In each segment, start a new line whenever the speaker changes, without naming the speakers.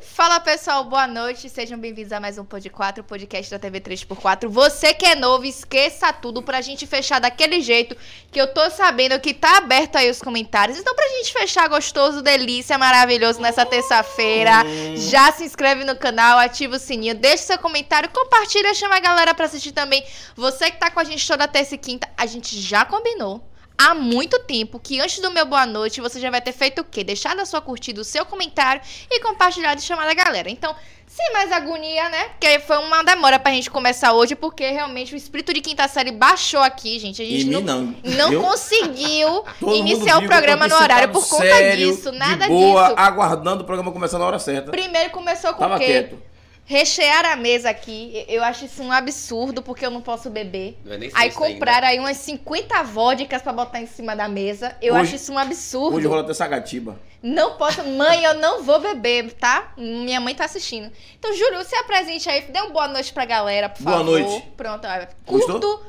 Fala pessoal, boa noite. Sejam bem-vindos a mais um Pod 4, podcast da TV 3x4. Você que é novo, esqueça tudo pra gente fechar daquele jeito que eu tô sabendo que tá aberto aí os comentários. Então, pra gente fechar gostoso, delícia, maravilhoso nessa terça-feira, já se inscreve no canal, ativa o sininho, deixa seu comentário, compartilha, chama a galera pra assistir também. Você que tá com a gente toda terça e quinta, a gente já combinou há muito tempo que antes do meu boa noite você já vai ter feito o quê? Deixado a sua curtida, o seu comentário e compartilhado e chamado a galera. Então, sem mais agonia, né? Porque foi uma demora pra gente começar hoje, porque realmente o espírito de quinta série baixou aqui, gente. A gente
Em mim,
não,
não.
não
Eu-
conseguiu
Todo mundo
iniciar o
viu que eu
programa
tô
no horário
sentado
por conta
sério,
disso. Nada
de boa,
disso.
aguardando o programa começar na hora certa.
Primeiro começou com
Tava
o quê?
quieto.
Rechear a mesa aqui. Eu acho isso um absurdo, porque eu não posso beber.
Não é nem
Aí
né?
sexta ainda.
compraram aí umas 50 vodkas pra botar em cima da mesa. Eu
Hoje-
acho isso um absurdo.
Hoje rola até Sagatiba.
Não posso. Mãe, eu não vou beber, tá? Minha mãe tá assistindo. Então, Júlio, se apresente aí. Dê uma boa noite pra galera, por
Boa
favor.
noite.
Pronto. ó.
Gostou?
Curto,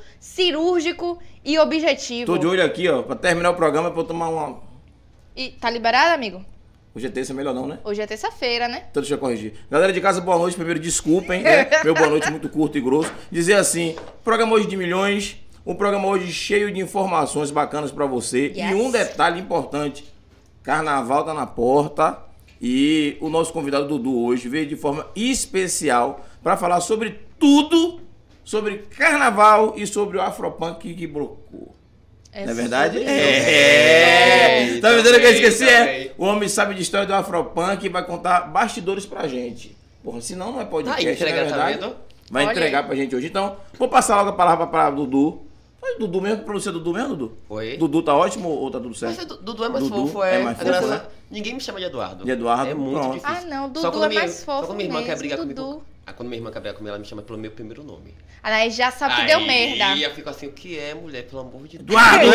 cirúrgico e objetivo.
Tô de olho aqui, ó, pra terminar o programa, pra eu tomar uma...
E tá liberado, amigo?
Hoje é terça, é melhor não, né?
Hoje é terça-feira, né?
Então deixa eu corrigir. Galera de casa, boa noite. Primeiro, desculpem, né? Meu boa noite muito curto e grosso. Dizer assim, programa hoje de milhões, um programa hoje cheio de informações bacanas pra você.
Yes.
E um detalhe importante, carnaval tá na porta e o nosso convidado Dudu hoje veio de forma especial pra falar sobre tudo sobre carnaval e sobre o Afropunk que brocou.
É
Não é verdade?
sobre isso.
É!
É.
Tá vendo o que eu esqueci?
Também,
É.
também.
O homem sabe de história do Afropunk e vai contar bastidores pra gente. Porra, senão não é
Tá
podcast,
aí,
não é
entregar, tá
verdade?
vendo?
Vai
Olha
entregar
aí.
pra gente hoje. Então, vou passar logo a palavra pra Dudu. Foi Dudu mesmo? Pra você, Dudu mesmo, Dudu?
Oi.
Dudu tá ótimo ou tá tudo
Mas
certo?
é Du- Dudu é mais
Dudu
fofo, é.
é mais fofo,
Graça-
né?
Ninguém me chama de Eduardo.
De Eduardo,
É muito
pronto.
difícil.
Ah, não,
Só
Dudu
quando
é
minha-
mais
Só
fofo
quando minha irmã quer
mesmo,
brigar
Dudu.
comigo. Ah, quando minha irmã quer brigar comigo, ela me chama pelo meu primeiro nome.
Aí já sabe que deu
Aí
merda.
eu fico assim, o que é, mulher? Pelo amor de Deus.
Eduardo!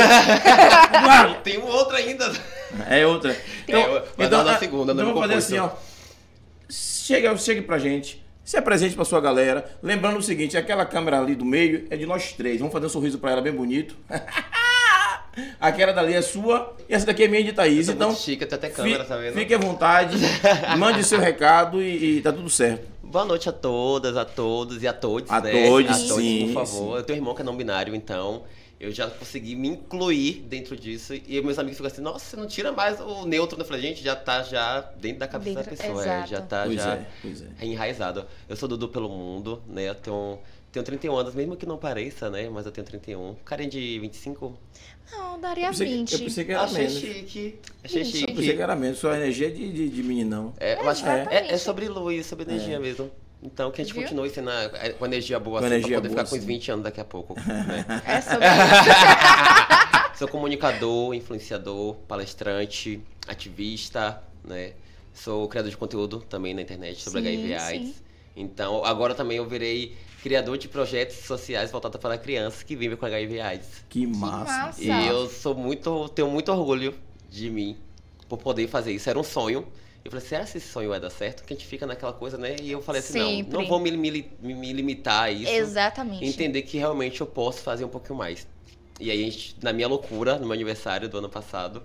Eduardo!
Tem um outro ainda.
É outra. Então,
mas
então,
dá na
ah,
segunda, não
então
me
vamos fazer assim,
confunde,
ó. Chega, chegue pra gente. Se apresente pra sua galera. Lembrando o seguinte, aquela câmera ali do meio é de nós três. Vamos fazer um sorriso pra ela bem bonito. aquela dali é sua e essa daqui é minha e de Thaís.
Isso,
Então,
então. Chica, tem até
fi-
câmera, tá vendo?
fique à vontade, mande seu recado e, e tá tudo certo.
Boa noite a todas, a todos e a todos,
A
né?
todos,
a todos,
sim,
por favor.
sim.
Eu tenho um irmão que é não binário, então eu já consegui me incluir dentro disso. E meus amigos ficam assim, nossa, você não tira mais o neutro. Eu falei, gente, já tá já dentro da cabeça
Dentro,
da pessoa. é,
exato.
já tá
pois
já
é, pois é.
enraizado. Eu sou Dudu pelo mundo, né? Eu tenho, tenho 31 anos, mesmo que não pareça, né? Mas eu tenho 31. Carinha de 25?
Não, daria
Eu pensei,
20.
que- eu pensei que era
Achei
menos.
chique. Achei
Gente.
Eu pensei que
chique.
era menos. Sua energia é de, de, de meninão.
É, eu acho que é,
Exatamente.
é sobre luz, sobre energia mesmo. Então, que a gente
Viu?
continue sendo a- a- com energia boa,
Com
assim,
energia
pra poder
boa,
ficar com uns
sim.
20 anos daqui a pouco. Né?
É sobre isso.
Sou comunicador, influenciador, palestrante, ativista, né? Sou criador de conteúdo também na internet sobre
Sim,
HIV AIDS. Então, agora também eu virei criador de projetos sociais voltados para crianças que vivem com HIV AIDS.
Que massa.
massa.
E eu sou muito, tenho muito orgulho de mim por poder fazer isso. Era um sonho. Eu falei, será que esse sonho vai dar certo? Que a gente fica naquela coisa, né? E eu falei assim,
Sempre.
não, não vou me, me- me- me limitar a isso.
Exatamente.
Entender que realmente eu posso fazer um pouquinho mais. E aí, a gente, na minha loucura, no meu aniversário do ano passado,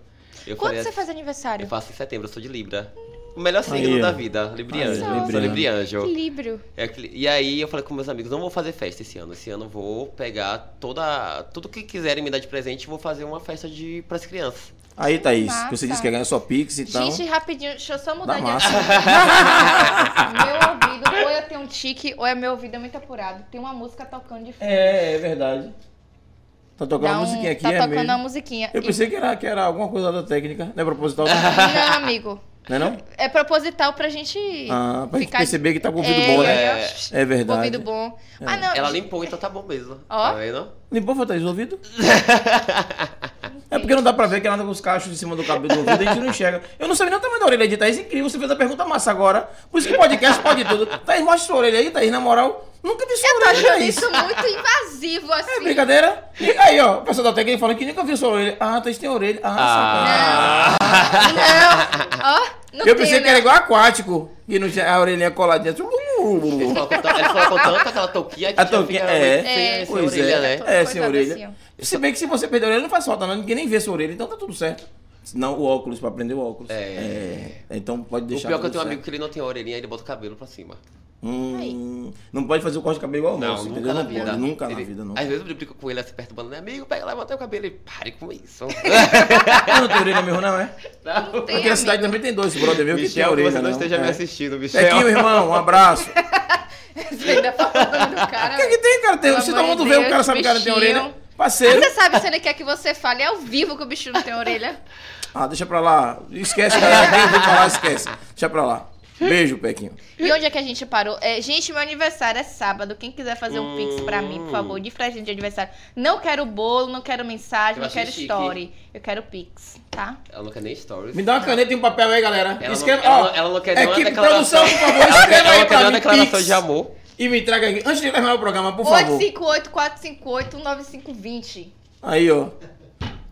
eu
Quando
falei
você
assim,
faz aniversário?
eu faço em setembro, eu sou de Libra. O melhor
Aí,
signo
ó.
da vida, Librianjo.
Olha só.
Sou Librianjo.
Equilíbrio.
É aquele- E aí eu falei com meus amigos, não vou fazer festa esse ano. Esse ano eu vou pegar toda, tudo que quiserem me dar de presente e vou fazer uma festa de pras crianças.
Aí, Thaís,
massa.
que você disse que ia ganhar sua Pix, então.
Gente, rapidinho, deixa eu só mudar
dá
de
massa.
assunto. meu ouvido, ou eu tenho um tique, ou é meu ouvido é muito apurado. Tem uma música tocando de fundo.
É, é verdade. Tá tocando
Dá
a
um-
musiquinha aqui,
tá
é
tocando
mesmo.
a musiquinha.
Eu
E-
pensei que era, que era alguma coisa da técnica, né? Proposital. não
Não, amigo.
é não?
É proposital pra gente
Ah, pra gente
ficar...
perceber que tá com o ouvido
é,
bom, né?
é,
né?
é,
É verdade. É.
Ouvido bom. Ah, não.
Ela limpou, então tá bom mesmo.
Ó.
Tá vendo?
Limpou, foi, Thaís, o ouvido? é porque não dá pra ver que ela anda com os cachos em cima do cabelo do ouvido, a gente não enxerga. Eu não sabia nem o tamanho da orelha de Thaís, incrível. Você fez a pergunta massa agora. Por isso que podcast pode tudo. Thaís, mostra sua orelha aí, Thaís, na moral. Nunca vi sua orelha,
achando
Thaís.
isso muito invasivo, assim.
É brincadeira? E aí, ó, o pessoal da técnica falando que nunca viu sua orelha. Ah, Thaís tem orelha.
Tá
Ah, sacanagem.
Não. Ó, não
eu
tem,
pensei que
né?
era igual aquático, que não tinha a orelhinha coladinha. assim,
Eles falam com, tan- eles falam com tanto aquela touquinha que
A
já
touquinha,
fica
é.
muito sem-
É,
sem
Pois
orelha,
é,
né?
Coisa
é, sem orelha.
assim,
Se bem que se você perder a orelha, não faz falta, não. Ninguém nem vê sua orelha, então tá tudo certo. Não, o óculos, pra prender o óculos.
É.
É, Então pode
O
deixar.
pior é que eu
tudo
tenho um amigo
certo.
que ele não tem orelhinha, ele bota o cabelo pra cima.
Hum, não pode fazer o corte de cabelo igual o nosso, entendeu?
nunca
não
na
pode,
vida.
nunca na
Ele-
vida, não.
Às vezes eu brinco com ele assim perturbando, né? Amigo, pega lá, bota o cabelo e pare com isso.
Ah, não tem orelha mesmo, não, é?
não.
Tem
Porque a
amigo.
cidade também tem dois brother meu que tem
Michel, que
orelha,
você não esteja
é.
me assistindo,
É aqui, meu
Michel.
irmão, um abraço. O
Você ainda fala o nome do cara.
que, que tem, cara? Tem,
Pelo
você
amor
tá mundo
de
vê, o
Deus,
cara sabe que o cara tem
bichinho.
orelha.
Mas
Parceiro.
você sabe se ele quer que você fale é ao vivo que o bichinho não tem orelha.
Ah, deixa pra lá. Esquece, galera. Quem vem falar, esquece. Deixa pra lá. Beijo, Pequinho.
E onde é que a gente parou? É, gente, meu aniversário é sábado. Quem quiser fazer um pix pra mim, por favor,
Hum.
de presente de aniversário. Não quero bolo, não quero mensagem,
Eu
não
achei
quero
chique.
story. Eu quero pix, tá?
Ela não quer nem stories.
Me dá uma caneta e um papel aí, galera.
Ela não-
Escreve,
ela
ó,
não- ela não quer nenhuma
equipe,
declaração.
produção, por favor,
Ela quer,
escreva
ela
aí
quer dar
pra
uma
mim,
declaração
Pix,
de amor.
E me traga aqui, antes de terminar o programa, por favor.
858 458 1920.
Aí, ó.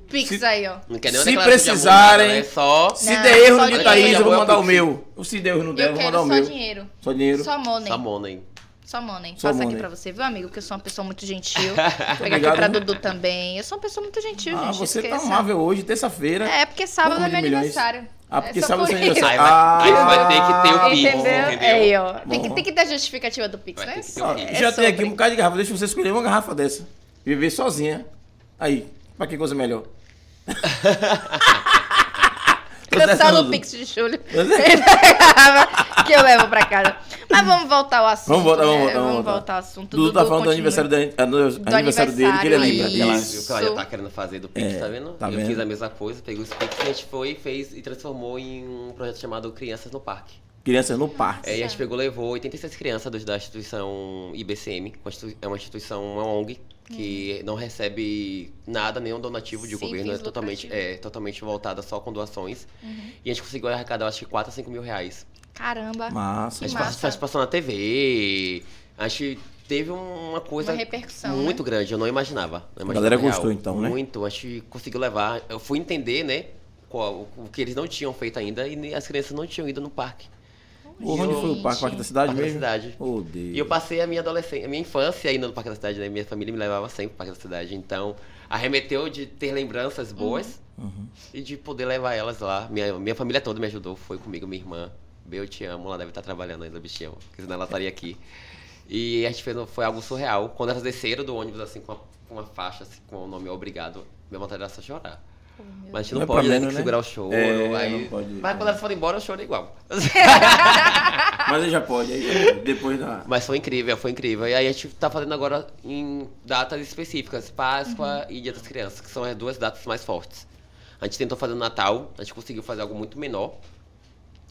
Pix
Se-
aí, ó.
Não quer nenhuma
Se
declaração
precisarem-
de amor, não, é só...
Se
Não,
der erro
só
de
dinheiro.
Thaís, eu vou
Eu
mandar o
pix.
meu. Ou Se der erro no der, eu
Eu
vou
quero
mandar
só
o meu. Tá
dinheiro.
Só dinheiro.
Só money.
Só money.
Só money.
Só
Passa aqui
money.
pra você, viu, amigo? Que eu sou uma pessoa muito gentil. Vou Pegar aqui
Obrigado,
pra
viu?
Dudu também. Eu sou uma pessoa muito gentil,
Ah,
gente.
você tá
esqueça.
amável hoje, terça-feira.
É, porque sábado
Vamos
é
de
meu
milhões.
aniversário.
Ah, porque
é só
sábado
por
você é
isso.
aniversário.
Aí vai, aí
Ah,
vai ter que ter o Pix,
Entendeu?
entendeu?
É Aí, ó. Tem que,
Bom.
tem que ter justificativa do Pix,
Vai
né?
ter que ter
Ó,
um Pix.
É
já tem aqui
sobre.
um bocado de garrafa. Deixa você escolher uma garrafa dessa. Viver sozinha. Aí, pra que coisa melhor?
Cancela o Pix de Júlio. que eu levo pra casa. Mas vamos voltar ao assunto.
Vamos voltar, vamos
né?
voltar.
Vamos voltar ao assunto.
Dudu, tá falando do
continua.
aniversário, da, aniversário, dele, que ele é lembra.
aniversário,
Ela-
Isso.
O que ela já tá querendo fazer do Pix,
É,
tá vendo?
tá
eu
vendo?
fiz a mesma coisa, peguei os Pix e a gente foi, fez e transformou em um projeto chamado Crianças no Parque.
Crianças no parque.
É, e a gente
Certo.
pegou, levou 86 crianças dos- da instituição IBCM, constitu- é uma instituição, uma ONG, que não recebe nada, nenhum donativo de
Sem
governo, é
fins
totalmente, é totalmente voltada só com doações. E a gente conseguiu arrecadar, acho que 4 a 5 mil reais.
Caramba.
Massa.
a gente
massa.
passou- a gente passou na TV, a gente teve um, uma coisa
Uma repercussão, né?
muito grande, eu não imaginava. Não imaginava
galera
real.
gostou, então, né?
Muito, a gente conseguiu levar, eu fui entender, né, qual- o que eles não tinham feito ainda e nem- as crianças não tinham ido no parque.
Porra, onde foi o parque? Parque da cidade
Parque da
mesmo?
cidade.
Oh,
E eu
Deus.
passei a minha adolescência, a minha infância ainda no Parque da Cidade, né? Minha família me levava sempre pro Parque da Cidade. Então, arremeteu de ter
Uhum.
lembranças boas e de poder levar elas lá. Minha, minha família toda me ajudou, foi comigo, minha irmã. Bê, eu te amo, ela deve estar trabalhando ainda, bichão, porque senão ela estaria aqui. E a gente fez, um, foi algo surreal. Quando elas desceram do ônibus, assim, com uma, com uma faixa, assim, com o nome Obrigado, minha vontade era só chorar. Mas a gente não,
Não é
pode, né?
problema,
Tem que
né?
segurar o choro.
É,
aí...
não pode,
Mas
é.
quando elas foram embora, eu choro igual.
Mas aí já pode, aí já pode. Depois da.
Mas foi incrível, foi incrível. E aí a gente tá fazendo agora em datas específicas, Páscoa e Dia das Crianças, que são as duas datas mais fortes. A gente tentou fazer no Natal, a gente conseguiu fazer algo muito menor,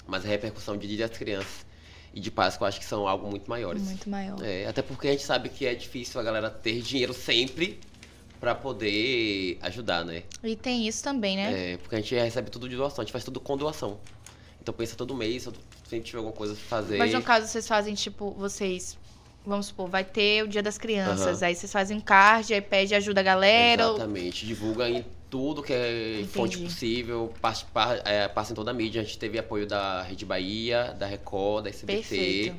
mas a repercussão de Dia das Crianças e de Páscoa acho que são algo muito maiores.
Muito maior.
É, até porque a gente sabe que é difícil a galera ter dinheiro sempre pra poder ajudar, né?
E tem isso também, né?
É, porque a gente recebe tudo de doação, a gente faz tudo com doação. Então pensa todo mês, se sempre tiver alguma coisa pra fazer.
Mas no caso, vocês fazem, tipo, vocês. Vamos supor, vai ter o dia das crianças.
Aham.
Aí vocês fazem um card, aí pede ajuda a galera. ou-
Exatamente. Divulga em tudo que é fonte
Entendi.
possível, passa, pa- é, passa em toda a mídia. A gente teve apoio da Rede Bahia, da Record, da SBT.
Perfeito.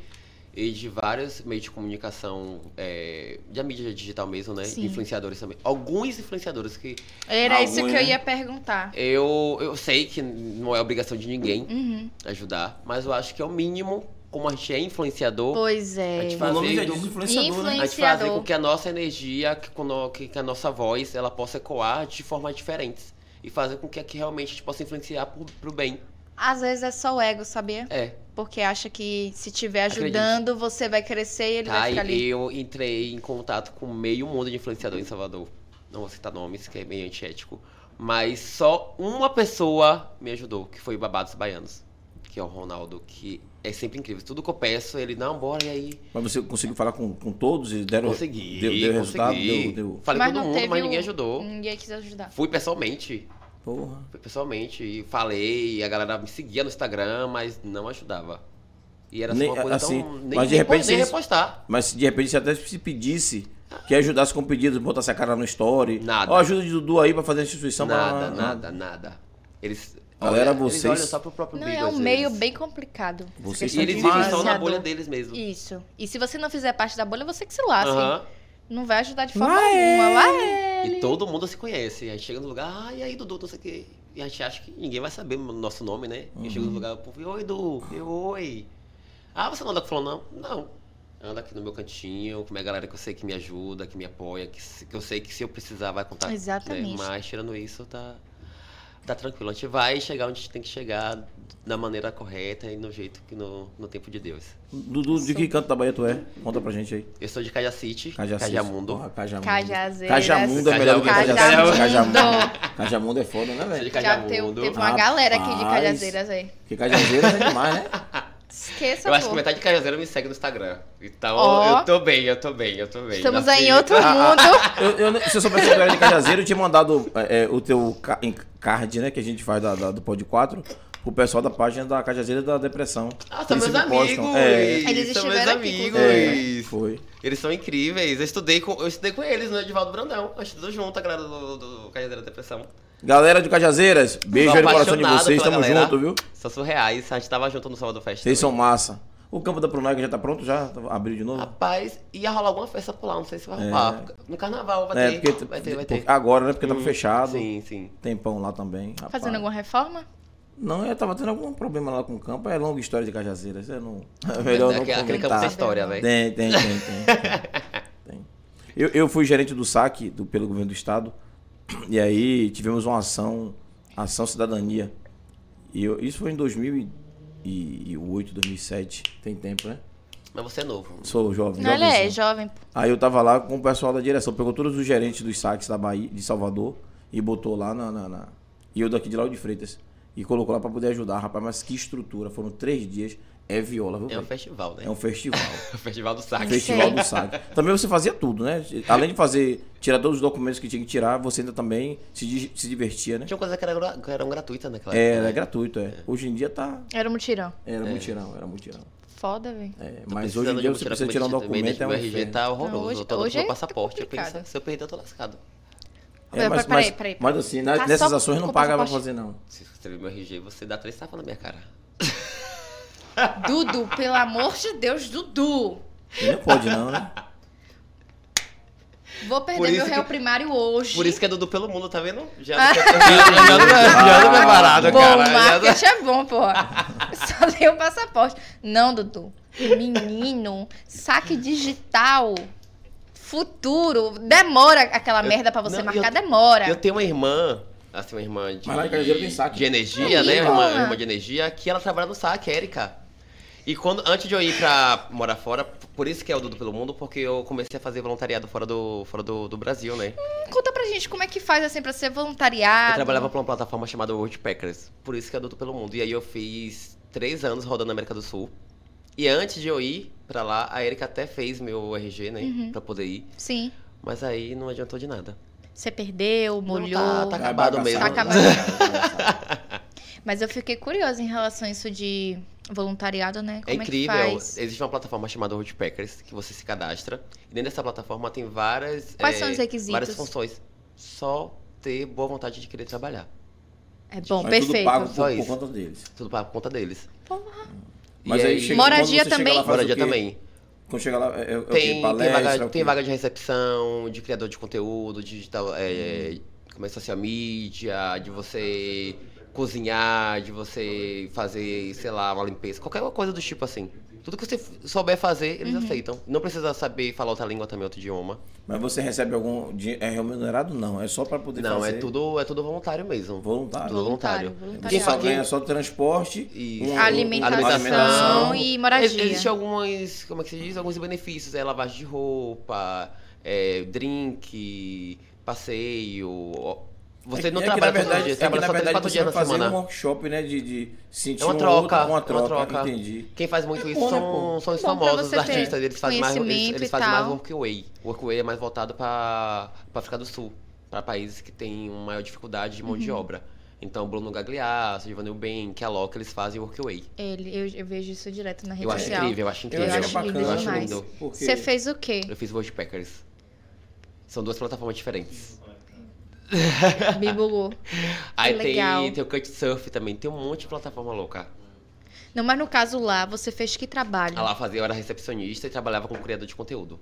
E de vários meios de comunicação, é, da mídia digital mesmo, né?
Sim.
Influenciadores também. Alguns influenciadores que
Era
Ah,
Algum,
um
isso que
é.
eu
né?
ia perguntar.
eu, eu sei que não é obrigação de ninguém
Uhum.
ajudar, mas eu acho que é o mínimo, como a gente é influenciador,
Pois é.
A gente
O nome já
Fazendo-
diz influenciador, né?
a gente fazer com que a nossa energia, que, com no- que- que a nossa voz, ela possa ecoar de formas diferentes. E fazer com que aqui realmente a gente possa influenciar pro, pro bem.
Às vezes é só o ego, sabia?
É.
Porque acha que se tiver
Acredite.
ajudando, você vai crescer e ele vai
Tá,
ficar ali.
e eu entrei em contato com meio mundo de influenciadores em Salvador. Não vou citar nomes, que é meio antiético. Mas só uma pessoa me ajudou, que foi o Babados Baianos. Que é o Ronaldo, que é sempre incrível. Tudo que eu peço, ele, não, bora, e aí?
Mas você conseguiu falar com, com todos e deram.
Consegui,
Deu, deu resultado,
consegui.
deu, deu.
Falei
Mas
com todo
não
mundo,
teve um
mas
o-
ninguém ajudou.
Ninguém quis ajudar.
Fui pessoalmente,
Porra.
Fui pessoalmente e falei, a galera me seguia no Instagram, mas não ajudava. E era só
Nem-
uma coisa
assim,
tão.
mas de repente
Nem
vocês-
repostar.
Mas se de repente você até se pedisse que ajudasse com pedidos, botasse a cara no story.
Nada.
Ó, ajuda de Dudu aí pra fazer a instituição.
nada,
pra...
nada, nada. Eles.
Galera,
olha,
vocês-
Eles olham só pro próprio
Não,
umbigo,
é um
às
meio
vezes.
bem complicado. essa
Vocês
questão
E
são
de
eles vivem só na
influenciador.
bolha deles mesmo.
Isso. E assim, se você não fizer parte da bolha, você que se lasca. hein?
Aham.
Não vai ajudar de forma
Lá
alguma.
é.
Lá é.
E todo mundo se conhece. Aí chega no lugar, ah, e aí, Dudu, não sei o quê. E a gente acha que ninguém vai saber o nosso nome, né? Eu chego
Uhum.
no lugar, o povo, oi, Edu, eu, oi. Ah, você não anda com fulano, não? Não. Anda aqui no meu cantinho, com minha galera que eu sei que me ajuda, que me apoia, que, se- que eu sei que se eu precisar vai contar. né?
Exatamente.
Mas tirando isso, tá, tá tranquilo. A gente vai chegar onde a gente tem que chegar, da maneira correta e no jeito que no, no tempo de Deus.
Dudu, de que canto da Bahia tu é? Conta pra gente aí.
Eu sou de Cajacite,
Cajacis.
Cajamundo.
Porra, Cajamundo.
Cajazeiras.
Cajamundo é melhor do que
Cajamundo.
Cajazeiras. Cajamundo. Cajamundo é foda, né,
Sou de
velho?
Já um teve,
Cajamundo.
teve uma galera aqui de
Rapaz.
Cajazeiras aí.
Porque Cajazeiras é demais, né?
Esqueça,
Eu acho que
pô.
metade de Cajazeira me segue no Instagram.
Tá
Então,
Ó.
eu tô bem, eu tô bem, eu tô bem.
Estamos
Nasci-
aí em outro mundo.
Eu, eu, se eu soubesse que eu era de Cajazeiro, eu tinha mandado é, é, o teu ca- em- card, né, que a gente faz da, da- do Pod 4, pro pessoal da página da Cajazeira da Depressão.
Ah, são
Eles
meus
sempre
amigos.
postam. É,
Eles
são meus
estiveram aqui,
amigos.
é, foi.
Eles são incríveis. Eu estudei com, eu estudei com eles no Edivaldo Brandão. Eu estudou junto, a galera do, do Cajazeira Depressão.
Galera de Cajazeiras, beijo
Tô
aí no coração de
apaixonado
vocês,
pela
tamo
galera.
junto, viu?
São surreais. A gente tava junto no Salvador Fest.
Vocês são
também.
massa. O campo da Pronag já tá pronto? Já abriu de novo?
Rapaz, ia rolar alguma festa por lá, não sei se vai rolar. No carnaval vai
É,
ter.
porque-
vai ter, vai
porque
ter.
agora, né? Porque tava fechado.
Sim, sim.
Tempão lá também. rapaz.
Fazendo alguma reforma?
Não, eu tava tendo algum problema lá com o campo. É longa história de Cajazeiras. É não... é melhor não
Aquele- Aquele campo
comentar. É.
tem história, velho.
Tem, tem, tem, tem. Tem. Eu, eu fui gerente do SAC do, pelo governo do estado. E aí tivemos uma ação, ação cidadania. E eu- isso foi em 2008, 2007. Tem tempo, né?
Mas você é novo.
Sou jovem.
Não, ele é
jovenzinho.
jovem. pô.
Aí eu tava lá com o pessoal da direção, pegou todos os gerentes dos saques da Bahia, de Salvador, e botou lá na. na- na- E eu daqui de Lauro de Freitas. E colocou lá pra poder ajudar, rapaz. Mas que estrutura. Foram três dias. É viola, viu?
É um
velho?
festival, né?
É um festival.
É um festival do saque.
festival
Sei.
do saque. Também você fazia tudo, né? Além de fazer, tirar todos os documentos que tinha que tirar, você ainda também se, di- se divertia, né?
Tinha coisa que era, gra- que eram gratuita naquela
É,
época.
era
né?
gratuito, é. Hoje em dia tá.
Era um mutirão.
Era mutirão, era mutirão.
Foda, velho.
É,
É. Tô
mas
precisando
hoje em
de
dia
eu
você precisa tirar um
documento
documento, é um
meu RG
inferno.
tá horroroso.
Não, hoje-
eu tô
hoje
com meu
é- tá
passaporte. eu
complicado.
penso, se eu perder, eu tô lascado.
É,
Peraí,
mas,
peraí,
mas-
peraí, peraí.
mas assim, na-
Tá
nessas
só
ações
com
não
o
paga pra
passaporte.
fazer, não.
Se você ver meu RG, você dá três tapas na minha cara.
Dudu, pelo amor de Deus, Dudu.
E não pode, não, né?
Vou
Por
perder
isso
meu réu
que-
primário hoje.
Por isso que é Dudu pelo mundo, tá vendo? Já
Ah.
já- já ando já ando preparado,
bom,
cara. Já ando-
marketing é bom, porra. Só dei o passaporte. Não, Dudu. Menino, saque digital. Futuro. Demora aquela merda pra você
não,
marcar,
eu te-
demora.
Eu tenho uma irmã, assim, uma irmã de,
Mas lá em Cajazeiro tem saque.
de energia,
Aí,
né? Uma
porra.
irmã de energia, que ela trabalha no saque, Érica. E quando, antes de eu ir pra morar fora, por isso que é o Dudu pelo mundo, porque eu comecei a fazer voluntariado fora do, fora do, do Brasil, né?
Conta pra gente como é que faz assim pra ser voluntariado.
Eu trabalhava pra uma plataforma chamada World Packers, por isso que é adulto pelo mundo. E aí eu fiz três anos rodando na América do Sul. E antes de eu ir pra lá, a Erika até fez meu RG, né?
Uhum.
Pra poder ir.
Sim.
Mas aí não adiantou de nada.
Você perdeu, molhou.
tá- tá acabado
Vai
mesmo.
bagaçar.
Tá
Vai bagaçar.
Mas eu fiquei curiosa em relação a isso de voluntariado, né? Como
é incrível.
que faz?
Existe uma plataforma chamada World Packers que você se cadastra. E dentro dessa plataforma tem várias.
Quais
eh,
são os requisitos?
Várias funções. Só ter boa vontade de querer trabalhar.
É bom,
Mas tudo
perfeito.
pago
Só
por, por
isso.
conta deles.
Tudo pra conta deles.
Porra.
E
Mas aí chega-
Moradia
quando você chega
também?
lá, faz o
Moradia
quê?
também.
Quando chega lá, é, é, é o quê?
Tem, tem,
Palestra, é
vaga,
o quê?
tem vaga de recepção, de criador de conteúdo, de digital, é, como é social media, de você cozinhar, de você fazer, sei lá, uma limpeza, qualquer coisa do tipo assim. Tudo que você f- souber fazer, eles aceitam. Não precisa saber falar outra língua também, outro idioma.
Mas você recebe algum dinheiro? É remunerado? Não, é só pra poder
Não,
fazer.
é tudo, é tudo voluntário mesmo.
voluntário.
Tudo voluntário.
Voluntário,
Quem só
voluntariado.
ganha é só transporte,
Isso.
um- um-
Alimentação
alimentação.
e moradia.
Ex- Existe alguns, como é que se diz? Alguns benefícios, é lavagem de roupa, é, drink, passeio. ó. Você
É-
não
é que,
trabalha
na
todos os
verdade,
dias, você
é que,
trabalha
na
só três,
verdade,
quatro
você
dias na
vai fazer
semana.
um workshop, né? De, de sentir
É uma
um
troca,
outro,
é uma
uma troca,
troca.
entendi.
Quem faz muito
É
isso
bom, né,
são, são os
Bom pra
famosos,
você
os
ter
artistas, eles fazem mais, eles,
conhecimento
eles
e
fazem mais
tal.
workaway. O workaway é mais voltado para para África do Sul, para países que têm uma maior dificuldade de mão
Uhum.
de obra. Então, Bruno Gagliasso, Giovanni Bank, a Loca, eles fazem workaway.
Ele, eu, eu vejo isso direto na rede
Eu acho
social.
incrível, eu acho
Eu,
incrível.
Eu
acho
acho lindo
bacana, eu acho
demais.
lindo. Porque
Você fez o quê?
Eu fiz World Packers. São duas plataformas
Uhum.
diferentes.
Me bugou.
Aí
Ah, legal.
tem, tem o Cut Surf também, tem um monte de plataforma louca.
Não, mas no caso lá, você fez que trabalho?
Ah lá fazia, eu era recepcionista e trabalhava como criador de conteúdo.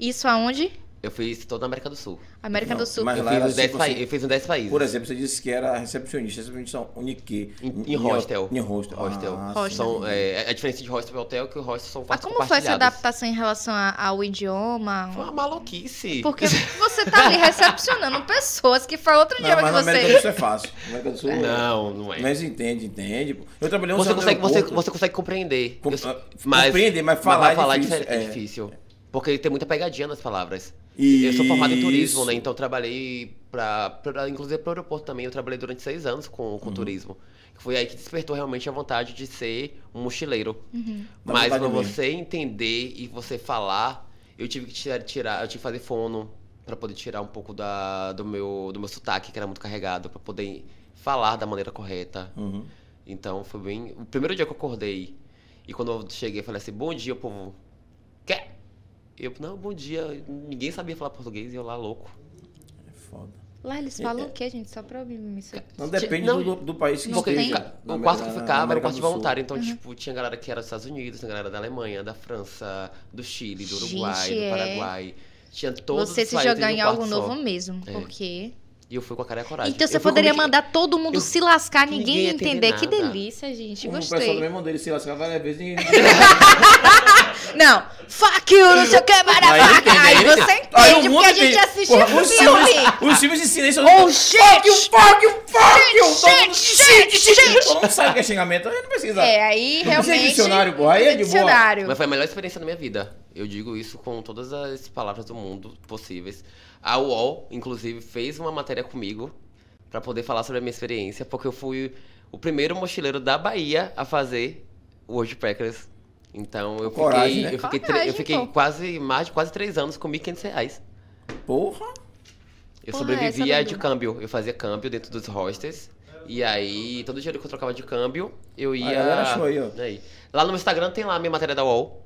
Isso aonde?
Eu fiz toda a América do Sul.
América
Não,
do Sul.
mas
Eu
lá
fiz,
era
uns 10
tipo
pai-
assim,
eu fiz uns 10 países.
Por exemplo, você disse que era recepcionista, recepcionista unique.
Em, em hostel.
Em hostel.
Hostel.
Ah,
Hostel.
São, é, a diferença de hostel e hotel é que o hostel são
Mas
quartos
Ah, como foi essa
compartilhados.
adaptação em relação a- ao idioma?
Foi uma maluquice.
Porque você tá ali recepcionando pessoas que foi outro
Não,
idioma
mas
que
na
você.
América do Sul é fácil. Na América do Sul.
Não, não é.
Mas entende, entende. pô. Eu trabalhei um
Você
certo
consegue, você,
aeroporto.
você consegue compreender.
Com-
Eu sou-
ah, compreender, mas falar é difícil, É.
diferente- é,
é.
difícil. Porque tem muita pegadinha nas palavras. Eu sou formado em turismo, né? Então eu trabalhei pra, pra- inclusive pro aeroporto também. Eu trabalhei durante seis anos com,
Uhum.
com turismo. Foi aí que despertou realmente a vontade de ser um mochileiro.
Uhum.
Dá
Mas
vontade
pra
mesmo.
você entender e você falar, eu tive que tirar, tirar- eu tive que fazer fono pra poder tirar um pouco da, do meu do meu sotaque que era muito carregado pra poder falar da maneira correta.
Uhum.
Então foi bem. O primeiro dia que eu acordei e quando eu cheguei, eu falei assim: bom dia, povo. Quer? Eu, não, bom dia. Ninguém sabia falar português e eu lá louco.
É foda.
Lá eles falam o quê, gente? Só pra eu me isso.
É, Não depende
Não,
do, do país que
não
Porque
tem.
esteja.
ca-
Na
o quarto que eu
América-
ficava era
na
um quarto de
América do Sul.
voluntário,
Uhum.
então, tipo, tinha galera que era dos Estados Unidos, tinha galera da Alemanha, da França, do Chile, do Uruguai,
Gente, é.
do Paraguai. Tinha todos
Você
os
se
países
jogar
em um
em algo
quarto
novo
só.
mesmo,
É.
porque...
E eu fui com a cara e a
Ah,
coragem.
Então
Eu
você
fui
poderia
comigo-
mandar todo mundo
eu-
se lascar, ninguém,
ninguém ia
ia entender.
entender
Que
nada.
delícia, gente.
Como O pessoal
Gostei.
também mandou ele se lascar várias vezes. Ninguém...
Não, fuck you, não sei o que, maravilha.
entende,
Aí
né?
aí
você
entende.
entende, porque a gente assiste
Porra, os
filme.
filmes- Os filmes de silêncio.
Oh, shit!
fuck you, fuck you! Todo mundo-
Shit, shit, shit!
Todo mundo sabe que é xingamento. Aí não precisa.
É, aí
Não precisa de
realmente...
dicionário, porra, aí é de boa.
Dicionário.
Mas foi a melhor experiência da minha vida. Eu digo isso com todas as palavras do mundo possíveis. A UOL, inclusive, fez uma matéria comigo pra poder falar sobre a minha experiência, porque eu fui o primeiro mochileiro da Bahia a fazer o World Packers. Então eu
Coragem,
fiquei,
né?
eu fiquei, tre-
Coragem,
eu fiquei
pô.
quase mais de quase três anos com 1.500 reais.
Porra.
Porra,
Eu
essa é eu
sobrevivia
não
de
lembro.
câmbio. Eu fazia câmbio dentro dos hostels. E aí, todo dinheiro que eu trocava de câmbio, eu ia.
A galera achou aí, ó.
Aí. Lá no meu Instagram tem lá a minha matéria da UOL.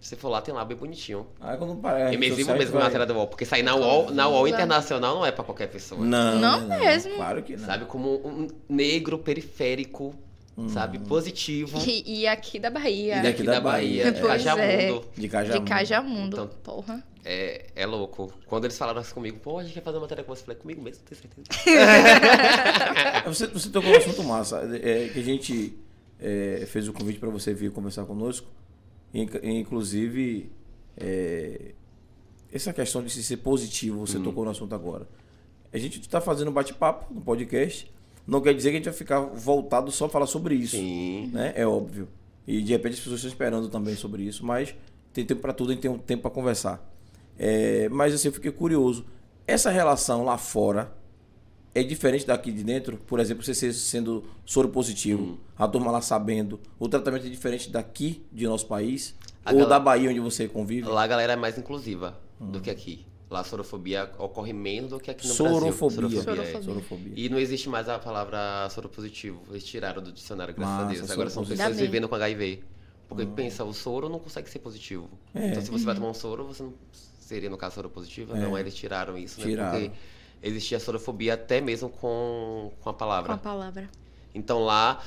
Se você for lá, tem lá bem bonitinho.
Aí quando parece.
eu me exibo
sai,
mesmo é
É,
a
vai.
matéria da UOL, porque sair na UOL, na UOL internacional não é pra qualquer pessoa.
Não,
Não mesmo.
Claro que não.
Sabe? Como um negro periférico, sabe? Positivo.
E, e aqui da Bahia.
Hum. E daqui
aqui
da
da Bahia,
Bahia.
é
Pois é.
Cajamundo.
De Cajamundo.
De Cajamundo,
Então-
porra.
É, é louco. Quando eles falaram isso comigo, pô, a gente quer fazer uma matéria com você. Eu falei, comigo mesmo, tem certeza.
Você, você tocou um assunto massa, é, que a gente é, fez o convite para você vir conversar conosco. Inc- Inclusive, é, essa questão de se ser positivo, você tocou no assunto agora. A gente está fazendo um bate-papo no podcast. Não quer dizer que a gente vai ficar voltado só a falar sobre isso.
Sim.
né? É óbvio. E de repente as pessoas estão esperando também sobre isso, mas tem tempo para tudo, a gente tem um tempo para conversar. É, mas assim, eu fiquei curioso. Essa relação lá fora é diferente daqui de dentro? Por exemplo, você ser- sendo soro positivo,
Hum.
a turma lá sabendo. O tratamento é diferente daqui de nosso país?
A
ou
galera-
da Bahia, onde você convive?
Lá a galera é mais inclusiva
Hum.
do que aqui. Lá a sorofobia ocorre menos do que aqui no
Sorofobia.
Brasil.
Sorofobia.
é.
Sorofobia.
E não existe mais a palavra soropositivo. Eles tiraram do dicionário, graças
Massa,
a Deus. Agora
soropositivo.
são
Hum.
pessoas
Ainda bem.
vivendo com HIV. Porque pensa, o soro não consegue ser positivo.
É.
Então se você
Uhum.
vai tomar um soro, você não seria, no caso, soropositiva. Não, eles tiraram isso, né?
Tiraram.
Porque existia sorofobia até mesmo com, com a
Com
palavra.
a palavra.
Então lá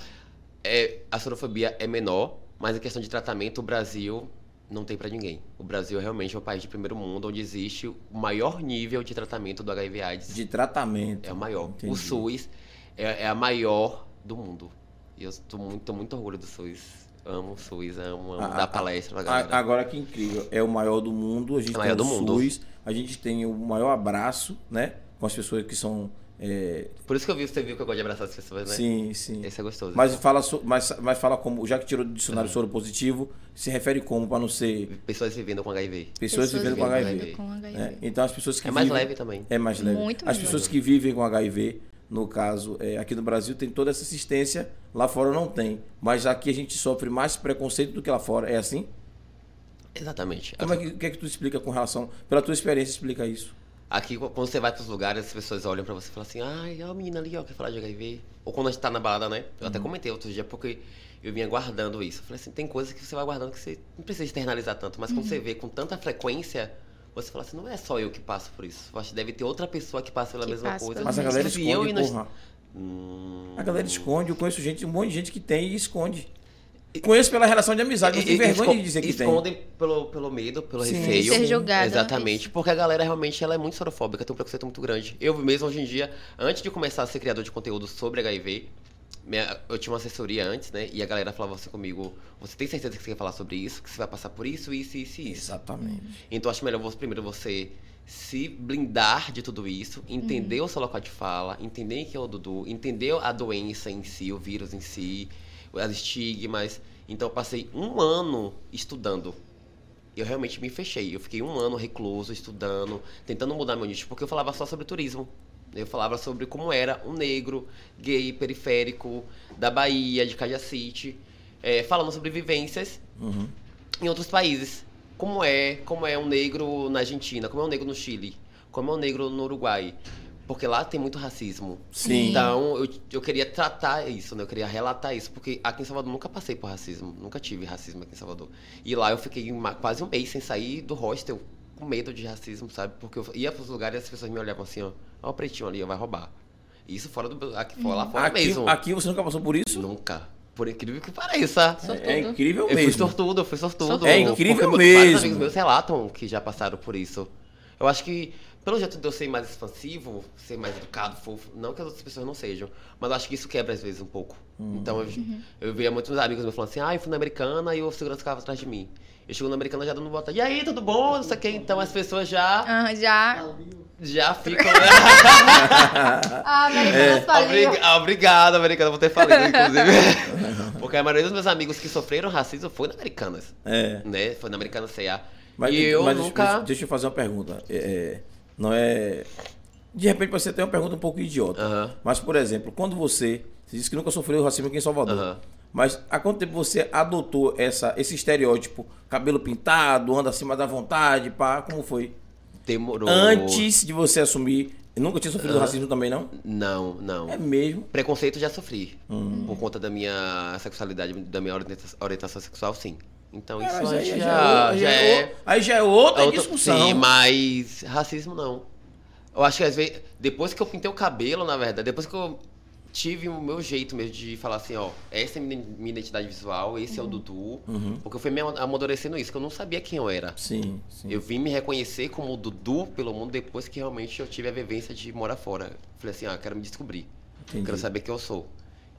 é, a sorofobia é menor, mas a questão de tratamento, o Brasil não tem pra ninguém. O Brasil realmente é o país de primeiro mundo onde existe o maior nível de tratamento do HIV AIDS.
De tratamento.
É o maior.
Entendi.
O SUS é, é a maior do mundo. E eu tô muito, tô muito orgulho do SUS. Amo o SUS, amo, amo
Ah, ah,
dar palestra pra galera.
A- Agora que incrível, é o maior do mundo, a gente
É o maior
tem o
do mundo.
SUS, a gente tem o maior abraço, né? Com as pessoas que são. é,
Por isso que eu vi, você viu que eu gosto de abraçar as pessoas, né?
Sim, sim.
Esse é Uhum. gostoso.
Mas fala, so- mas, mas fala como, já que tirou do dicionário soro positivo, se refere como, para não ser
Pessoas vivendo com HIV.
pessoas, vivendo com HIV.
vivendo com HIV.
né? Então as pessoas que
É mais
vivem-
leve também.
É mais leve.
Muito
as
melhor.
pessoas que vivem com HIV, no caso, é, aqui no Brasil tem toda essa assistência, lá fora não tem. Mas aqui a gente sofre mais preconceito do que lá fora. É assim?
Exatamente.
Como é que, o que é que tu explica com relação, pela tua experiência, explica isso?
Aqui, qu- quando você vai pros lugares, as pessoas olham pra você e falam assim, ai, ó a menina ali, ó, quer falar de HIV. Ou quando a gente tá na balada, né? Eu
Uhum.
até comentei outro dia, porque eu vinha guardando isso. Eu falei assim, tem coisas que você vai guardando que você não precisa externalizar tanto. Mas quando você
Uhum.
vê com tanta frequência, você fala assim, não é só eu que passo por isso. Eu acho que deve ter outra pessoa que passa pela
Que
mesma
passa
coisa.
pelo
Mas a
mesmo.
galera
E eu
esconde,
e nós-
porra.
Hum,
A galera esconde, eu conheço gente, um monte de gente que tem e esconde. Conheço pela relação de amizade, não
E-
tem
e-
vergonha
esco-
de dizer que tem.
Escondem pelo, pelo medo, pelo
Sim,
receio.
ser julgada,
Exatamente.
isso.
Porque a galera realmente ela é muito sorofóbica, tem um preconceito muito grande. Eu mesmo hoje em dia, antes de começar a ser criador de conteúdo sobre HIV, minha- eu tinha uma assessoria antes, né? E a galera falava assim comigo: Você tem certeza que você quer falar sobre isso? Que você vai passar por isso, isso, isso e isso.
Exatamente.
Então acho melhor você, primeiro você se blindar de tudo isso, entender o seu local de fala, entender quem é o Dudu, entender a doença em si, o vírus em si, as estigmas. Então eu passei um ano estudando. Eu realmente me fechei. Eu fiquei um ano recluso, estudando, tentando mudar meu nicho, porque eu falava só sobre turismo. Eu falava sobre como era um negro, gay, periférico, da Bahia, de Cajacite, eh, falando sobre vivências
Uhum.
em outros países. Como é, como é um negro na Argentina, como é um negro no Chile, como é um negro no Uruguai. Porque lá tem muito racismo.
Sim.
Então eu, eu queria tratar isso, né? Eu queria relatar isso, porque aqui em Salvador nunca passei por racismo, nunca tive racismo aqui em Salvador. E lá eu fiquei uma- quase um mês sem sair do hostel, com medo de racismo, sabe? Porque eu ia pros lugares e as pessoas me olhavam assim, ó, ó o pretinho ali, ó, vai roubar. Isso fora do aqui fora, lá fora
Aqui,
mesmo.
aqui você nunca passou por isso?
Nunca. Por incrível que pareça.
É incrível
Eu fui
mesmo.
sortudo, eu fui sortudo.
Sortudo. É
incrível
Porque Vários
mesmo.
amigos meus relatam que já passaram por isso. Eu acho que, pelo jeito de eu ser mais expansivo, ser mais educado, fofo, não que as outras pessoas não sejam, mas eu acho que isso quebra às vezes um pouco. Então eu, eu via muitos amigos meus falando assim, ah, eu fui na Americana e o segurança ficava atrás de mim. Eu chego na Americana já dando bota, e aí, tudo bom? Não sei o que. Então as pessoas já,
Ah, já.
já ficam... né?
Ah,
É.
Americanas faliu.
Obrig- ah, Obrigado, Americana, por ter falado, inclusive. Porque a maioria dos meus amigos que sofreram racismo foi na Americanas.
É.
Né? Foi na Americana CA.
Mas,
e eu
mas deixa-
nunca.
deixa eu fazer uma pergunta. É, é, não é. De repente você tem uma pergunta um pouco idiota.
Aham.
Mas, por exemplo, quando você. Você disse que nunca sofreu racismo aqui em Salvador.
Aham.
Mas há quanto tempo você adotou essa, esse estereótipo? Cabelo pintado, anda acima da vontade, pá, como foi?
Demorou.
Antes de você assumir. Nunca tinha sofrido racismo também, não?
Não, não.
É Hum. mesmo.
Preconceito já sofri. Por conta da minha sexualidade, da minha orienta- orientação sexual, sim. Então
É, mas
isso
aí
já,
o-
já é.
o- aí já é outra
Outro-
discussão.
Sim, mas racismo não. Eu acho que às vezes, depois que eu pintei o cabelo, na verdade, depois que eu tive o meu jeito mesmo de falar assim, ó, essa é minha minha identidade visual, esse é o Dudu,
Uhum.
porque eu fui me amadurecendo isso, que eu não sabia quem eu era.
Sim, sim.
Eu vim me reconhecer como o Dudu pelo mundo depois que realmente eu tive a vivência de morar fora. Falei assim, ah, quero me descobrir,
Entendi.
quero saber quem eu sou.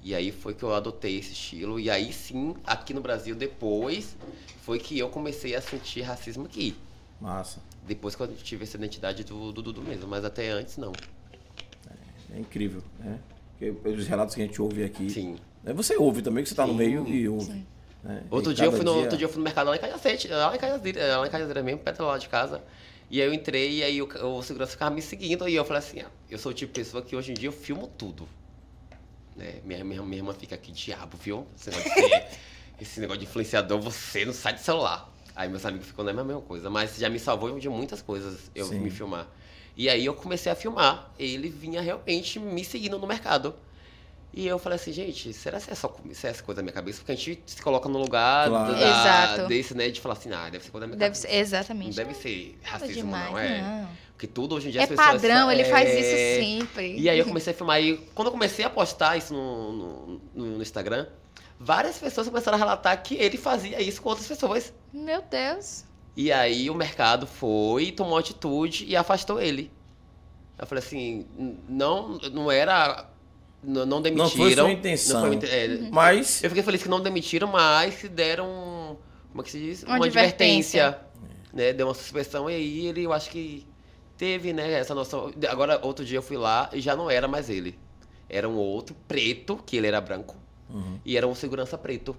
E aí foi que eu adotei esse estilo, e aí sim, aqui no Brasil, depois, foi que eu comecei a sentir racismo aqui.
Massa.
Depois que eu tive essa identidade do do Dudu mesmo, mas até antes não.
É incrível, né? Porque Os relatos que a gente ouve aqui.
Sim.
né? Você ouve também, que você tá no
Sim.
meio e ouve. né?
Outro
E
dia, eu
cada
fui no, outro dia eu fui no mercado lá em Cajacete, lá em Cajazeiras, lá em Cajazeiras mesmo, perto lá de casa. E aí eu entrei e aí o, ca- o segurança ficava me seguindo e eu falei assim, ah, eu sou o tipo de pessoa que hoje em dia eu filmo tudo. Né? Minha, minha, minha irmã fica aqui, diabo, viu? Esse negócio de, ser- esse negócio de influenciador, você não sai do celular. Aí meus amigos ficam, não é a mesma coisa, mas já me salvou de muitas coisas eu
Sim.
me filmar. E aí eu comecei a filmar, ele vinha realmente me seguindo no mercado. E eu falei assim, gente, será que é só comi- se é essa coisa da minha cabeça? Porque a gente se coloca no lugar
Claro.
da-
Exato.
desse, né? De falar assim, ah, deve ser coisa da minha
Deve
cabeça.
ser, exatamente.
Não deve ser
Nada
racismo,
demais,
não, é.
não.
Porque tudo hoje em dia
É
as pessoas...
padrão, ele faz
É.
isso sempre.
E aí eu comecei a filmar. E quando eu comecei a postar isso no, no- no- no Instagram, várias pessoas começaram a relatar que ele fazia isso com outras pessoas.
Meu Deus.
E aí o mercado foi, tomou atitude e afastou ele. Eu falei assim, n- não, não era... Não, não demitiram.
foi sua
não
intenção.
foi inte- é,
Uhum.
Mas.
eu fiquei feliz que não demitiram, mas se deram. Como é que se diz?
Uma advertência.
né? Deu uma suspensão e aí ele, eu acho que teve, né? Essa noção. Agora, outro dia eu fui lá e já não era mais ele. Era um outro preto, que ele era branco,
Uhum.
e era um segurança preto.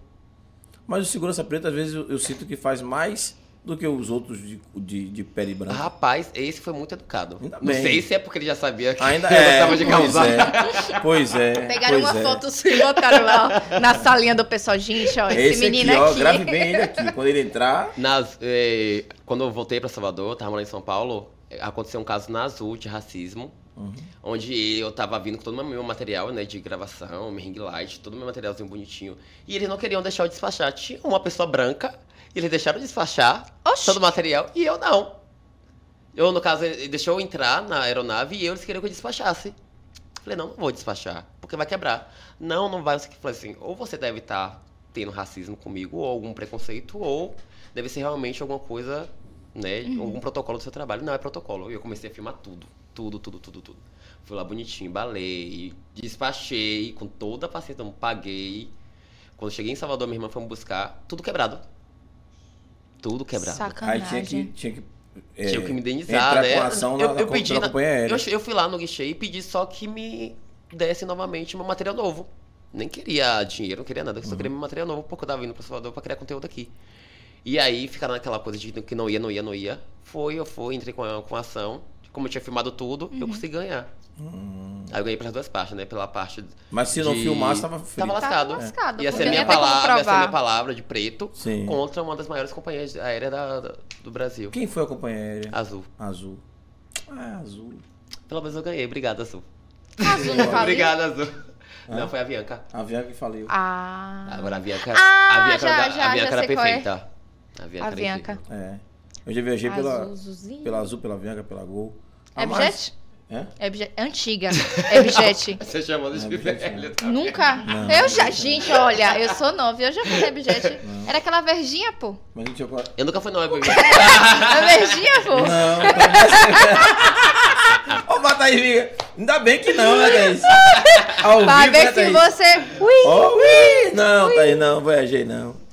Mas o segurança preta, às vezes, eu, eu sinto que faz mais do que os outros de, de, de pele branca.
Rapaz, esse foi muito educado.
Ainda
não
bem.
sei se é porque ele já sabia que
Ainda
eu
é,
gostava de
pois
causar.
é. Pois é.
Pegaram
pois
uma
é.
foto e botaram lá ó, na salinha do pessoal. Gente, ó, esse,
Esse,
menino
aqui, ó,
aqui.
grave bem ele aqui. Quando ele entrar.
Nas- eh, quando eu voltei pra Salvador, eu tava morando em São Paulo, eh, aconteceu um caso na Azul de racismo,
uhum.
onde eu tava vindo com todo o meu material, né, de gravação, meu ring light, todo o meu materialzinho bonitinho, e eles não queriam deixar eu despachar. Tinha uma pessoa branca, e eles deixaram eu despachar
Oxi.
todo o material, e eu não. Eu, no caso, ele deixou eu entrar na aeronave e eles queriam que eu despachasse. Falei, não, não vou despachar, porque vai quebrar. Não, não vai. Eu falei assim, ou você deve estar tendo racismo comigo, ou algum preconceito, ou deve ser realmente alguma coisa, né? Algum protocolo do seu trabalho. Não, é protocolo. E eu comecei a filmar tudo. Tudo, tudo, tudo, tudo. Fui lá bonitinho, balei, despachei, com toda a paciência, então, paguei. Quando cheguei em Salvador, minha irmã foi me buscar, tudo quebrado. Tudo quebrado.
Aí tinha
Sacanagem.
que. Tinha que, é,
Tinha que me
entrar
indenizar, né?
com a ação
eu,
na,
eu pedi,
na
na-
companhia aérea.
eu, eu fui lá no guichê e pedi só que me dessem novamente meu material novo. Nem queria dinheiro, não queria nada, eu
Uhum.
só queria meu material novo porque eu tava indo pra Salvador pra criar conteúdo aqui. E aí, ficar naquela coisa de que não ia, não ia, não ia. Foi, eu fui, entrei com a, com a ação. Como eu tinha filmado tudo,
Uhum.
eu consegui ganhar. Aí eu ganhei pelas duas partes, né? Pela parte.
Hum. Mas se não
de-
filmasse, tava frito.
Tá
Tava lascado.
lascado.
Ia ser,
porque
minha
não ia ter como
palavra, ia ser
provar.
minha palavra de preto
Sim.
contra uma das maiores companhias aéreas da- da- do Brasil.
Quem foi a companhia aérea?
Azul.
Azul. Ah, azul.
Pelo menos eu ganhei. Obrigado, Azul.
Azul não faliu?
Obrigado, Azul. Não, foi a Bianca.
A Viagra que faliu.
Ah,
Agora a Bianca.
Ah,
a Bianca,
já,
era-
já,
a Bianca
já
era
sei qual é.
perfeita. A Bianca.
a
era
Bianca.
incrível.
É. Eu já viajei pela
Azulzinho.
pela Azul, pela Viagra, pela Gol. A
É
mais-
Bjet?
Hã?
É Bjet. Antiga. É Bjet.
Você chamou
É,
de
Bianca,
velho.
Nunca.
Não.
eu já. Gente, olha, eu sou nova. Eu já fui na Bjet. Era aquela verdinha, pô.
Mas não tinha... cor-
Eu nunca fui, não, é
A verdinha, pô.
Não, então- Ô, Bataís, Viga, ainda bem que não, né, Thaís? Ao
Vai
vivo, né,
ver se
Thaís?
você. Ui!
Oh, ui! Não, Thaís, não, viajei não.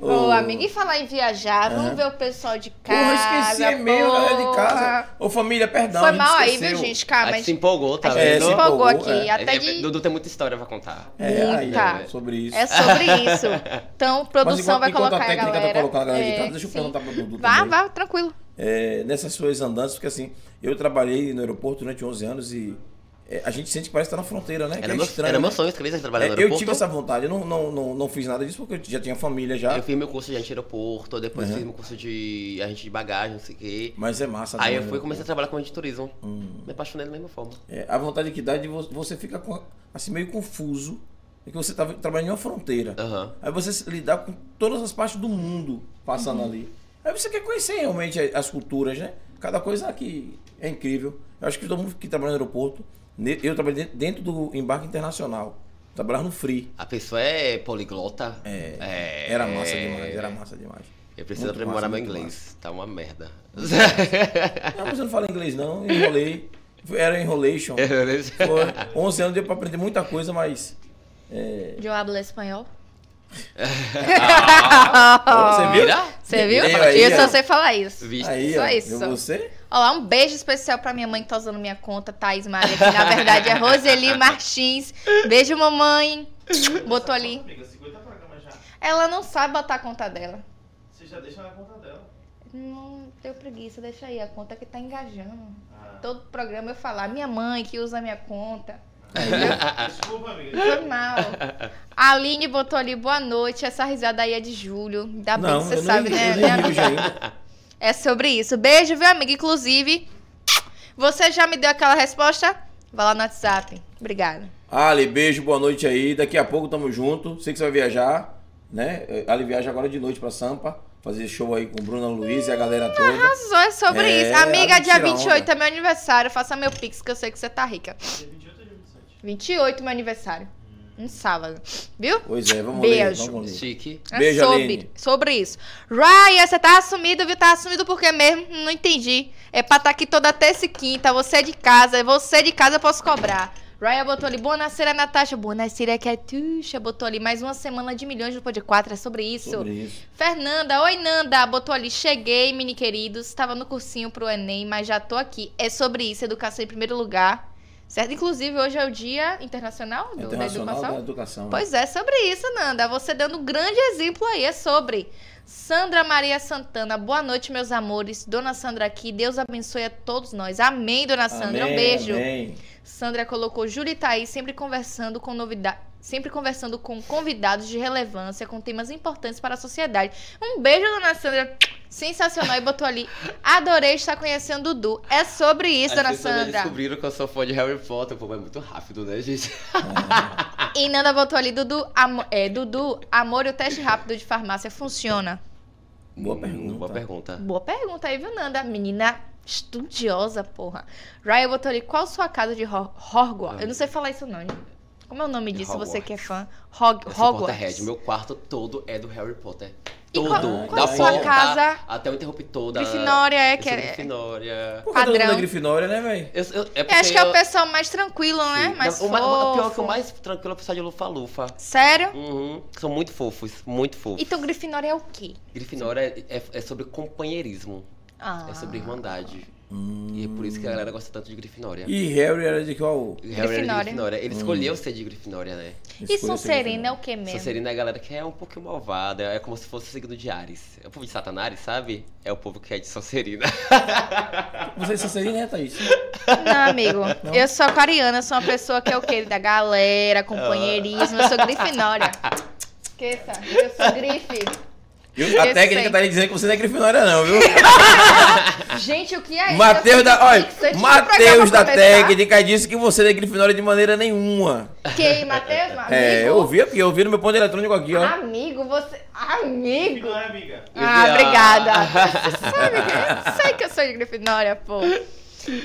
Ô, amigo, e falar em viajar, vamos
Aham.
ver o pessoal de casa.
É. Porra, esqueci, é meu, galera de
porra.
casa. Ô, família, perdão.
Foi
a gente
mal aí,
esqueceu.
viu, gente?
A
Calma, a
gente se
gente,
empolgou, tá
a gente se
É,
vendo?
empolgou
empolgou,
aqui.
é.
Até
É,
de.
Dudu tem muita história pra contar.
É, aí,
Muita.
ó, sobre isso.
É sobre isso. Então,
Mas
produção
enquanto,
vai
enquanto
colocar
a
a
técnica
galera.
tá colocando a galera de
É,
casa, deixa eu
sim.
perguntar pro Dudu
Vá,
também.
vá, tranquilo.
É, nessas suas andanças, porque assim, eu trabalhei no aeroporto durante 11 anos e é, a gente sente que parece que tá na fronteira, né? Que
Era,
é
meu,
estranho,
era
né?
meu sonho escrever trabalhar
É,
no
eu
aeroporto.
tive essa vontade, eu não, não, não, não fiz nada disso porque eu já tinha família já,
Eu fiz meu curso de anti-aeroporto, depois
Uhum.
fiz meu curso de agente de bagagem, não sei o quê.
mas é massa. Hum.
Aí
também,
eu fui e
né?
comecei a trabalhar com agente de turismo. Me apaixonei da mesma forma.
É, a vontade que dá é de vo- você fica com- assim meio confuso, porque você tá trabalhando em uma fronteira.
Aham.
Aí você se lidar com todas as partes do mundo passando
Uhum.
ali. Aí você quer conhecer realmente a- as culturas, né? Cada coisa que é incrível. Eu acho que todo mundo que trabalha no aeroporto, ne- eu trabalhei dentro- dentro do embarque internacional, trabalhar no free.
A pessoa é poliglota.
É,
É.
Era massa demais, era massa demais.
Eu preciso
Muito
aprimorar
massa,
meu
muito
inglês. Tá uma merda.
Não, mas eu não falo inglês não, eu enrolei. Era enrolation. Foi 11 anos deu pra aprender muita coisa, mas
um
Eu hablo espanhol.
Você viu?
Você viu?
Veio aí,
eu só
ó.
sei falar isso.
Visto.
Aí,
Só
ó,
isso.
eu- você?
Olha lá, um beijo especial pra minha mãe que tá usando minha conta, Thaís Maria, que na verdade é Roseli Martins. Beijo, mamãe. Botou ali.
Amiga, 50 programas já.
Ela não sabe botar a conta dela.
Você já deixa na conta dela.
Não deu preguiça, deixa aí. A conta que tá engajando.
Ah.
Todo programa eu falar, minha mãe que usa a minha conta.
Ah, Desculpa, amiga.
Foi mal. A Aline botou ali, boa noite. Essa risada aí é de julho. Ainda bem
não,
que você
eu
sabe,
nem,
né?
eu nem
né,
ri hoje
amiga?
ainda.
É sobre isso. Beijo, viu, amiga? Inclusive, você já me deu aquela resposta? Vai lá no WhatsApp. Obrigada.
Ali, beijo, boa noite aí. Daqui a pouco tamo junto. Sei que você vai viajar, né? Ali viaja agora de noite pra Sampa. Fazer show aí com Bruna Luiz e a galera toda.
Só é sobre
É,
isso. Amiga,
ela
dia
tira
28
onda.
é meu aniversário. Faça meu pix, que eu sei que você tá rica.
Dia 28 ou dia 27?
28 é meu aniversário. Um sábado. Viu?
Pois é, vamos
Beijo.
ler. Vamos ler.
Chique.
É
Beijo,
sobre,
Aline.
sobre isso. Ryan, você tá assumido, viu? Tá assumido por quê mesmo? Não entendi. É pra estar aqui toda terça e quinta. Você é de casa. Você é de casa, eu posso cobrar. Ryan botou ali, boa nascera, Natasha. Boa nascera, Catuxa. Botou ali, mais uma semana de milhões no Pô de Quatro. É sobre isso.
Sobre isso.
Fernanda, oi Nanda, botou ali, cheguei, mini queridos, estava no cursinho pro Enem, mas já tô aqui. É sobre isso, educação em primeiro lugar, certo? Inclusive, hoje é o Dia Internacional, do-
Internacional
da
da
Educação.
Educação. né?
Pois é, sobre isso, Nanda, você dando um grande exemplo aí, é sobre. Sandra Maria Santana, boa noite, meus amores. Dona Sandra aqui, Deus abençoe a todos nós. Amém, Dona Sandra, um
Amém,
beijo.
amém.
Sandra colocou Júlia e Thaís sempre conversando com novidades. Sempre conversando com convidados de relevância, com temas importantes para a sociedade. Um beijo, dona Sandra. Sensacional. E botou ali. Adorei estar conhecendo o Dudu. É sobre isso,
As
dona
pessoas já
Sandra.
descobriram que eu sou fã de Harry Potter. Pô, mas é muito rápido, né, gente?
E Nanda botou ali. Dudu, amo- é, Dudu, amor e o teste rápido de farmácia funciona?
Boa
Hum,
pergunta.
Boa pergunta.
Boa pergunta aí, viu, Nanda? Menina estudiosa, porra. Ryan botou ali. Qual sua casa de Hor- Hogwarts? Eu não sei falar isso, não. Como é o nome
De
disso, você
Hogwarts.
que é fã? Hog-
Eu sou
Hogwarts.
Potterhead. Meu quarto todo é do Harry Potter.
E
Todo.
qual- é
qual
da
a sua
porta
casa?
Até o interruptor da...
Grifinória é
Eu
que
sou
é...
Grifinória.
Por que todo mundo
Padrão.
é Grifinória, né, velho?
Eu, eu- é porque
Eu acho que é
eu-
o pessoal mais tranquilo, né?
Sim.
Mais
o, ma- o pior que
fofo.
o mais tranquilo é o pessoal de Lufa-Lufa.
Sério?
Uhum. São muito fofos, muito fofos.
Então Grifinória é o quê?
Grifinória é, é- é sobre companheirismo,
Ah.
é sobre irmandade. E é por isso que a galera gosta tanto de Grifinória.
Hum. E Hum. Harry era de qual?
Harry era de
Grifinória.
Grifinória. Ele escolheu ser de Grifinória, né?
E Sonserina é o
que?
que mesmo?
Sonserina é a galera que é um pouquinho malvada, é como se fosse o signo de Ares. É o povo de Satanás, sabe? É o povo que é de Sonserina.
Você é Sonserina, né, Thaís?
Não, amigo.
Não?
Eu sou aquariana, sou uma pessoa que é o quê? Da
Ah.
galera, companheirismo. Eu sou Grifinória. Esqueça, eu sou Grife.
Viu? A
Eu
técnica
sei.
tá aí dizendo que você não é Grifinória, não, viu?
Gente, o que é isso?
Matheus da. Olha,
um
Matheus da
técnica.
técnica disse que você não é Grifinória de maneira nenhuma.
Quem, Matheus? Amigo?
É, eu ouvi, né? porque eu ouvi no meu ponto eletrônico aqui, ó.
Amigo, você... Amigo!
Não é, amiga?
Ah,
Ah.
obrigada. Você sabe, que- sabe que eu sou de Grifinória, pô.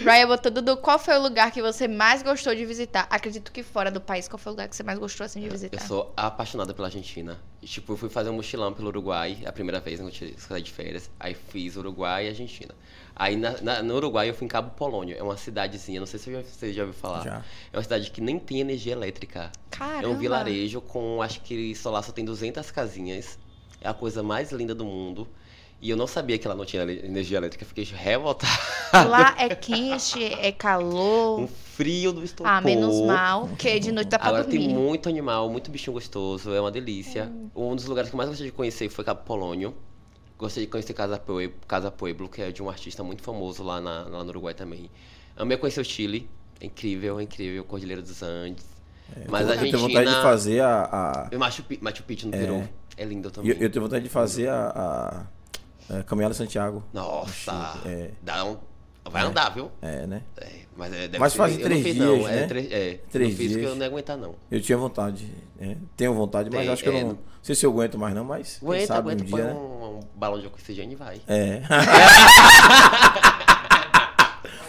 Ryan botou, Dudu, qual foi o lugar que você mais gostou de visitar? Acredito que fora do país, qual foi o lugar que você mais gostou assim de
Eu
visitar?
sou apaixonada pela Argentina. E, tipo, eu fui fazer um mochilão pelo Uruguai a primeira vez né, quando eu tirei- saí de férias. Aí fiz Uruguai e Argentina. Aí na- na- no Uruguai eu fui em Cabo Polônio. É uma cidadezinha, não sei se você já, você já ouviu falar.
Já.
É uma cidade que nem tem energia elétrica.
Caramba.
É um vilarejo com, acho que só lá só tem 200 casinhas. É a coisa mais linda do mundo. E eu não sabia que lá não tinha ele- energia elétrica. Fiquei revoltado.
Lá é quente, é
Um
calor.
frio do estopor.
Ah, menos mal, porque de noite dá pra
Um Agora tem
dormir.
muito animal, muito bichinho gostoso, é uma delícia. Um dos lugares que eu mais gostei de conhecer foi Cabo Polônio. Gostei de conhecer Casa Pueblo, Casa Pueblo que é de um artista muito famoso lá, na- lá no Uruguai também. Amei conhecer o Chile, é incrível, é incrível, Cordilheira dos Andes. Mas a
É. eu tenho
Argentina...
vontade de fazer a. a-
Machu, Pi- Machu Picchu no Peru, é, lindo também.
Eu, eu tenho vontade de fazer a. a- a Caminhada Santiago.
Nossa,
Chile, é.
dá um... vai andar, viu?
É, né?
É, mas é, deve
Mas
ser-
faz
eu não
três
fiz,
dias,
não.
né?
É, três, é,
Três
não fiz que
dias.
eu não ia aguentar, não.
Eu tinha vontade. é. Tenho vontade, mas
Tem,
acho que eu
é,
não.
não-
Não sei se eu aguento mais, não, mas. quem
Aguenta,
sabe
aguenta,
um
põe
dia, né?
um, um balão de oxigênio e vai.
É.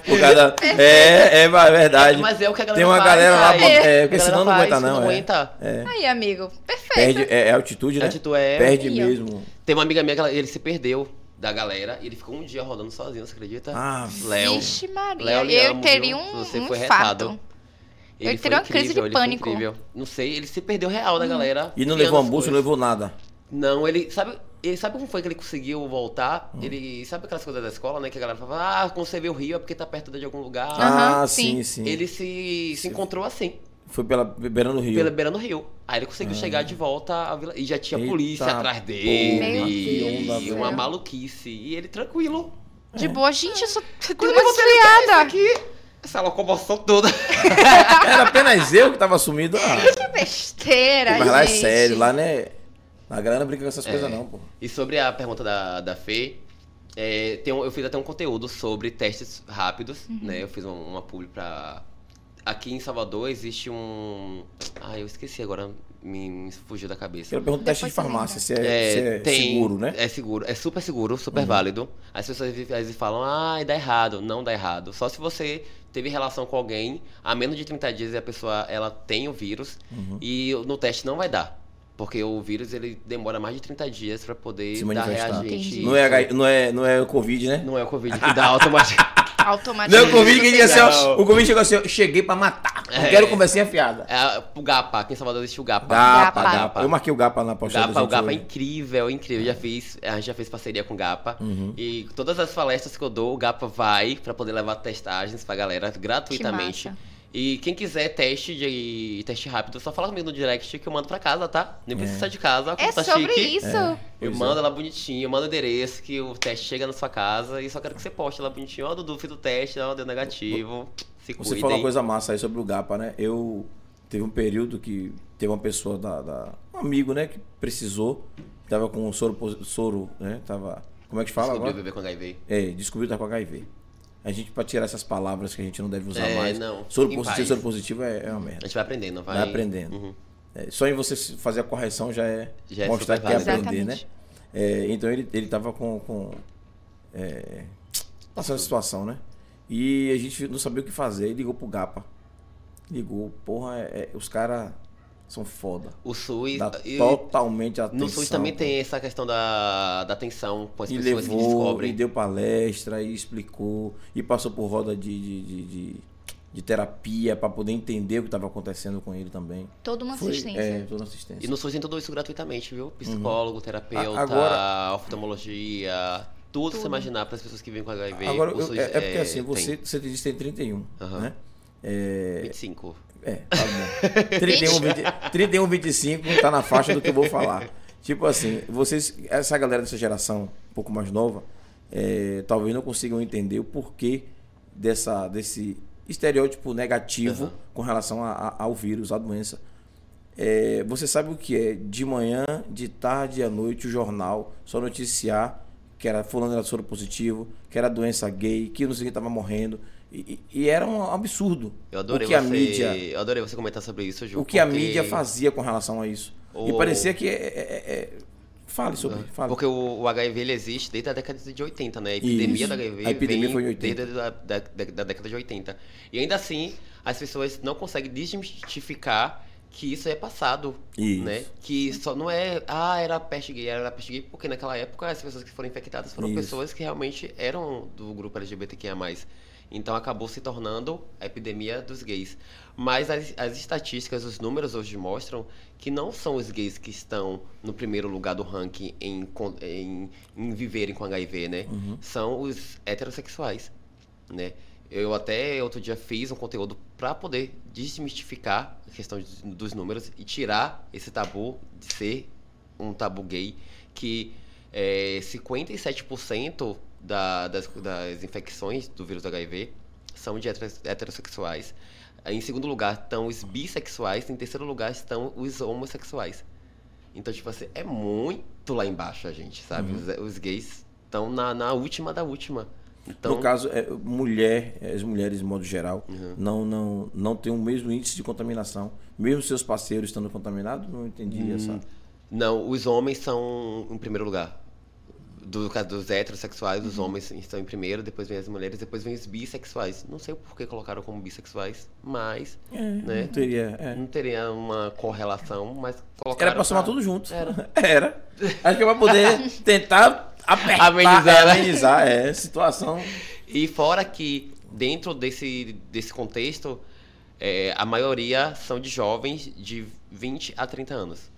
Por causa- É, é, é verdade.
Mas é o que a
Tem
galera
uma
faz,
galera lá,
cara.
bota- é,
A
porque
galera
senão não
faz,
aguenta não,
Não
é.
aguenta.
Aí, amigo, perfeito.
Perde, é, é altitude, né?
Altitude, é.
Perde
Ih, ó.
mesmo.
Tem uma amiga minha que ela- ele se perdeu da galera e ele ficou um dia rodando sozinho, você acredita?
Ah,
Léo.
Vixe Maria,
Léo, lhe
eu
amo,
teria
viu?
um,
Você
um
foi
infarto.
retado. Ele
Eu
foi
teria uma crise de
incrível, ele foi
pânico.
incrível. Não sei, ele se perdeu real da galera.
Hum. E não
criando
levou
as
uma bolsa, não
coisas.
levou nada.
Não, ele sabe, ele sabe como foi que ele conseguiu voltar? Ele sabe aquelas coisas da escola, né, que a galera fala: "Ah, quando você vê o rio é porque tá perto de algum lugar".
Aham,
ah, sim, sim.
Ele se, se encontrou assim.
Foi pela beirando o rio. Ah.
pela beira do rio. Aí ele conseguiu chegar de volta à vila. E já tinha
Eita,
polícia atrás
Meu Deus
dele.
do céu.
uma maluquice. E ele tranquilo.
De boa, gente, eu sou deu
É. Quando
uma
você olha, "Que é isso
esfriada.
aqui. Essa locomoção toda.
Era apenas eu que tava sumido. Ah,
Que besteira,
mas lá é
gente.
sério, lá né? A galera não brinca com essas
É.
coisas, não, pô.
E sobre a pergunta da, da Fê, é, tem um- eu fiz até um conteúdo sobre testes rápidos, né? Eu fiz uma, uma publi pra... Aqui em Salvador existe um... Ah, eu esqueci agora, me, me fugiu da cabeça.
Eu pergunto teste de
Depois você
farmácia, se é,
É,
se é
tem-
seguro, né? Uhum.
É seguro, é super seguro, super válido. As pessoas às vezes falam, ah, dá errado. Não dá errado. Só se você teve relação com alguém há menos de 30 dias e a pessoa ela tem o vírus
Uhum.
e no teste não vai dar. Porque o vírus ele demora mais de 30 dias pra poder
Se
dar
manifestar.
reagente.
Não é, H- não, é, não é o Covid, né?
Não é o Covid que dá automaticamente.
Não é
Automaticamente.
o Covid que diz assim, ó.
Não.
O Covid chegou assim, ó. Cheguei pra matar. Não
É.
quero conversinha fiada.
é o GAPA, aqui em Salvador existe o GAPA.
Gapa,
Gapa.
gapa. Eu marquei o gapa na
O
postagem.
Gapa, o Gapa é
hoje.
incrível, é incrível. Eu Já fiz, a gente já fez parceria com o Gapa.
Uhum,
E todas as palestras que eu dou, o Gapa vai pra poder levar testagens pra galera gratuitamente.
massa.
E quem quiser teste de teste rápido, é só fala comigo no direct que eu mando pra casa, tá? Nem precisa sair de casa, a
É
conta tá
sobre
chique.
isso.
Eu
Pois é.
mando ela bonitinho, eu mando o endereço que o teste chega na sua casa e só quero que você poste lá bonitinho. Ó, Dudu, fiz o teste, ó, deu negativo. Se
Você
cuidem.
falou uma coisa massa aí sobre o Gapa, né? Eu teve um período que teve uma pessoa da, da- um amigo, né, que precisou, tava com um soro, posi- soro, né? Tava, como é que fala
Descobriu
agora?
viver com HIV.
É, descobriu que tá com HIV. A gente pra tirar essas palavras que a gente não deve usar
É,
mais.
não.
Soro
Em
positivo,
paz.
soro positivo é, é uma merda.
A gente vai aprendendo, vai.
Vai aprendendo.
Uhum.
É, só em você se- fazer a correção já é
Já é
mostrar que
super
quer
válido.
aprender, né?
Exatamente.
É, então ele, ele tava com. com é, passando a situação, né? E a gente não sabia o que fazer e ligou pro Gapa. Ligou. Porra, é- é- os caras são foda.
O SUS.
Dá
e-
totalmente atenção.
no SUS também
pô.
tem essa questão da, da atenção com as
E
pessoas que
levou,
descobrem.
e deu palestra, e explicou, e passou por roda de, de, de, de- de terapia pra poder entender o que estava acontecendo com ele também.
Toda uma
Foi- É,
assistência.
toda uma assistência.
E no SUS tem tudo isso gratuitamente, viu? Psicólogo, terapeuta,
Uhum. A- agora-
oftalmologia, tudo, que você imaginar para as pessoas que vivem com HIV.
Agora,
o
eu-
SUS
é, é porque assim,
tem
você, você disse que tem 31,
Aham.
né? É,
25.
é, tá bom. 31, 20, 31, 25 tá na faixa do que eu vou falar. Tipo assim, vocês, essa galera dessa geração um pouco mais nova, é, talvez não consigam entender o porquê dessa, desse estereótipo negativo
Aham.
com relação a- a- ao vírus, à doença. É, você sabe o que é de manhã, de tarde e à noite o jornal só noticiar que era fulano era soro positivo, que era doença gay, que não sei quem tava morrendo. E, e- e era um absurdo.
Eu adorei
o que a
você.
mídia
Eu adorei você comentar sobre isso, Ju.
o que a
porque-
mídia fazia com relação a isso. E
O-
parecia que é, é- é- é- Fale sobre. Fale.
Porque o, o HIV ele existe desde a década de 80, né? A epidemia
Isso.
da HIV
A epidemia
vem
foi em 80.
desde a da, da- da década de 80. E ainda assim, as pessoas não conseguem desmistificar que isso é passado,
Isso.
né? Que só não é, ah, era peste gay, era peste gay, porque naquela época as pessoas que foram infectadas foram
Isso.
pessoas que realmente eram do grupo LGBTQIA+. Então acabou se tornando a epidemia dos gays. Mas as, as estatísticas, os números hoje mostram que não são os gays que estão no primeiro lugar do ranking em, con- em, em viverem com HIV,
Uhum.
né? São os heterossexuais, né? Eu até outro dia fiz um conteúdo para poder desmistificar a questão de- dos números e tirar esse tabu de ser um tabu gay que é, 57% da- das, das infecções do vírus do HIV são de heteros- heterossexuais. Em segundo lugar estão os bissexuais, em terceiro lugar estão os homossexuais. Então, tipo assim, é muito lá embaixo a gente, sabe? Os, os gays estão na, na última da última. Então,
No caso, é, mulher, é, as mulheres de modo geral,
Uhum.
não, não, não tem o mesmo índice de contaminação. Mesmo seus parceiros estando contaminados, não entendi
Hum.
essa.
Não, os homens são em primeiro lugar. Do caso dos heterossexuais,
Uhum.
os homens estão em primeiro, depois vem as mulheres, depois vem os bissexuais. Não sei por que colocaram como bissexuais, mas
É,
Né?
Não teria. é.
não teria uma correlação, mas colocaram.
Era pra somar
pra-
tudo junto.
Era.
Era. Acho que é pra poder tentar apertar,
Amenizar, né?
amenizar, é, situação.
E fora que, dentro desse, desse contexto, é, a maioria são de jovens de 20 a 30 anos.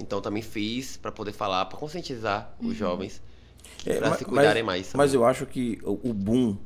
Então também fiz pra poder falar, pra conscientizar os jovens
Uhum. É,
pra
ma-
se cuidarem mais. sabe?
Mas eu acho que o o boom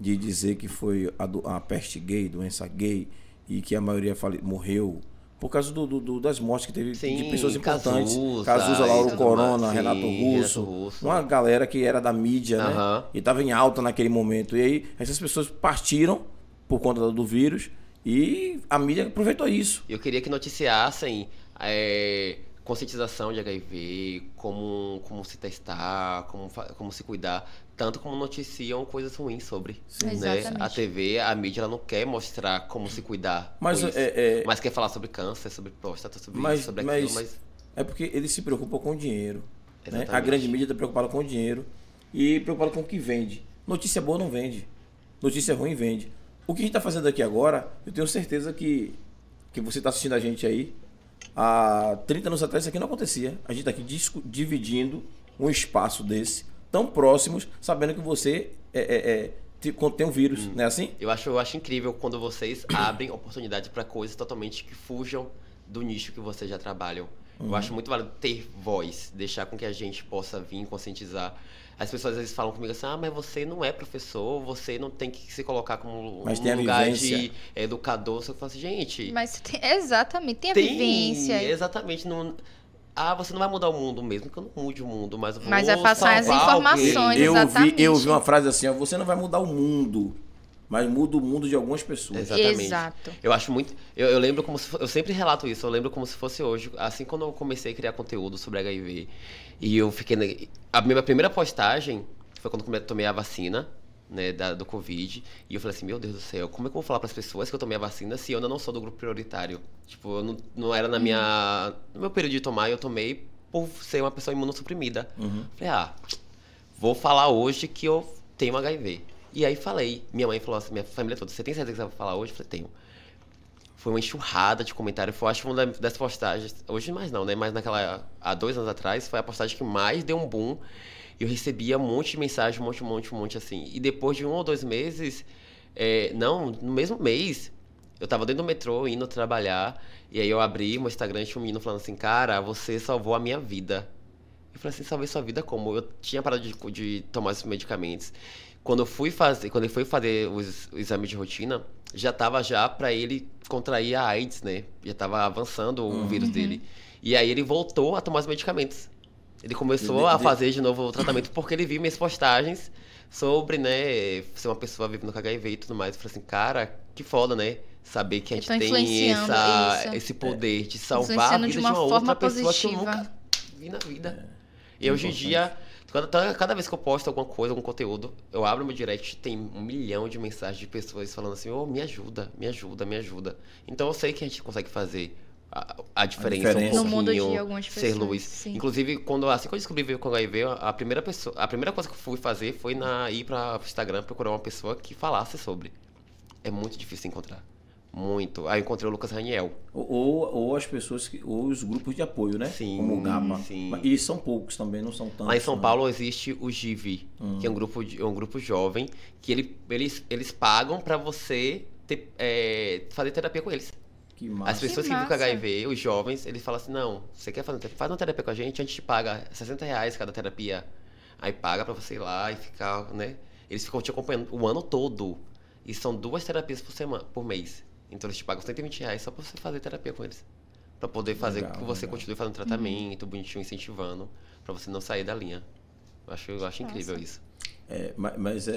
de dizer que foi a, do- a peste gay, doença gay, e que a maioria fale- morreu por causa do- do- do- das mortes que teve de
Sim,
pessoas importantes.
Cazuza
Cazuza,
e
Lauro
tudo
Corona,
mais. Sim,
Renato Russo.
Renato Russo.
Uma galera que era da mídia, né?
Aham.
E tava em alta naquele momento. E aí essas pessoas partiram por conta do vírus e a mídia aproveitou isso.
Eu queria que noticiassem é, conscientização de HIV, como, como se testar, como, fa- como se cuidar, tanto como noticiam coisas ruins sobre.
Sim.
né?
Exatamente.
A TV, a mídia, ela não quer mostrar como se cuidar.
Mas
com isso.
é- é-
mas quer falar sobre câncer, sobre próstata, sobre
Mas-
isso, sobre aquilo,
mas-
mas.
É porque eles se preocupam com o dinheiro. né? A
Exatamente.
grande mídia está preocupada com o dinheiro e preocupada com o que vende. Notícia boa não vende. Notícia ruim vende. O que a gente está fazendo aqui agora, eu tenho certeza que, que você está assistindo a gente aí. Há 30 anos atrás isso aqui não acontecia. A gente está aqui discu- dividindo um espaço desse, tão próximos, sabendo que você é, é, é, te- contém um vírus, não é assim?
Eu acho, eu acho incrível quando vocês abrem oportunidade para coisas totalmente que fujam do nicho que vocês já trabalham.
Uhum.
Eu acho muito válido ter voz, deixar com que a gente possa vir conscientizar. As pessoas às vezes falam comigo assim: ah, mas você não é professor, você não tem que se colocar como
Mas
um
tem a
lugar
vivência."
de educador. Eu falo assim,
é.
gente,
Mas você tem- exatamente, tem a
tem.
vivência.
Exatamente. Não... Ah, você não vai mudar o mundo mesmo, que eu não mude o mundo, mas eu vou
Mas vai passar as
salvar alguém.
informações.
eu, vi,
exatamente.
eu vi uma frase assim: ó, você não vai mudar o mundo, mas muda o mundo de algumas pessoas.
Exatamente.
Exato.
Eu acho muito. Eu, eu lembro como se fo- Eu sempre relato isso, eu lembro como se fosse hoje. Assim quando eu comecei a criar conteúdo sobre HIV. E eu fiquei. na- A minha primeira postagem foi quando come- tomei a vacina. Né, da- do Covid, e eu falei assim: Meu Deus do céu, como é que eu vou falar para as pessoas que eu tomei a vacina se eu ainda não sou do grupo prioritário? Tipo, eu não, não era na minha, no meu período de tomar, eu tomei por ser uma pessoa imunossuprimida.
Uhum.
Falei: Ah, vou falar hoje que eu tenho HIV. E aí falei. Minha mãe falou assim, minha família toda, você tem certeza que você vai falar hoje? Eu falei, tenho. Foi uma enxurrada de comentário. Foi, acho que uma da- das postagens. Hoje mais não, né? Mas naquela. Há dois anos atrás, foi a postagem que mais deu um boom. Eu recebia um monte de mensagem, um monte, um monte, um monte assim. E depois de um ou dois meses. é, não, no mesmo mês, eu tava dentro do metrô indo trabalhar. E aí eu abri meu Instagram e tinha um menino falando assim: Cara, você salvou a minha vida. Eu falei assim: salvei sua vida como? Eu tinha parado de, de tomar esses medicamentos. Quando eu fui fazer, quando ele foi fazer os, o exame de rotina, já tava já pra ele contrair a AIDS, né? Já tava avançando o
Uhum.
vírus dele. E aí ele voltou a tomar os medicamentos. Ele começou
Ele-
a
ele-
fazer de novo o tratamento porque ele viu minhas postagens sobre, né, ser uma pessoa vivendo com HIV e tudo mais. Eu falei assim, cara, que foda, né? Saber que a
Que
gente
tão
tem
influenciando
essa-
isso.
esse poder de
Influenciando
salvar a vida
de
de
uma
uma,
forma
outra pessoa que eu
positiva.
nunca vi na vida.
É
E hoje em
importante.
dia, cada, toda- cada vez que eu posto alguma coisa, algum conteúdo, eu abro meu direct, tem um milhão de mensagens de pessoas falando assim, oh, me ajuda, me ajuda, me ajuda. Então eu sei que a gente consegue fazer a, a diferença,
diferença.
um
No mundo de
pouquinho,
algumas
ser
pessoas.
luz.
Sim.
Inclusive, quando, assim que eu descobri veio com HIV, a primeira, pessoa, a primeira coisa que eu fui fazer foi na, ir para o Instagram procurar uma pessoa que falasse sobre. É muito difícil encontrar. Muito. Aí eu encontrei o Lucas Raniel.
Ou, ou, ou as pessoas, que, ou os grupos de apoio, né?
Sim,
Como o GAPA.
sim.
Mas- E são poucos também, não são tantos. né?
Lá em São
não.
Paulo existe o GIV, que é um grupo, de- um grupo jovem, que ele- eles, eles pagam para você ter- é, fazer terapia com eles.
Que
As
massa.
pessoas que,
Que
vivem com
massa.
HIV, os jovens, eles falam assim, não, você quer fazer terapia? Faz uma terapia com a gente, a gente te paga 60 reais cada terapia. Aí paga pra você ir lá e ficar, né? Eles ficam te acompanhando o ano todo. E são duas terapias por semana, por mês. Então eles te pagam 120 reais só pra você fazer terapia com eles. Pra poder fazer
Legal,
com que você
legal.
continue fazendo tratamento, bonitinho, incentivando, pra você não sair da linha. Eu acho, eu acho incrível isso.
É, ma- mas é,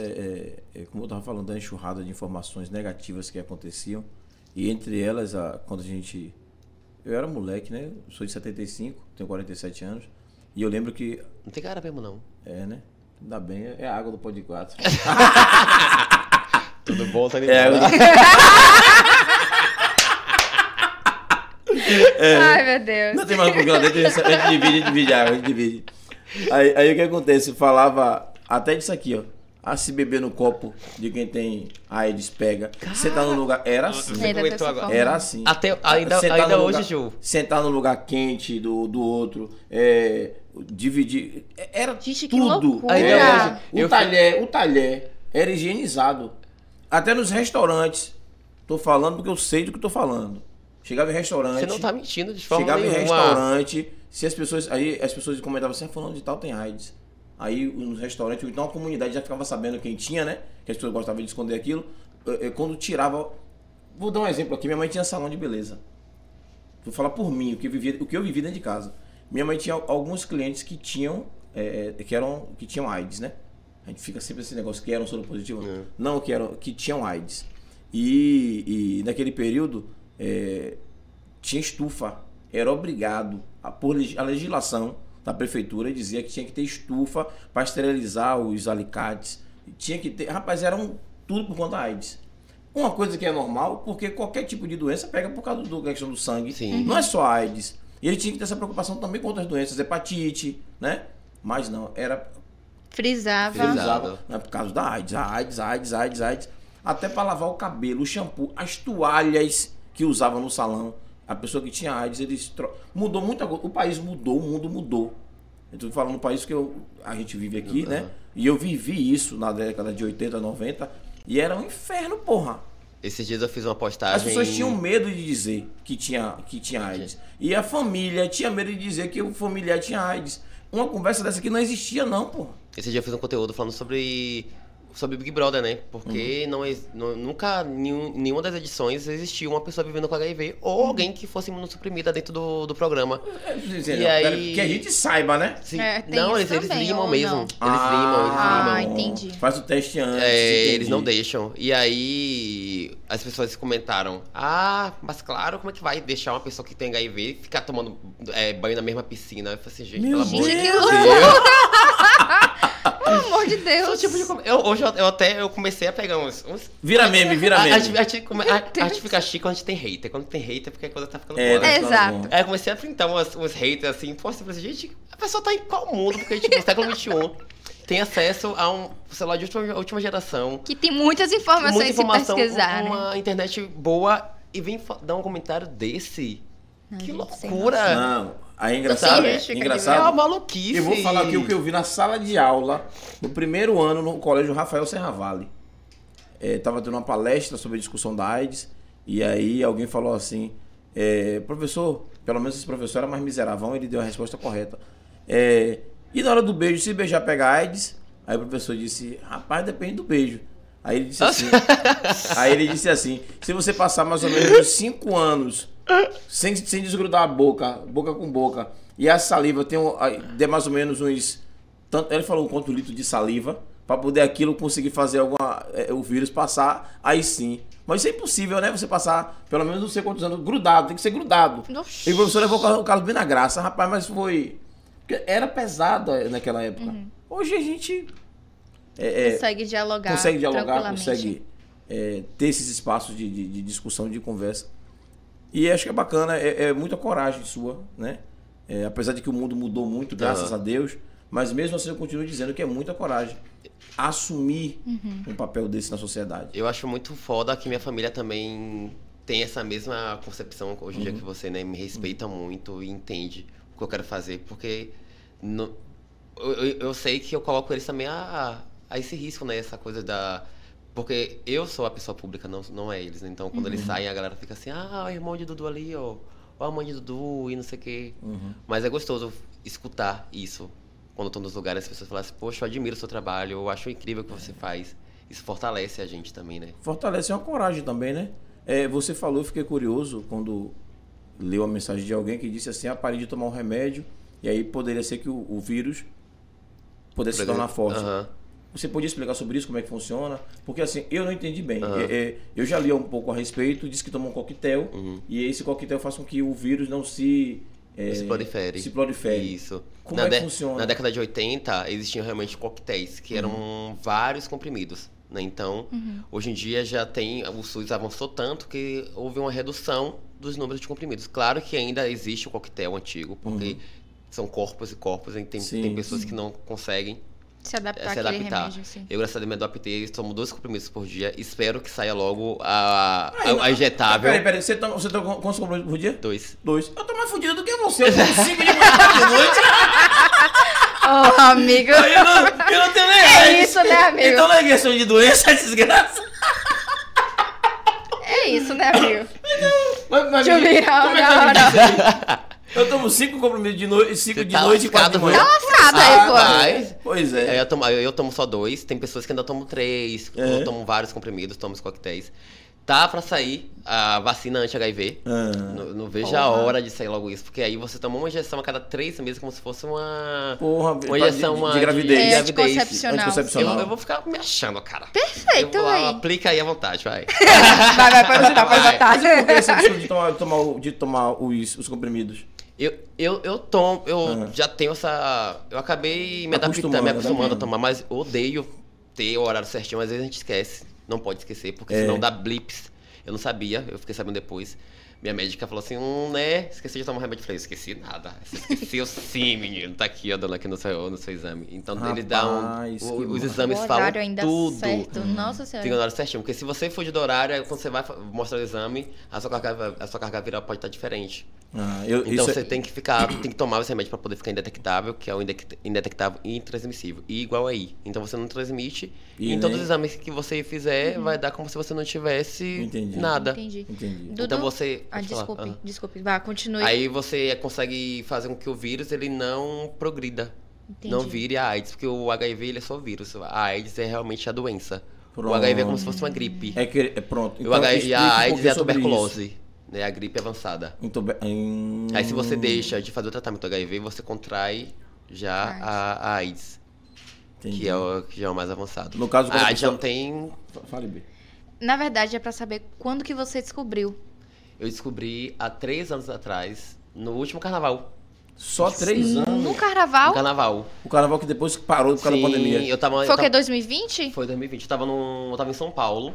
é- é como eu estava falando, da enxurrada de informações negativas que aconteciam. E entre elas, a- quando a gente. Eu era moleque, né? Eu Sou de 75, tenho 47 anos. E eu lembro que.
Não tem cara mesmo, não.
É, né? Ainda bem, é a água do pó de quatro.
Tudo bom, tá
É, eu-
Ai, meu Deus.
Não tem mais um pouquinho lá dentro, a gente a gente divide, a gente divide, a gente divide. Aí, aí o que acontece? Falava até disso aqui, ó. Ah, se beber no copo de quem tem AIDS pega. Sentar no lugar. Era assim.
É,
Você
da
comentou
pessoa
agora.
formal.
Era assim.
Até, ainda ainda
no
hoje,
lugar,
Ju.
Sentar no lugar quente do, do outro. é, dividir. é, Era
Gente, que
tudo.
loucura.
Era assim. o,
Eu fui-
talher, o talher era higienizado. Até nos restaurantes. Tô falando porque eu sei do que tô falando. Chegava em restaurante.
Você não tá mentindo de forma
Chegava em
nenhuma.
restaurante, se as pessoas. Aí as pessoas comentavam assim, "Ah, fulano de tal tem AIDS. Aí nos restaurantes, então a comunidade já ficava sabendo quem tinha, né? Que as pessoas gostavam de esconder aquilo. Eh, eh, Quando tirava. Vou dar um exemplo aqui, minha mãe tinha salão de beleza. Vou falar por mim, o que eu vivi, o que eu vivi dentro de casa. Minha mãe tinha alguns clientes que tinham, eh, eh, que eram, que tinham AIDS, né? A gente fica sempre esse negócio que eram soro positivo,
É.
não que eram, que tinham AIDS. E, e naquele período eh, tinha estufa, era obrigado a, por leg- a legislação da prefeitura dizia que tinha que ter estufa para esterilizar os alicates, tinha que ter, rapaz, era um tudo por conta da AIDS. Uma coisa que é normal, porque qualquer tipo de doença pega por causa do- da questão do sangue.
Sim.
Não é só a AIDS. E ele tinha que ter essa preocupação também com outras doenças, hepatite, né? Mas não, era
Frisava.
Frisava.
utilizava né, por causa da AIDS, a AIDS, a AIDS, a AIDS, a AIDS. Até para lavar o cabelo, o shampoo, as toalhas que usava no salão. A pessoa que tinha AIDS, eles tro... mudou muita coisa. O país mudou, o mundo mudou. Eu tô falando do país que eu, a gente vive aqui,
Uhum.
né? E eu vivi isso na década de 80, 90. E era um inferno, porra.
Esses dias eu fiz uma postagem.
As pessoas tinham medo de dizer que tinha, que tinha AIDS. E a família tinha medo de dizer que o familiar tinha AIDS. Uma conversa dessa aqui não existia, não, porra.
Esse dia eu fiz um conteúdo falando sobre sobre Big Brother, né? Porque não, ex- não- nunca nenhum, nenhuma das edições existiu uma pessoa vivendo com HIV ou alguém que fosse imunossuprimida dentro do, do programa.
É, dizer,
E
não,
aí-
pera- Que a gente saiba, né?
Sim.
É, tem
não,
isso
eles, eles
também,
limam
ou
mesmo.
não?
Eles
Ah,
limam, eles limam.
entendi.
Faz o teste antes.
É,
entendi.
eles não deixam. E aí as pessoas comentaram: Ah, mas claro, como é que vai deixar uma pessoa que tem HIV ficar tomando é, banho na mesma piscina? Eu falei assim, gente,
Meu
pelo amor de
Gente, que
Deus.
Pelo amor de
Esse é o
Deus.
tipo de com- eu- hoje eu, eu até eu comecei a pegar uns. uns-
Vira meme, vira
a, a,
meme.
gente- a, gente come- a- a
Deus.
gente fica chique quando a gente tem hater. Quando tem hater, é porque a coisa tá ficando
É,
boa.
tá
né?
É.
ficando
Exato.
bom.
Aí eu comecei a printar umas, uns haters assim, poxa, eu falei assim, gente, a pessoa tá em qual mundo? Porque a gente, no século XXI, tem acesso a um celular de última, última geração.
Que tem muitas informações
muita informação,
se pesquisar, né?
uma internet boa. e vem fa- dar um comentário desse.
Não,
que
gente, sem
loucura!
Não, aí é engraçado.
Sim,
é
justifica
É uma
engraçado.
maluquice.
Eu vou falar aqui o que eu vi na sala de aula no primeiro ano no colégio Rafael Serravalle. É, tava tendo uma palestra sobre a discussão da AIDS e aí alguém falou assim, é, professor, pelo menos esse professor era mais miseravão, ele deu a resposta correta. É, e na hora do beijo, se beijar pega AIDS? Aí o professor disse, rapaz, depende do beijo. Aí ele disse assim, aí ele disse assim, se você passar mais ou menos uns 5 anos sem, sem desgrudar a boca, boca com boca. E a saliva tem um, aí, dê mais ou menos uns. Tanto, ele falou um quanto litro de saliva. Pra poder aquilo conseguir fazer alguma. é, o vírus passar, aí sim. Mas isso é impossível, né? Você passar pelo menos não sei quantos anos grudado, tem que ser grudado.
Oxi.
E o professor levou o Carlos- o Carlos bem na graça, rapaz, mas foi. porque Era pesado eh, naquela época. Hoje a gente
consegue dialogar.
consegue dialogar,
Tá, tranquilamente.
consegue é, ter esses espaços de, de- de discussão, de conversa. E acho que é bacana, é, é muita coragem sua, né? É, apesar de que o mundo mudou muito, graças a Deus, mas mesmo assim eu continuo dizendo que é muita coragem assumir
Uhum,
um papel desse na sociedade.
Eu acho muito foda que minha família também tem essa mesma concepção hoje em dia que você, né? Me respeita muito e entende o que eu quero fazer, porque no- eu, eu- eu sei que eu coloco eles também a, a esse risco, né? Essa coisa da. Porque eu sou a pessoa pública, não, não é eles. né? Então, quando eles saem, a galera fica assim: ah, o irmão de Dudu ali, ó. Ó, a mãe de Dudu e não sei o quê. Mas é gostoso escutar isso. Quando eu tô nos lugares, as pessoas falam assim, poxa, eu admiro o seu trabalho, eu acho incrível o que você faz. Isso fortalece a gente também, né?
Fortalece é uma coragem também, né? É, você falou, eu fiquei curioso quando leu a mensagem de alguém que disse assim: ah, parei de tomar um remédio, e aí poderia ser que o, o vírus pudesse se tornar forte.
Aham.
Você podia explicar sobre isso, como é que funciona? Porque assim, eu não entendi bem. É, é, eu já li um pouco a respeito, disse que toma um coquetel
Uhum.
e esse coquetel faz com que o vírus não se. é,
se prolifere.
se prolifere.
Isso.
Como
na
é que
dé-
funciona?
Na década de 80, existiam realmente coquetéis, que
Uhum.
eram vários comprimidos. Né? Então,
uhum.
hoje em dia já tem. O SUS avançou tanto que houve uma redução dos números de comprimidos. Claro que ainda existe o coquetel antigo,
Uhum.
porque são corpos e corpos, e tem,
Sim.
tem pessoas que não conseguem.
Se adaptar
Se
àquele
adaptar.
remédio, assim. sim.
Eu, graças a Deus, me adaptei, tomo dois comprimidos por dia. Espero que saia logo a,
Aí,
a, a injetável.
Peraí, peraí, você toma, você toma quantos comprimidos por dia?
Dois.
Dois. Eu tô mais fudido do que você, eu tomo cinco de manhã de noite.
Oh, amigo.
Eu não, eu não tenho nem
É
AIDS.
isso, né, amigo?
Então não é questão de doença, é desgraça.
É isso, né, amigo?
Mas, mas,
Deixa eu
me-
virar
como é que
uma
eu me diz aí? Eu tomo cinco comprimidos de noite, cinco
Você
de
tá
noite e quatro de
lascado,
manhã.
mano.
Passada
Ah,
aí, pô.
vai.
Pois é.
Aí Eu tomo, eu, eu tomo só dois, tem pessoas que ainda tomam três,
É.
eu tomo vários comprimidos, tomo os coquetéis. Tá pra sair a vacina anti-HIV.
Ah.
Não, não vejo a hora de sair logo isso, porque aí você toma uma injeção a cada três meses, como se fosse uma.
Porra, Tá
uma injeção
de- de
uma
gravidez.
É,
gravidez.
anticoncepcional.
Eu,
Anticoncepcional.
eu vou ficar me achando, cara.
Perfeito,
Eu vou lá,
véi.
Aplica aí à vontade, vai.
Vai, vai, pode botar, pode
Vai.
Por que
botar.
esse absurdo de tomar, tomar o- de tomar os, os comprimidos?
Eu, eu, eu tomo, eu
Ah.
já tenho essa. Eu acabei me
Acostumando,
adaptando, me acostumando
né?
a tomar, mas odeio ter o horário certinho, mas às vezes a gente esquece. Não pode esquecer, porque
É.
senão dá blips. Eu não sabia, eu fiquei sabendo depois. Minha médica falou assim, hum, né? Esqueci de tomar um remédio. Eu falei, esqueci nada. Você esqueceu sim, menino. Tá aqui, ó, dando aqui no seu, no seu exame. Então ele dá um.
Rapaz,
o-
que
os
bom.
exames
O
falam
horário ainda
tudo. Uhum.
certo. Nossa
Tem o
senhora.
horário certinho, porque se você fugir do horário, aí quando você vai fa- mostrar o exame, a sua carga, a sua carga viral pode estar diferente.
Ah, eu,
Então
isso é-
você tem que ficar, tem que tomar esse remédio pra poder ficar indetectável, que é o indec- indetectável e intransmissível. E igual aí. Então você não transmite.
E
E em
nem-
todos os exames que você fizer, vai dar como se você não tivesse
Entendi.
nada.
Entendi.
Entendi.
Dudu,
Então você.
Ah,
pode falar.
desculpe,
Ah.
desculpe. Vá, continue.
Aí você consegue fazer com que o vírus ele não progrida.
Entendi.
Não vire a AIDS, porque o HIV ele é só vírus. A AIDS é realmente a doença.
Pronto.
O HIV é como se fosse uma gripe.
É que, é pronto.
e o HIV,
explica um
a AIDS
pouquinho
é a
sobre isso.
tuberculose, né? A gripe avançada.
Em tuber- em-
Aí se você deixa de fazer o tratamento do HIV, você contrai já
AIDS.
a, a AIDS,
Entendi.
que é, o, que já é o mais avançado.
No caso, quando
a
a
AIDS
pessoa-
não tem.
Fale bem.
Na verdade, é pra saber quando que você descobriu.
Eu descobri há três anos atrás, no último carnaval.
Só três anos.
Hum, No
No
carnaval?
carnaval.
O carnaval que depois parou por causa
Sim,
da pandemia.
Eu tava, eu
Foi o que,
tava-
2020?
Foi 2020. Eu tava, num, eu tava em São Paulo.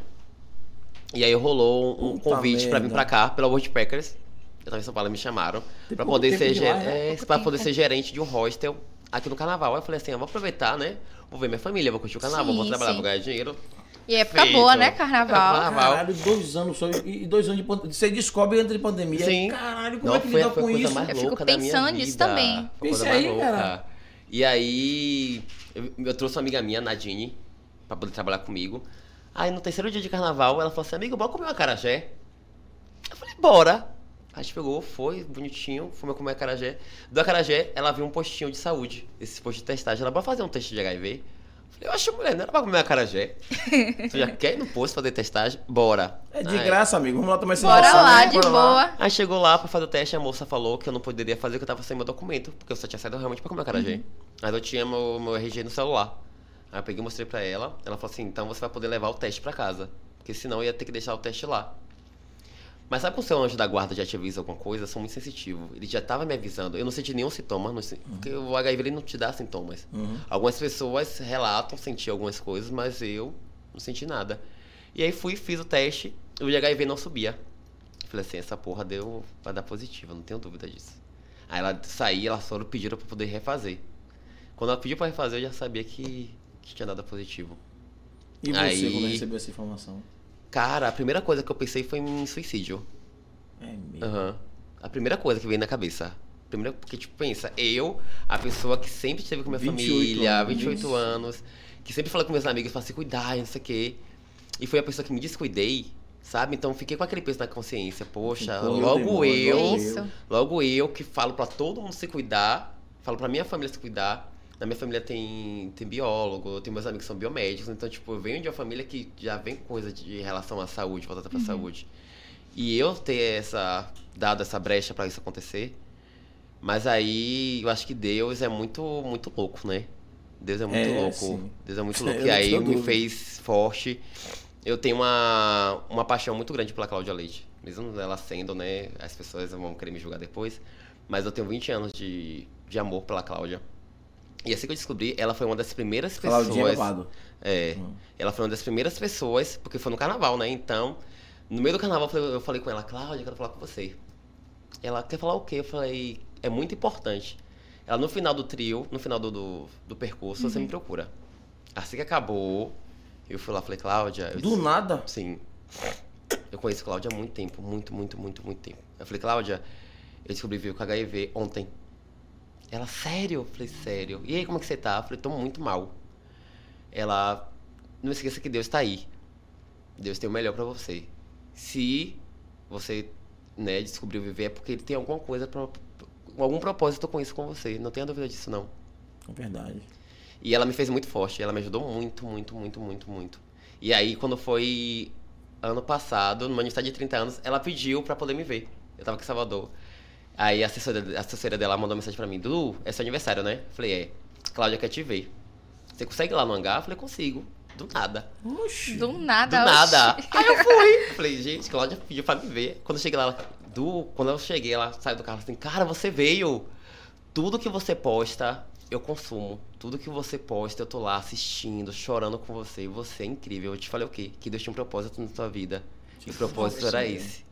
E aí rolou um
Puta
convite pra vir
merda.
pra cá, pela World Packers. Eu tava em São Paulo, me chamaram.
Tem
Pra
pouco
poder,
tempo
ser, ger-
demais, né?
é,
Pouco
pra
tempo.
poder ser gerente de um hostel aqui no carnaval. Aí eu falei assim, eu vou aproveitar, né? Vou ver minha família, vou curtir o carnaval,
Sim,
vou trabalhar,
sim.
vou ganhar dinheiro.
E época
Feito.
boa, né? Carnaval.
Carnaval.
Caralho, dois anos só. E e dois anos de pandemia. Você descobre antes de pandemia.
Sim.
Caralho, como
Não,
é que
foi,
lida
foi a
com
coisa
isso?
mais
Eu fico
louca da minha
pensando nisso
vida.
também.
Foi a
Pensa
coisa mais
aí,
louca.
cara.
E aí, eu, eu trouxe uma amiga minha, Nadine, pra poder trabalhar comigo. Aí, no terceiro dia de carnaval, ela falou assim, amigo, bora comer uma acarajé? Eu falei, bora. A gente pegou, foi, bonitinho, fomos comer acarajé. Do acarajé, ela viu um postinho de saúde, esse posto de testagem. Ela, bora fazer um teste de HIV? Eu falei, eu acho, mulher, não era pra comer acarajé. Você já quer ir no posto fazer testagem? Bora.
É de
Aí,
graça, amigo. Vamos lá tomar esse
Bora
engraçado,
lá,
né?
de
Bora lá.
boa.
Aí chegou Ah, lá pra fazer o teste, a moça falou que eu não poderia fazer, que eu tava sem meu documento, porque eu só tinha saído realmente pra comer acarajé. Mas eu tinha meu, meu RG no celular. Aí eu peguei e mostrei pra ela, ela falou assim, então você vai poder levar o teste pra casa, porque senão eu ia ter que deixar o teste lá. Mas sabe quando o seu anjo da guarda já te avisa alguma coisa? Eu sou muito sensitivo. Ele já tava me avisando. Eu não senti nenhum sintoma, não sei- porque o HIV ele não te dá sintomas.
Uhum.
Algumas pessoas relatam sentir algumas coisas, mas eu não senti nada. E aí fui, fiz o teste, o de HIV não subia. Falei assim, essa porra deu, vai dar positiva, não tenho dúvida disso. Aí ela saiu, ela só pediram pra poder refazer. Quando ela pediu pra refazer, eu já sabia que, que tinha dado positivo.
E você,
Aí-
quando recebeu essa informação?
Cara, a primeira coisa que eu pensei foi em suicídio.
É mesmo.
Aham. A primeira coisa que veio na cabeça. Primeiro, porque, tipo, pensa, eu, a pessoa que sempre esteve com minha
28
família,
anos.
28 anos, que sempre falou com meus amigos pra se cuidar, e não sei o quê. E foi a pessoa que me descuidei, sabe? Então fiquei com aquele peso na consciência. Poxa,
Ficou,
logo
demônio,
eu,
É
logo
isso.
Logo eu que falo pra todo mundo se cuidar, falo pra minha família se cuidar. Na minha família tem, tem biólogo, eu tenho meus amigos que são biomédicos, então, tipo, eu venho de uma família que já vem coisa de relação à saúde, voltada
Uhum.
pra saúde. E eu ter essa. dado essa brecha pra isso acontecer. Mas aí eu acho que Deus é muito, muito louco, né? Deus é muito
É,
louco.
sim.
Deus é muito
Eu
louco.
não
e aí
tenho
me
dúvida.
fez forte. Eu tenho uma, uma paixão muito grande pela Cláudia Leite. Mesmo ela sendo, né? As pessoas vão querer me julgar depois. Mas eu tenho 20 anos de, de amor pela Cláudia. E assim que eu descobri, ela foi uma das primeiras pessoas.
Claudinha Lobato.
É.
Hum.
Ela foi uma das primeiras pessoas, porque foi no carnaval, né? Então, no meio do carnaval eu falei, eu falei com ela, Cláudia, eu quero falar com você. Ela quer falar o quê? Eu falei, é muito importante. Ela no final do trio, no final do, do, do percurso, você me procura. Assim que acabou, eu fui lá, falei, Cláudia. Eu
Do nada.
Sim. Eu conheço Cláudia há muito tempo, muito, muito, muito, muito tempo. Eu falei, Cláudia, eu descobri que vivo com HIV ontem. Ela, sério? Eu falei, sério. E aí, como é que você tá? Eu falei, tô muito mal. Ela, não esqueça que Deus tá aí. Deus tem o melhor pra você. Se você, né, descobriu viver, é porque ele tem alguma coisa, pra, algum propósito com isso com você. Não tenha dúvida disso, não.
É verdade.
E ela me fez muito forte, ela me ajudou muito, muito, muito, muito, muito. E aí, quando foi ano passado, no meu aniversário de 30 anos, ela pediu pra poder me ver. Eu tava aqui em Salvador. Aí a assessora, a assessora dela mandou uma mensagem pra mim: Du, é seu aniversário, né? Eu Falei: é. Cláudia quer te ver. Você consegue ir lá no hangar? Eu falei: consigo. Do nada.
Oxi.
Do
Do
nada.
nada.
oxi.
Aí eu fui. Eu Falei: gente, Cláudia pediu pra me ver. Quando eu cheguei lá, ela, Du, quando eu cheguei, ela saiu do carro assim: cara, você veio tudo que você posta, eu consumo. Tudo que você posta, eu tô lá assistindo, chorando com você. Você é incrível. Eu te falei o quê? Que Deus tinha um propósito na sua vida. E o propósito né? era esse.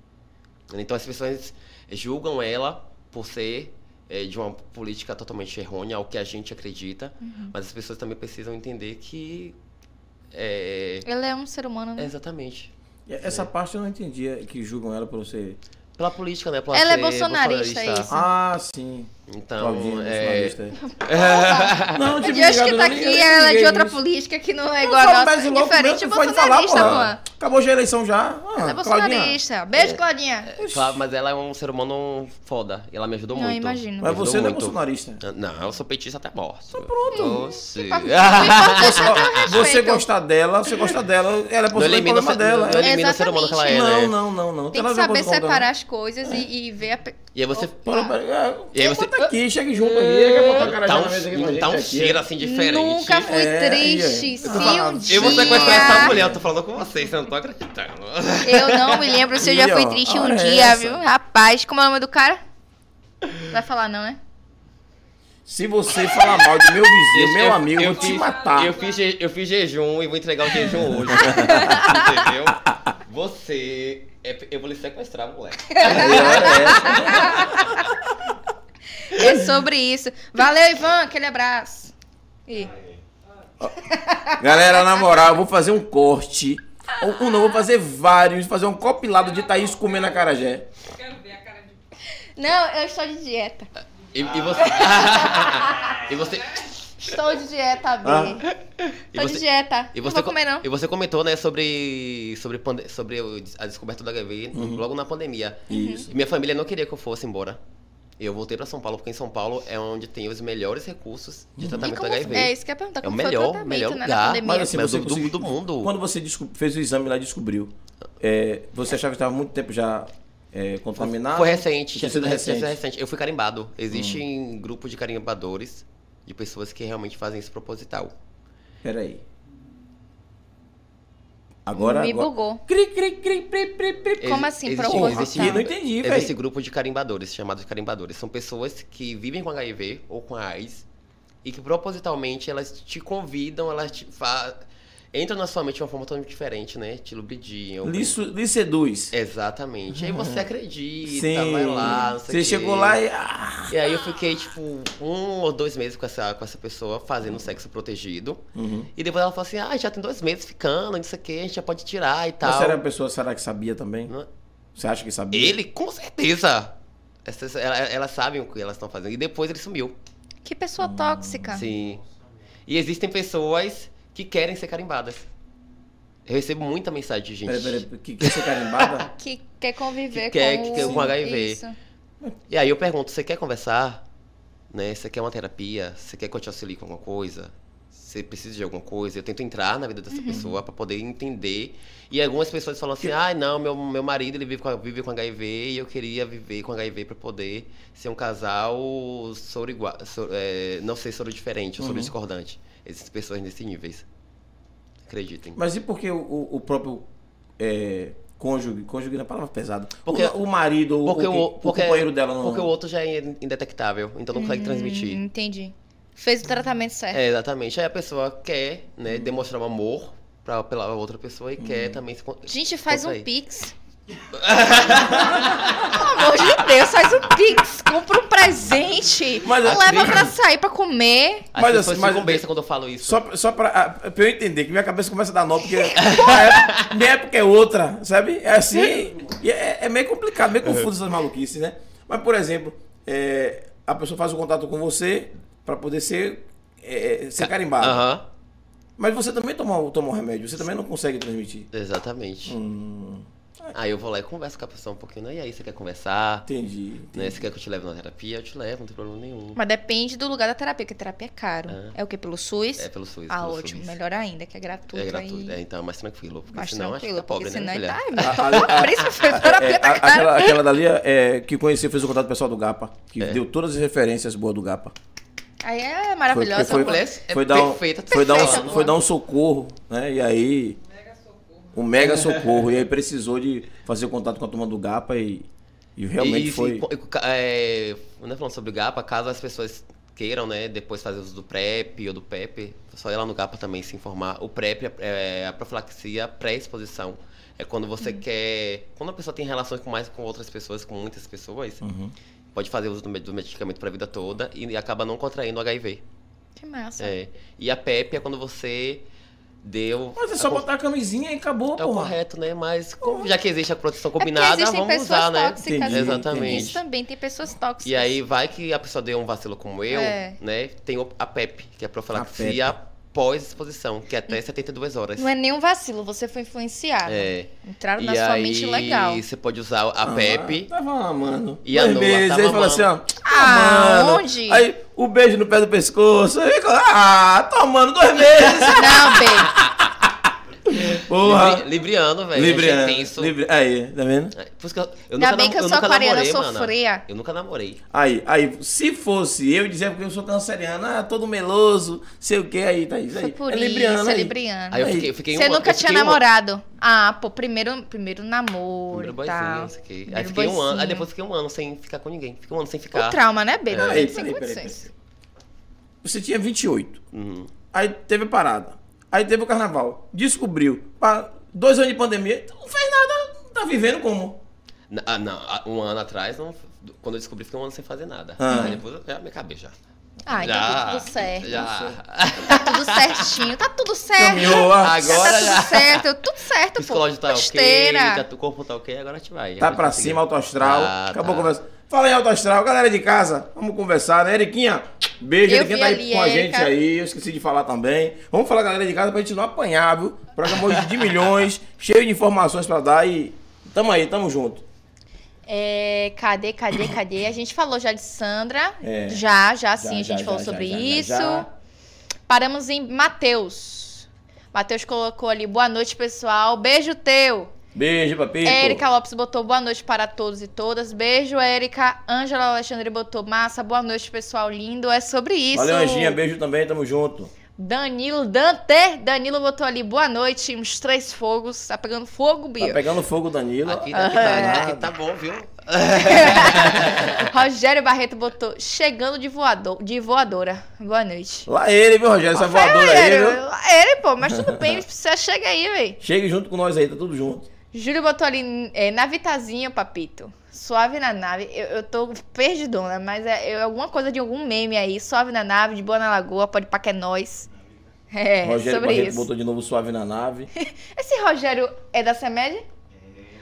Então as pessoas julgam ela por ser eh, de uma política totalmente errônea, ao que a gente acredita. Mas as pessoas também precisam entender que. É,
Ele é um ser humano,
é
né?
exatamente.
E Essa parte eu não entendia que julgam ela por você.
Pela política, né? Pela
Ela é
ser
bolsonarista, é isso.
Ah, sim.
Então,
Claudinha,
é...
nacionalista. aí.
É
Não, tipo,
de hoje que tá
nem-
aqui,
nem
ela é de
liguei
outra
nisso.
política que não é
Eu
igual
sou
a nossa.
mais louco
Diferente
mesmo, pode falar,
bolsonarista,
porra.
pô.
Acabou já a eleição já.
Ela
Ah,
é
Claudinha.
bolsonarista. Beijo, Claudinha.
Claro, mas ela é um ser humano foda. E ela me ajudou
Não,
muito.
imagino.
Mas você não é
Muito.
bolsonarista.
Não, eu sou petista até Então, morto. pronto.
tá
Você,
eu
você
respeito.
gostar dela, você gosta dela, ela é
Não
bolsonarista, é
elimina, o
problema
ser-
dela.
não
é.
elimina o ser humano que ela é,
Não,
né?
não, não, não.
Tem
nada
que
a
saber
ver com o Claudão.
separar as coisas e, e ver a. pe-
E aí você.
Para, para, é,
Ah. E aí você-
Bota aqui, chega junto aí, quer botar a cara
Tá
na mesa aqui com a
um,
gente
tá um
aqui.
cheiro assim diferente.
Nunca fui
É, e aí?
triste. Se
Eu tô falando.
um dia.
Eu vou sequestrar essa mulher, eu tô falando com vocês, você não tá acreditando.
Eu não me lembro se eu já
Ih,
fui
ó,
triste
olha
um dia,
essa.
viu? Rapaz, como é o nome do cara? Vai falar não, né?
Se você falar mal do meu vizinho, meu amigo, eu vou te
fiz-
matar.
Eu fiz, je- eu fiz jejum e vou entregar o jejum hoje. Entendeu? Você. é- eu vou lhe sequestrar, moleque.
é
É sobre isso. Valeu, Ivan. Aquele abraço. Ih.
Galera, na moral, eu vou fazer um corte. Ou, ou não, vou fazer vários, fazer um copilado de Thaís comendo a carajé.
Quero ver a cara de.
Não, eu estou de dieta.
E, e você. e você.
Estou de dieta, B.
Ah.
E
Estou Tá
você-
de dieta.
E
não
você,
vou
co-
comer, não.
e você comentou, né, sobre, sobre, pande- sobre o des- a descoberta do HIV
Uhum.
logo na pandemia.
Isso.
E Minha família não queria que eu fosse embora. Eu voltei pra São Paulo, porque em São Paulo é onde tem os melhores recursos
Uhum.
de
E
tratamento do
como,
HIV.
é isso que eu ia perguntar.
É o
Como foi o
melhor,
tratamento
melhor
né,
lugar.
na pandemia?
Mas assim,
Mas
você
do- do-
conseguiu-
do mundo.
Quando você desco- fez o exame lá e descobriu, é, você achava que estava há muito tempo já é, contaminado?
Foi recente,
Tinha
tinha
sido
sido
recente. Hum.
recente. Eu fui carimbado. Existem grupos de carimbadores de pessoas que realmente fazem isso proposital.
Peraí. Agora.
Me
agora-
bugou.
Cri, cri, cri, pri, pri, pri.
Como assim,
proposital? Eu não
Existe, um
entendi,
existe
velho.
esse grupo de carimbadores, chamados carimbadores. São pessoas que vivem com HIV ou com AIDS e que propositalmente elas te convidam, elas te fa... entram na sua mente de uma forma totalmente diferente, né? Te lubridiam.
Lhe, su- lhe seduz.
Exatamente. Aí você acredita,
Uhum. Sim.
vai lá, não sei o
Você
quê.
chegou lá e. ah,
E aí eu fiquei, tipo, um ou dois meses com essa, com essa pessoa fazendo sexo protegido.
Uhum.
E depois ela falou assim, ah, já tem dois meses ficando, não sei o que, a gente já pode tirar e tal.
Mas será que a pessoa será que sabia também?
Não- é?
Você acha que sabia?
Ele, com certeza. Essas- ela- Elas sabem o que elas estão fazendo. E depois ele sumiu.
Que pessoa tóxica.
Sim. E existem pessoas que querem ser carimbadas. Eu recebo muita mensagem de gente.
Peraí, peraí, que, que você carimbada?
Que quer conviver
Que quer-
com,
que quer
o...
com HIV.
Isso.
E aí eu pergunto, você quer conversar? Né? Você quer uma terapia? Você quer que eu te auxilie com alguma coisa? Você precisa de alguma coisa? Eu tento entrar na vida dessa
Uhum.
pessoa pra poder entender. E algumas pessoas falam assim, ai não, meu, meu marido ele vive com, vive com HIV e eu queria viver com HIV pra poder ser um casal soro igual, soro- é, não ser soro diferente, ou soro
Uhum.
discordante. Existem pessoas nesses níveis. Acreditem.
Mas e por que o, o- o próprio é, cônjuge, cônjuge é uma palavra pesada,
Porque-
o, o marido, o-
Porque
o,
o,
o
porque,
companheiro dela não...
porque o outro já é indetectável, então não consegue transmitir.
Hum, entendi. Fez o tratamento certo.
É, exatamente. Aí a pessoa quer, né, demonstrar um amor pra, pela outra pessoa e quer também se... con-
Gente, faz
Conta
um
aí.
pix. Pelo amor de Deus, faz um pix. Compra um presente.
Mas a-
leva
assim,
pra sair, pra comer.
As
Mas
pessoas
assim,
se
mas-
convencem quando eu falo isso.
Só, pra- só pra, ah, pra eu entender, que minha cabeça começa a dar nó, porque minha época- minha época é outra, sabe? É assim, e é, é meio complicado, meio confuso essas maluquices, né? Mas, por exemplo, é, a pessoa faz o contato com você pra poder ser, é, é, ser carimbado.
Aham,
Mas você também toma, o- toma um remédio, você também não consegue transmitir.
exatamente.
Hum,
Aí eu vou lá e converso com a pessoa um pouquinho, né? E aí, você quer conversar?
entendi. entendi.
Né? Você quer que eu te leve na terapia? Eu te levo, não tem problema nenhum.
Mas depende do lugar da terapia, porque terapia é caro. É, o que? Pelo SUS?
Tipo- É pelo SUS.
ah,
pelo
ótimo.
SUS.
Melhor ainda, que é gratuito.
É gratuito,
aí.
é, então é mais tranquilo. Porque
Mais
senão
tranquilo,
a gente tá pobre,
porque
né,
senão
minha filha?
ele
A-
tá.
a-
Por isso foi terapia
É,
tá
a-
cara.
aquela, aquela dali é, que conheci, fez o contato pessoal do Gapa, que deu todas as referências boas do Gapa.
Aí é
Foi,
maravilhosa.
ah. foi,
amor.
mulher é
foi dar um,
perfeita,
foi, dar
perfeita,
um,
amor.
foi dar um socorro, né? E aí,
Pega socorro.
um mega socorro. e aí precisou de fazer o contato com a turma do Gapa e, e realmente
E,
foi.
E, co- ca- é, né, falando sobre o GAPA, caso as pessoas queiram, né, depois fazer uso do PrEP ou do PEP, é só ir lá no GAPA também se informar. O PrEP é a profilaxia pré-exposição. É quando você
Hum.
quer. Quando a pessoa tem relações com mais com outras pessoas, com muitas pessoas,
Uhum.
pode fazer uso do, med- do medicamento para a vida toda e acaba não contraindo o HIV.
Que massa.
É. E a PEP é quando você deu.
Mas é
a
só
con-
botar a camisinha e acabou,
é o
porra.
Tá correto, né? Mas como- já que existe a proteção
Uhum. É porque
combinada,
existem
vamos
pessoas
usar, né?
tóxicas.
Entendi,
né?
Exatamente.
Isso também, tem pessoas tóxicas.
E aí vai que a pessoa deu um vacilo como eu,
É.
né? Tem o- a PEP, que é a
A
profilaxia pós-exposição, que é até 72 horas.
Não é nenhum vacilo, você foi influenciado.
É.
Entraram
E
Tá na sua
aí
mente legal.
você pode usar a
Ah,
PEP.
Tava amando.
E
Dois
a Noa
meses,
tava
aí fala assim, ó.
Ah,
amando.
onde?
Aí o beijo no pé do pescoço. Aí, fala, ah, tomando dois meses.
Não, bem.
Porra.
Libri- libriano, velho.
Libriano.
achei tenso.
Libri- Aí, tá vendo?
É, Por isso que eu, eu
Ainda
nunca
bem
nam-
que eu sou
nunca
aquariana, eu
namorei,
sou
mana.
fria.
Eu nunca namorei.
Aí, aí, se fosse eu dizer porque eu sou canceriano, ah, todo meloso, sei o que, aí, Thaís. Aí,
Foi por
é
isso,
libriano,
é
aí.
libriano.
Aí eu
Aí.
fiquei, eu fiquei
Você
um ano-
nunca
eu
tinha
fiquei um-
namorado? Ah, pô, primeiro, primeiro namoro
Primeiro
e
boizinho,
tal.
não sei o quê. Aí
Primeiro
fiquei um ano. Aí
boizinho.
depois fiquei um ano sem ficar com ninguém. Fiquei um ano sem ficar.
O trauma, né, Bê?
É, Peraí,
Sem
peraí, peraí,
condições.
Você tinha 28.
Uhum.
Aí teve a parada. Aí teve o carnaval. Descobriu. pá, dois anos de pandemia, então não fez nada. Tá vivendo como?
Na- Ah, não, ah, um ano atrás, não- quando eu descobri, fiquei um ano sem fazer nada.
Ah.
Aí depois eu já me acabei já.
Ah, então tá tudo certo.
Já.
Tá tudo certinho. Tá tudo certo.
Caminhou a-
É. Agora
tá
já.
tudo certo. Tudo certo, pô.
Psicológico tá ok,
Besteira.
tá, o corpo tá ok, agora a gente vai.
Tá pra cima, alto astral.
Tá,
Acabou
tá.
a conversa. Fala aí, alto astral. Galera de casa, vamos conversar, né? Eriquinha, beijo.
Eu
Eriquinha
vi
tá aí
ali,
com a
Erika.
gente aí. Eu esqueci de falar também. Vamos falar, galera de casa, pra gente não apanhar, viu? Programa hoje de milhões, cheio de informações pra dar e tamo aí, tamo junto.
É, cadê, cadê, cadê? A gente falou já de Sandra.
É.
Já, já sim,
Já,
a gente
já,
falou
já,
sobre
já, já,
isso.
já.
Paramos em Matheus. Matheus colocou ali, boa noite, pessoal. Beijo teu.
Beijo, papito.
Érica Lopes botou boa noite para todos e todas. Beijo, Érica. Ângela Alexandre botou massa. Boa noite, pessoal lindo. É sobre isso.
Valeu, Anjinha. Beijo também, tamo junto.
Danilo Dante. Danilo botou ali boa noite. Uns três fogos. Tá pegando fogo,
Tá
Bia.
pegando fogo, Danilo.
Aqui, tá- aqui, tá,
É.
aqui tá bom, viu?
Rogério Barreto botou chegando de, voador, de voadora. Boa noite.
Lá ele, viu, Rogério? Essa voadora aí,
Rogério,
viu?
ele, pô, mas tudo bem, você chega aí, véi.
Chega junto com nós aí, tá tudo junto.
Júlio botou ali, é, na vitazinha, papito. Suave na nave. Eu, eu tô perdidona, mas é, é alguma coisa de algum meme aí. Suave na nave, de boa na lagoa, pode pá que é nóis. É,
Rogério
sobre
Barreto
isso.
botou de novo suave na nave.
Esse Rogério é da CEMED?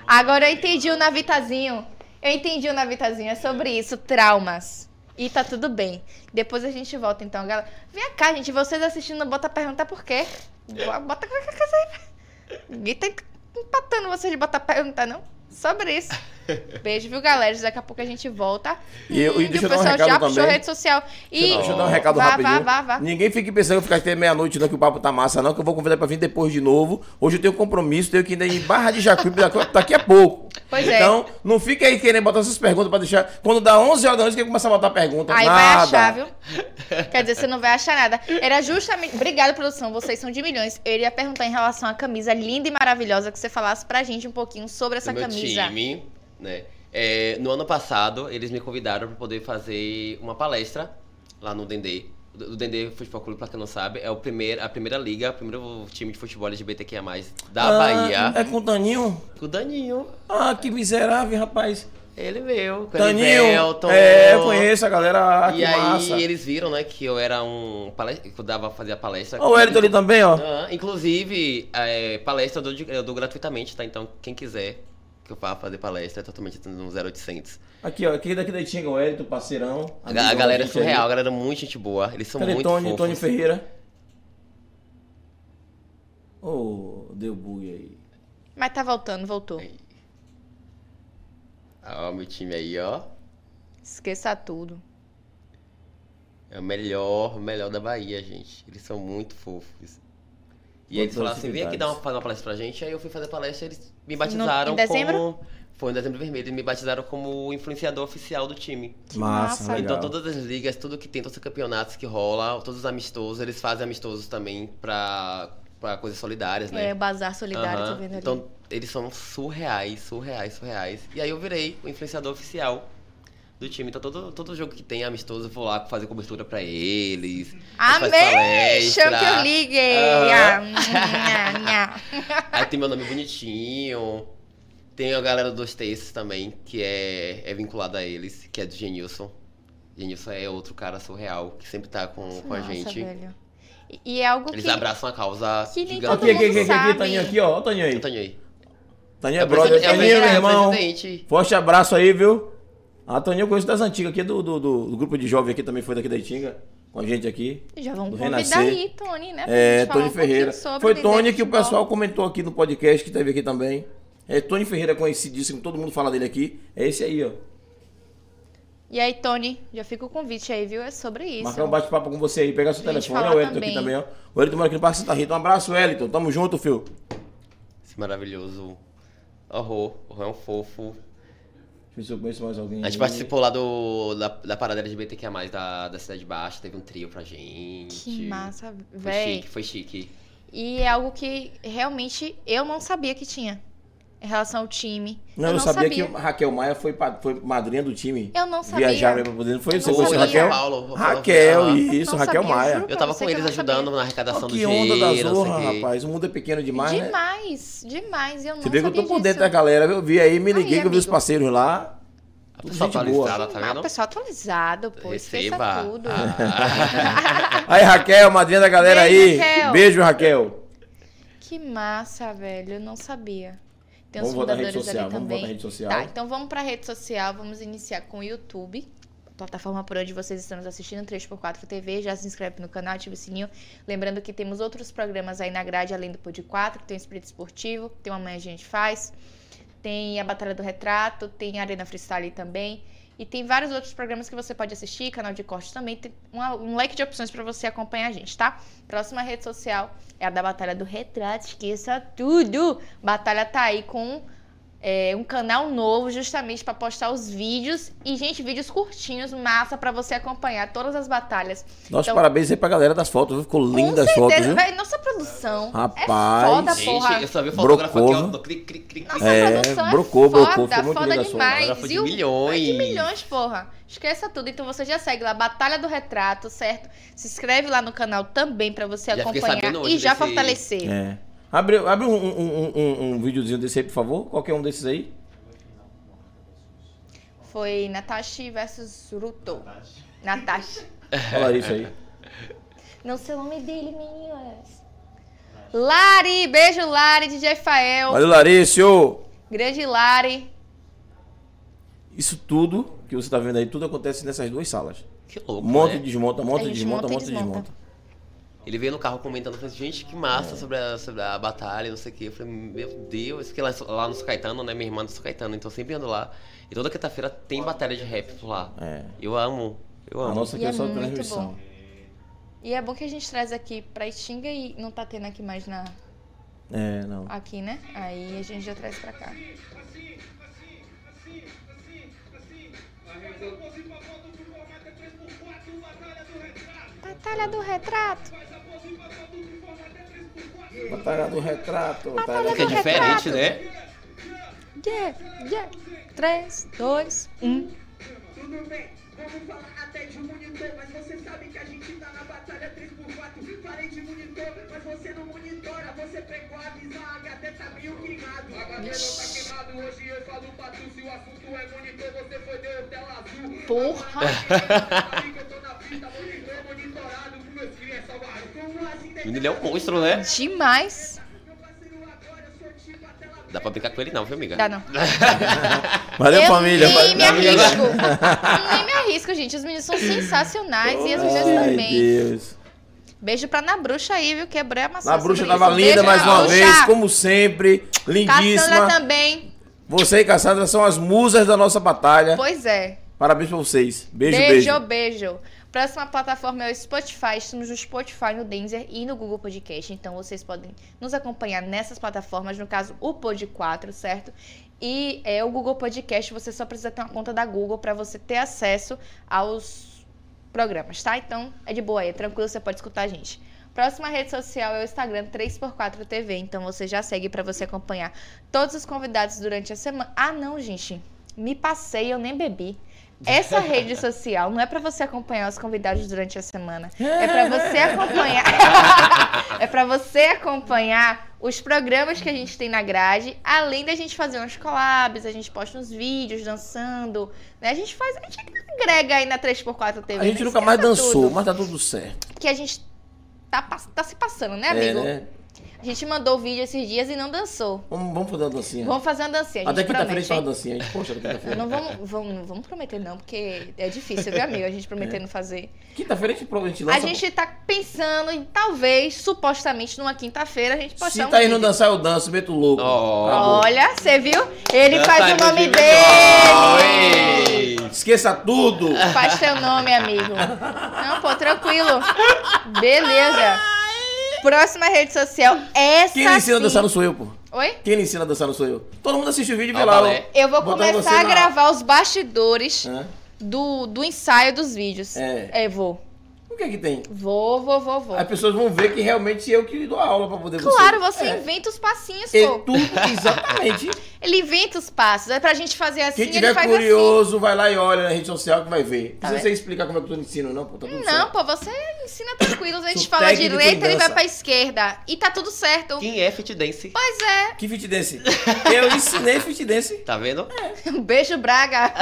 Agora eu entendi o Navitazinho. Eu entendi o Navitazinho. É sobre isso, traumas. E tá tudo bem. Depois a gente volta, então, galera. Vem cá, gente. Vocês assistindo, bota pergunta por quê? Bota Ninguém tá empatando vocês de botar pergunta, não? Sobre isso. Beijo, viu, galera? Daqui a pouco a gente volta.
E eu- e
Hum, que
deixa eu
o
dar um
pessoal
recado
já puxou
também.
rede social. E...
Deixa eu dar um recado
vá,
rapidinho.
Vá, vá, vá.
Ninguém fique pensando que ficar até meia-noite, não, que o papo tá massa, não, que eu vou convidar pra vir depois de novo. Hoje eu tenho um compromisso, tenho que ir em Barra de Jacuípe daqui, daqui a pouco.
Pois é.
então, não fique aí querendo botar essas perguntas pra deixar. Quando dá 11 horas da noite, quem começa a botar pergunta?
Aí
Nada.
vai achar, viu? Quer dizer, você não vai achar nada. Era justamente. Obrigada, produção. Vocês são de milhões. Eu iria perguntar em relação à camisa linda e maravilhosa que você falasse pra gente um pouquinho sobre essa
Do é meu
camisa.
time, né? É, no ano passado, eles me convidaram para poder fazer uma palestra lá no Dendê. O Dendê Futebol Clube, pra quem não sabe, é o primeiro, a primeira liga, o primeiro time de futebol LGBTQIA+, da
Ah,
Bahia.
É com o Daninho?
Com o Daninho,
Ah, que miserável, rapaz.
ele veio. com o
Daninho.
Elivelton.
É, eu conheço a galera. Ah, que
E aí
massa.
eles viram, né, que eu era um palestra, que eu dava fazer a palestra.
Ó, o Hélito ali também, ó.
Ah, inclusive, é, palestra eu dou, de- eu dou gratuitamente, tá? Então, quem quiser que eu vá fazer palestra, é totalmente no 0800.
Aqui, ó. Aqui daqui da Tinga, o Hélito, parceirão.
A, ga- a galera é surreal, a galera é muito gente boa. Eles são
Cadê
muito
Tony,
fofos.
Tony Ferreira? Ô, deu bug aí.
Mas tá voltando, voltou.
Ah, Ó, meu time aí, ó.
Esqueça tudo.
É o melhor, o melhor da Bahia, gente. Eles são muito fofos. E
Boa
eles falaram assim, vem aqui dar uma,
produtividade.
fazer uma palestra pra gente. Aí eu fui fazer a palestra eles me batizaram
em dezembro?
como... Foi em dezembro vermelho. Eles me batizaram como influenciador oficial do time.
massa.
legal.
Então todas as ligas, tudo que tem, todos os campeonatos que rola, todos os amistosos, eles fazem amistosos também pra, pra coisas solidárias, né?
É, o bazar solidário,
Aham.
tô vendo ali.
Então, eles são surreais, surreais, surreais. E aí eu virei o influenciador oficial do time. Então, todo, todo jogo que tem amistoso, eu vou lá fazer cobertura pra eles. faz
Amém!
palestra.
Show que eu liguei!
Aham.
Ah, nha, nha.
Aí tem meu nome bonitinho. Tem a galera dos textos também, que é, é vinculada a eles, que é do Genilson. Genilson é outro cara surreal, que sempre tá com, com a
Nossa,
gente.
velho. E, e é algo
Eles
que.
abraçam a causa
que nem
gigante.
todo
Aqui,
mundo
aqui, aqui, aqui, aqui,
sabe.
Toninho, aqui, ó. Ó, o Toninho aí.
Antônio aí.
Toninho
É
é
o presidente-
brother.
é o
Toninho, meu
presidente-
irmão.
presidente.
Forte abraço aí, viu? A Toninho eu conheço das antigas aqui, do, do, do- do grupo de jovem aqui também, foi daqui da Itinga, com a gente aqui.
Já vamos
do
convidar
Renascer.
aí, Tony, né? pra
É,
gente falar um
Tony
pouquinho
Ferreira.
sobre
Foi
desenho
Tony que o
futebol.
pessoal comentou aqui no podcast, que teve aqui também. É, Tony Ferreira, conhecidíssimo, todo mundo fala dele aqui. É esse aí, ó.
E aí, Tony, já fica o convite aí, viu? É sobre isso.
Marcar um bate-papo com você aí, pegar seu
Pra gente
telefone. Olha o
falar
Wellington aqui
também.
também, ó. O Wellington mora aqui no Parque Santa Rita. Um abraço, Wellington. Tamo junto, filho.
Esse maravilhoso. O Rô, o Rô é um fofo.
Deixa eu ver se eu conheço mais alguém.
A gente
aí.
participou lá do, da, da parada LGBTQIA, da, da Cidade Baixa, teve um trio pra gente.
Que massa,
Foi
véi.
chique, foi chique.
E é algo que realmente eu não sabia que tinha. Em relação ao time.
Não, eu, sabia, que a Raquel Maia foi, pa- foi madrinha do time.
Eu não sabia.
Viajaram aí pra poder. Não foi
Eu
você
não
conheceu a
sabia.
Raquel?
Paulo,
Raquel,
Aham.
isso,
Não
Raquel
sabia,
Maia.
juro.
Eu tava
Você
com
que
eles
não sabia.
ajudando na arrecadação
Ó,
do
que
dinheiro,
onda da
não
zorra,
sei o quê.
rapaz. O mundo é pequeno demais, né?
demais, demais. Eu não
Você vê que eu
sabia
tô por
disso.
dentro da galera. Eu vi aí, me
Aí,
liguei que eu vi os
amigo.
parceiros lá.
A
Tudo
pessoa
gente boa.
atualizada, tá
Ah, o
vendo?
pessoal atualizado, pô. Esqueça
Receba.
tudo.
Ah.
Aí, Raquel, madrinha da galera aí.
Beijo, Raquel.
Beijo, Raquel.
Que massa, velho. Eu não sabia. Tem
Vamos
os
voltar à rede
fundadores
social.
ali
Vamos voltar à
também.
rede social.
Tá, então vamos pra rede social, vamos iniciar com o YouTube. a Plataforma por onde vocês estão nos assistindo, 3x4 TV. Já se inscreve no canal, ativa o sininho. Lembrando que temos outros programas aí na grade, além do Pod 4, que tem o Espírito Esportivo, que tem o Amanhã a gente faz, tem a Batalha do Retrato, tem a Arena Freestyle também. E tem vários outros programas que você pode assistir, canal de corte também. Tem uma- um leque de opções pra você acompanhar a gente, tá? Próxima rede social é a da Batalha do Retrato. Esqueça tudo! Batalha tá aí com é, um canal novo justamente pra postar os vídeos e gente vídeos curtinhos massa pra você acompanhar todas as batalhas
Nossos
Então-
parabéns aí pra galera das fotos, viu? Ficou lindas as fotos,
certeza
viu? Ah,
véi, nossa produção
Rapaz.
é foda
Gente,
porra
eu só vi o fotógrafo aqui, ó,
Brocou. né?
no clic, clic, clic, clic.
nossa
É,
produção
brocou,
é foda
brocou, ficou muito
foda
linda a sua.
demais
Fotógrafo de
e o
milhões.
É de milhões, porra. Esqueça tudo. Então você já segue lá, Batalha do Retrato, certo? Se inscreve lá no canal também pra você
Já fiquei
acompanhar
sabendo hoje
e já
desse-
fortalecer.
É. Abre, abre um, um, um- um- um videozinho desse aí, por favor. Qualquer um desses aí.
Foi Natashi versus Ruto.
Verdade.
Natashi.
Olha lá isso aí.
Não sei o nome dele, meninas. Lari, beijo Lari, DJ Fael.
Valeu, Larício!
Grande Lari.
Isso tudo que você tá vendo aí, tudo acontece nessas duas salas.
Que louco,
Monta e
né?
desmonta, monta
A
e
gente
desmonta,
monta e
monta e desmonta.
Ele veio no carro comentando, falando assim, gente, que
É.
massa sobre, a, sobre a batalha, não sei o quê. Eu falei, meu Deus, que lá, lá no São Caetano, né? Minha irmã é do São Caetano, então eu sempre ando lá. E toda quinta-feira tem batalha de rap por lá.
É.
Eu amo, eu
A
amo.
nossa aqui
E
é
é
só
muito
transmissão.
bom. E é bom que a gente traz aqui pra Extinga e não tá tendo aqui mais na
É, não.
aqui, né? Aí a gente já traz pra cá. Batalha do retrato.
Batalha do retrato. tá Batalha
Porque é
do retrato.
diferente, né?
Yeah, yeah. um. 3, 2, 1.
Tudo bem, vamos falar até de monitor, mas você sabe que a gente tá na batalha 3x4. Falei de monitor, mas você não monitora. Você pegou a visão, a HD tá meio queimado. A HD não tá queimado, hoje eu falo pra tu. Se o assunto é monitor, você foi deu tela azul.
Porra.
Eu tô na pista, monitor, é monitorado. Com meus é crias salvados. Como assim, né?
O Menino ele é um monstro, né?
Demais.
Meu parceiro, agora eu sou tipo a tela
Dá pra brincar com ele não, viu, amiga?
Dá não.
Valeu,
eu
família.
nem me
Valeu, galera.
arrisco. Eu nem me arrisco, gente. Os meninos são sensacionais e as meninas
Ai,
também.
Deus.
Beijo pra Na Bruxa aí, viu? Quebrei a maçã.
Na bruxa
sobre
tava
isso.
linda
Beijo,
mais
Na
uma
Bruxa.
vez, como sempre. Lindíssima.
Cassandra também.
Você e Cassandra são as musas da nossa batalha.
Pois é.
Parabéns pra vocês. Beijo, beijo.
Beijo, beijo. Próxima plataforma é o Spotify. Estamos no Spotify, no Deezer e no Google Podcast. Então vocês podem nos acompanhar nessas plataformas, no caso o Pod 4, certo? E é, o Google Podcast, você só precisa ter uma conta da Google para você ter acesso aos programas, tá? Então é de boa aí, é tranquilo, você pode escutar a gente. Próxima rede social é o Instagram 3x4 TV, então você já segue para você acompanhar todos os convidados durante a semana. Ah, não, gente, me passei, eu nem bebi. Essa rede social não é pra você acompanhar os convidados durante a semana. É pra você acompanhar. é pra você acompanhar os programas que a gente tem na grade, além da gente fazer uns collabs, a gente posta uns vídeos dançando, né? A gente faz, a gente agrega aí na 3x4 TV.
A gente
né?
nunca mais
Esqueça
dançou,
tudo.
mas tá tudo certo.
Que a gente tá, pass- tá se passando, né, amigo?
É, né?
A gente mandou o vídeo esses dias e não dançou.
Vamos, vamos fazer uma dancinha.
Vamos fazer uma dancinha, a gente
Até tá quinta-feira a gente
promete,
faz
hein?
uma dancinha. hein? Poxa, até
Não,
quinta-feira.
não vamos, vamos, não vamos prometer, não, porque é difícil, viu, amigo? A gente prometendo fazer.
Quinta-feira a gente prova, a gente
A
lança.
gente tá pensando em talvez, supostamente, numa quinta-feira, a gente postar
Se
um
tá aí não
vídeo.
dançar, tá eu danço, meto louco.
Ó.
Acabou.
Olha, você viu? Ele
Dança
faz
aí,
o nome
meu
dele!
Oi!
Esqueça tudo.
Faz teu nome, amigo. Não, pô, tranquilo. Beleza. Próxima rede social, essa
Quem lhe ensina a
sim.
dançar não sou eu, pô.
Oi?
Quem lhe ensina a dançar não sou eu. Todo mundo assiste o vídeo e vê
Ó,
lá. ó.
balé.
Eu vou
Botando você
começar a
na-
gravar os bastidores
Hã?
do, do ensaio dos vídeos.
É.
vou.
O que é que tem?
Vou, vou, vou, vou.
As pessoas vão ver que realmente eu que dou a aula pra poder
Claro, você
É.
inventa os passinhos,
É
pô.
tudo, exatamente.
Ele inventa os passos. É pra gente fazer assim,
Quem
ele
tiver
faz
curioso, vai lá e olha na rede social que vai ver. Não
Tá
precisa você explicar como é que eu ensino, não, pô. Tá tudo
assim.
certo.
Não, pô, você ensina tranquilo. A gente
Sou
fala
técnico em
direita, ele vai
dança.
pra esquerda. E tá tudo certo.
Quem é fit dance?
Que fit dance? Eu ensinei fit dance.
Tá vendo?
Um beijo, Braga.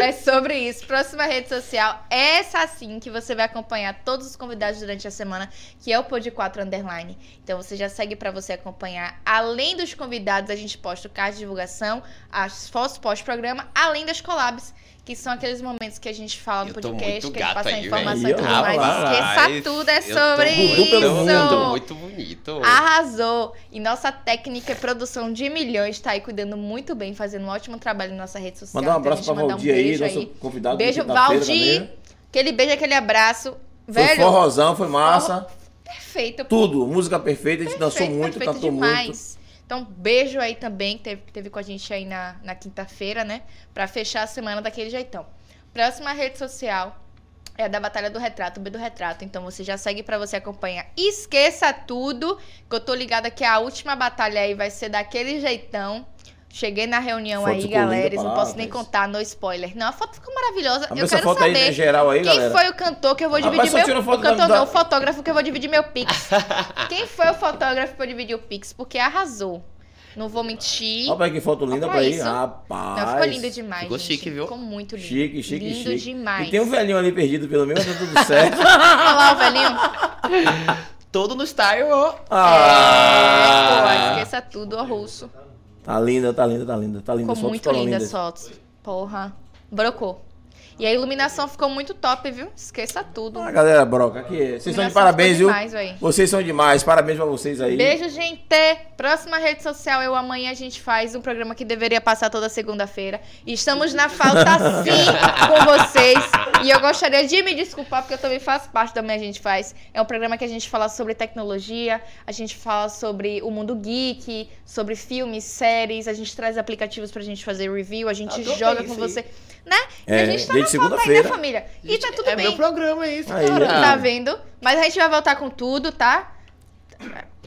é sobre isso. Próxima rede social, essa sim, que você vai acompanhar todos os convidados durante a semana, que é o Pod 4 Underline. Então você já segue pra você acompanhar. Além dos convidados, a gente posta o card de divulgação, as fotos pós-programa, além das collabs. Que são aqueles momentos que a gente fala no
Eu tô
um podcast,
muito
que a gente
gato
passa a
aí,
informação e
velho.
tudo mais.
Rapaz,
Esqueça tudo, é
eu tô
sobre Ah.
burro pelo
isso.
Muito, muito bonito.
Arrasou! E nossa técnica e produção de milhões tá aí cuidando muito bem, fazendo um ótimo trabalho na nossa rede social.
Mandar um
Então,
abraço
a
pra
gente mandar um
Valdir aí,
beijo
nosso convidado.
Beijo,
de quinta-feira
Valdir.
também. né?
Aquele beijo, aquele abraço.
Foi
Velho,
forrozão, foi massa.
perfeito.
Tudo, música perfeita, a gente dançou
perfeito,
muito,
perfeito
cantou muito.
demais. Então, beijo aí também, que teve, teve com a gente aí na, na quinta-feira, né? Pra fechar a semana daquele jeitão. Próxima rede social é a da Batalha do Retrato, B do Retrato. Então, você já segue pra você acompanhar. Esqueça tudo, que eu tô ligada que a última batalha aí vai ser daquele jeitão. Cheguei na reunião
Foto
aí,
colorida
galera.
pra
Não
lá,
posso nem
rapaz.
contar, no spoiler. Não, a foto ficou maravilhosa.
A
eu
essa
quero
foto
saber.
aí, né, geral aí,
Quem
galera.
foi o cantor que eu vou
Rapaz,
dividir
só tira
meu...
foto
o
da-
cantor
da-
não, o fotógrafo que eu vou dividir meu pix. Quem foi o fotógrafo que eu dividi o pix? Porque arrasou. Não vou mentir.
Olha pra aí que foto linda
Olha
pra aí.
isso.
Rapaz.
Não, ficou lindo demais,
Ficou
gente.
chique, viu?
Ficou muito lindo.
Chique, chique,
lindo
chique.
demais. É,
E tem um velhinho ali perdido pelo menos, tá tudo certo.
Olha lá o velhinho.
Todo no style, ó.
É,
ah,
pô, esqueça tudo, ó, russo.
tá linda, tá linda, tá linda. Tá linda,
Ficou
as fotos
muito
foram
linda
lindas.
as fotos. Porra. Brocou. E a iluminação ficou muito top, viu? Esqueça tudo.
Ah, galera, broca, aqui. Vocês são
Iluminação
de parabéns,
ficou
viu?
demais, véi.
Vocês são demais, parabéns pra vocês aí.
Beijo, gente. Próxima rede social eu amanhã a gente faz um programa que deveria passar toda segunda-feira. E Estamos na falta sim com vocês. E eu gostaria de me desculpar porque eu também faço parte da minha gente faz. É um programa que a gente fala sobre tecnologia, a gente fala sobre o mundo geek, sobre filmes, séries, a gente traz aplicativos pra gente fazer review, a gente
Adorei
joga com
isso aí.
você, né? E
É,
a gente tá na falta
desde
aí, né,
segunda-feira.
família? E tá tudo
é
bem.
meu programa, é isso,
Aí,
cara.
ó.
Tá vendo? Mas a gente vai voltar com tudo, tá?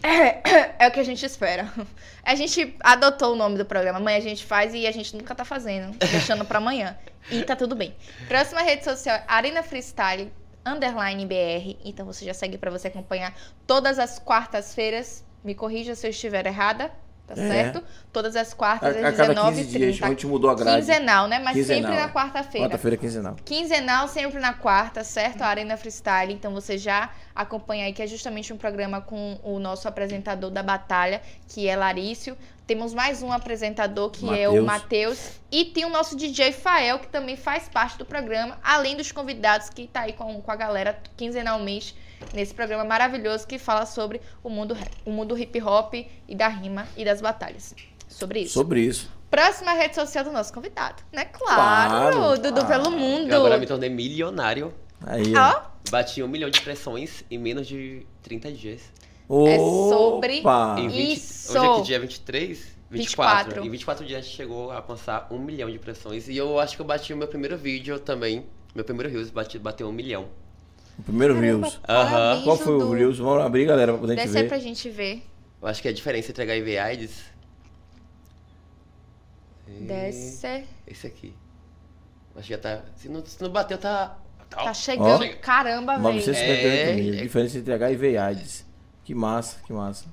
É, o que a gente espera. A gente adotou o nome do programa. Amanhã a gente faz e a gente nunca tá fazendo. Deixando pra amanhã. E tá tudo bem. Próxima rede social, Arena Freestyle, underline BR. Então você já segue pra você acompanhar todas as quartas-feiras. Me corrija se eu estiver errada, tá
É.
certo? Todas as
A,
quartas,
a
às
cada 15 dias, a
19h30.
gente mudou a grade.
Quinzenal, né? Mas
Quinzenal,
sempre
é.
na quarta-feira.
Quarta-feira, quinzenal.
Quinzenal, sempre na quarta, certo? A Arena Freestyle. Então você já acompanha aí, que é justamente um programa com o nosso apresentador da batalha, que é Larício. Temos mais um apresentador, que é o Matheus. E tem o nosso DJ Fael, que também faz parte do programa, além dos convidados que tá aí com, com a galera quinzenalmente nesse programa maravilhoso que fala sobre o mundo, rap- o mundo hip hop e da rima e das batalhas. Sobre isso.
Sobre isso.
Próxima rede social do nosso convidado, né? Claro,
Claro,
Dudu
claro.
pelo mundo.
Eu Ah, agora me tornei milionário.
Aí, ó.
Ó,
Bati um milhão de pressões em menos de 30 dias.
É sobre-
Opa!
Em
Isso!
Hoje é que dia? 23? 24.
24.
Em 24 dias a gente chegou a alcançar um milhão de pressões. E eu acho que eu bati o meu primeiro vídeo também. Meu primeiro Reels bati, bateu um milhão.
O primeiro Reels.
caramba,
Aham.
parabéns,
Qual foi o
Dudu.
Reels? Vamos abrir, galera, pra poder a gente
Desce aí
ver.
pra gente ver.
Eu acho que é a diferença entre HIV e AIDS. E
Desce.
Esse aqui. Acho que já tá. Se não, se não bateu, tá.
Tá chegando.
Ó.
Caramba, velho.
958
É,
mil.
é-
Diferença entre HIV e AIDS. Que massa, que massa.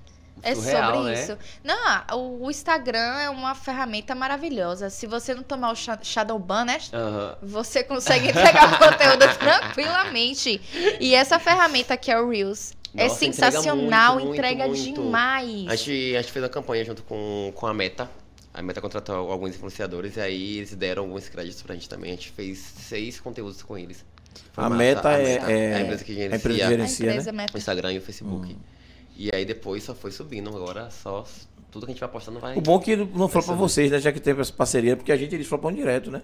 É
surreal,
sobre
né?
isso. Não, ah, o o Instagram é uma ferramenta maravilhosa. Se você não tomar o sha- shadow ban, né?
Aham.
Você consegue entregar o conteúdo tranquilamente. E essa ferramenta que é o Reels é
Nossa, entrega
sensacional,
muito, muito,
entrega,
muito.
demais.
A gente, a gente fez uma campanha junto com, com a Meta. A Meta contratou alguns influenciadores e aí eles deram alguns créditos pra gente também. A gente fez seis conteúdos com eles. Foi
A
massa.
Meta é- é-
a empresa que
A
gerencia
empresa
A
gerencia, Hum. né?
empresa
o
meta.
Instagram e o Facebook. E aí depois só foi subindo agora, só tudo que a gente vai postando vai.
O bom é que não foi pra
Impressionante.
vocês, né? Já que teve essa parceria, porque a gente eles flopam direto, né?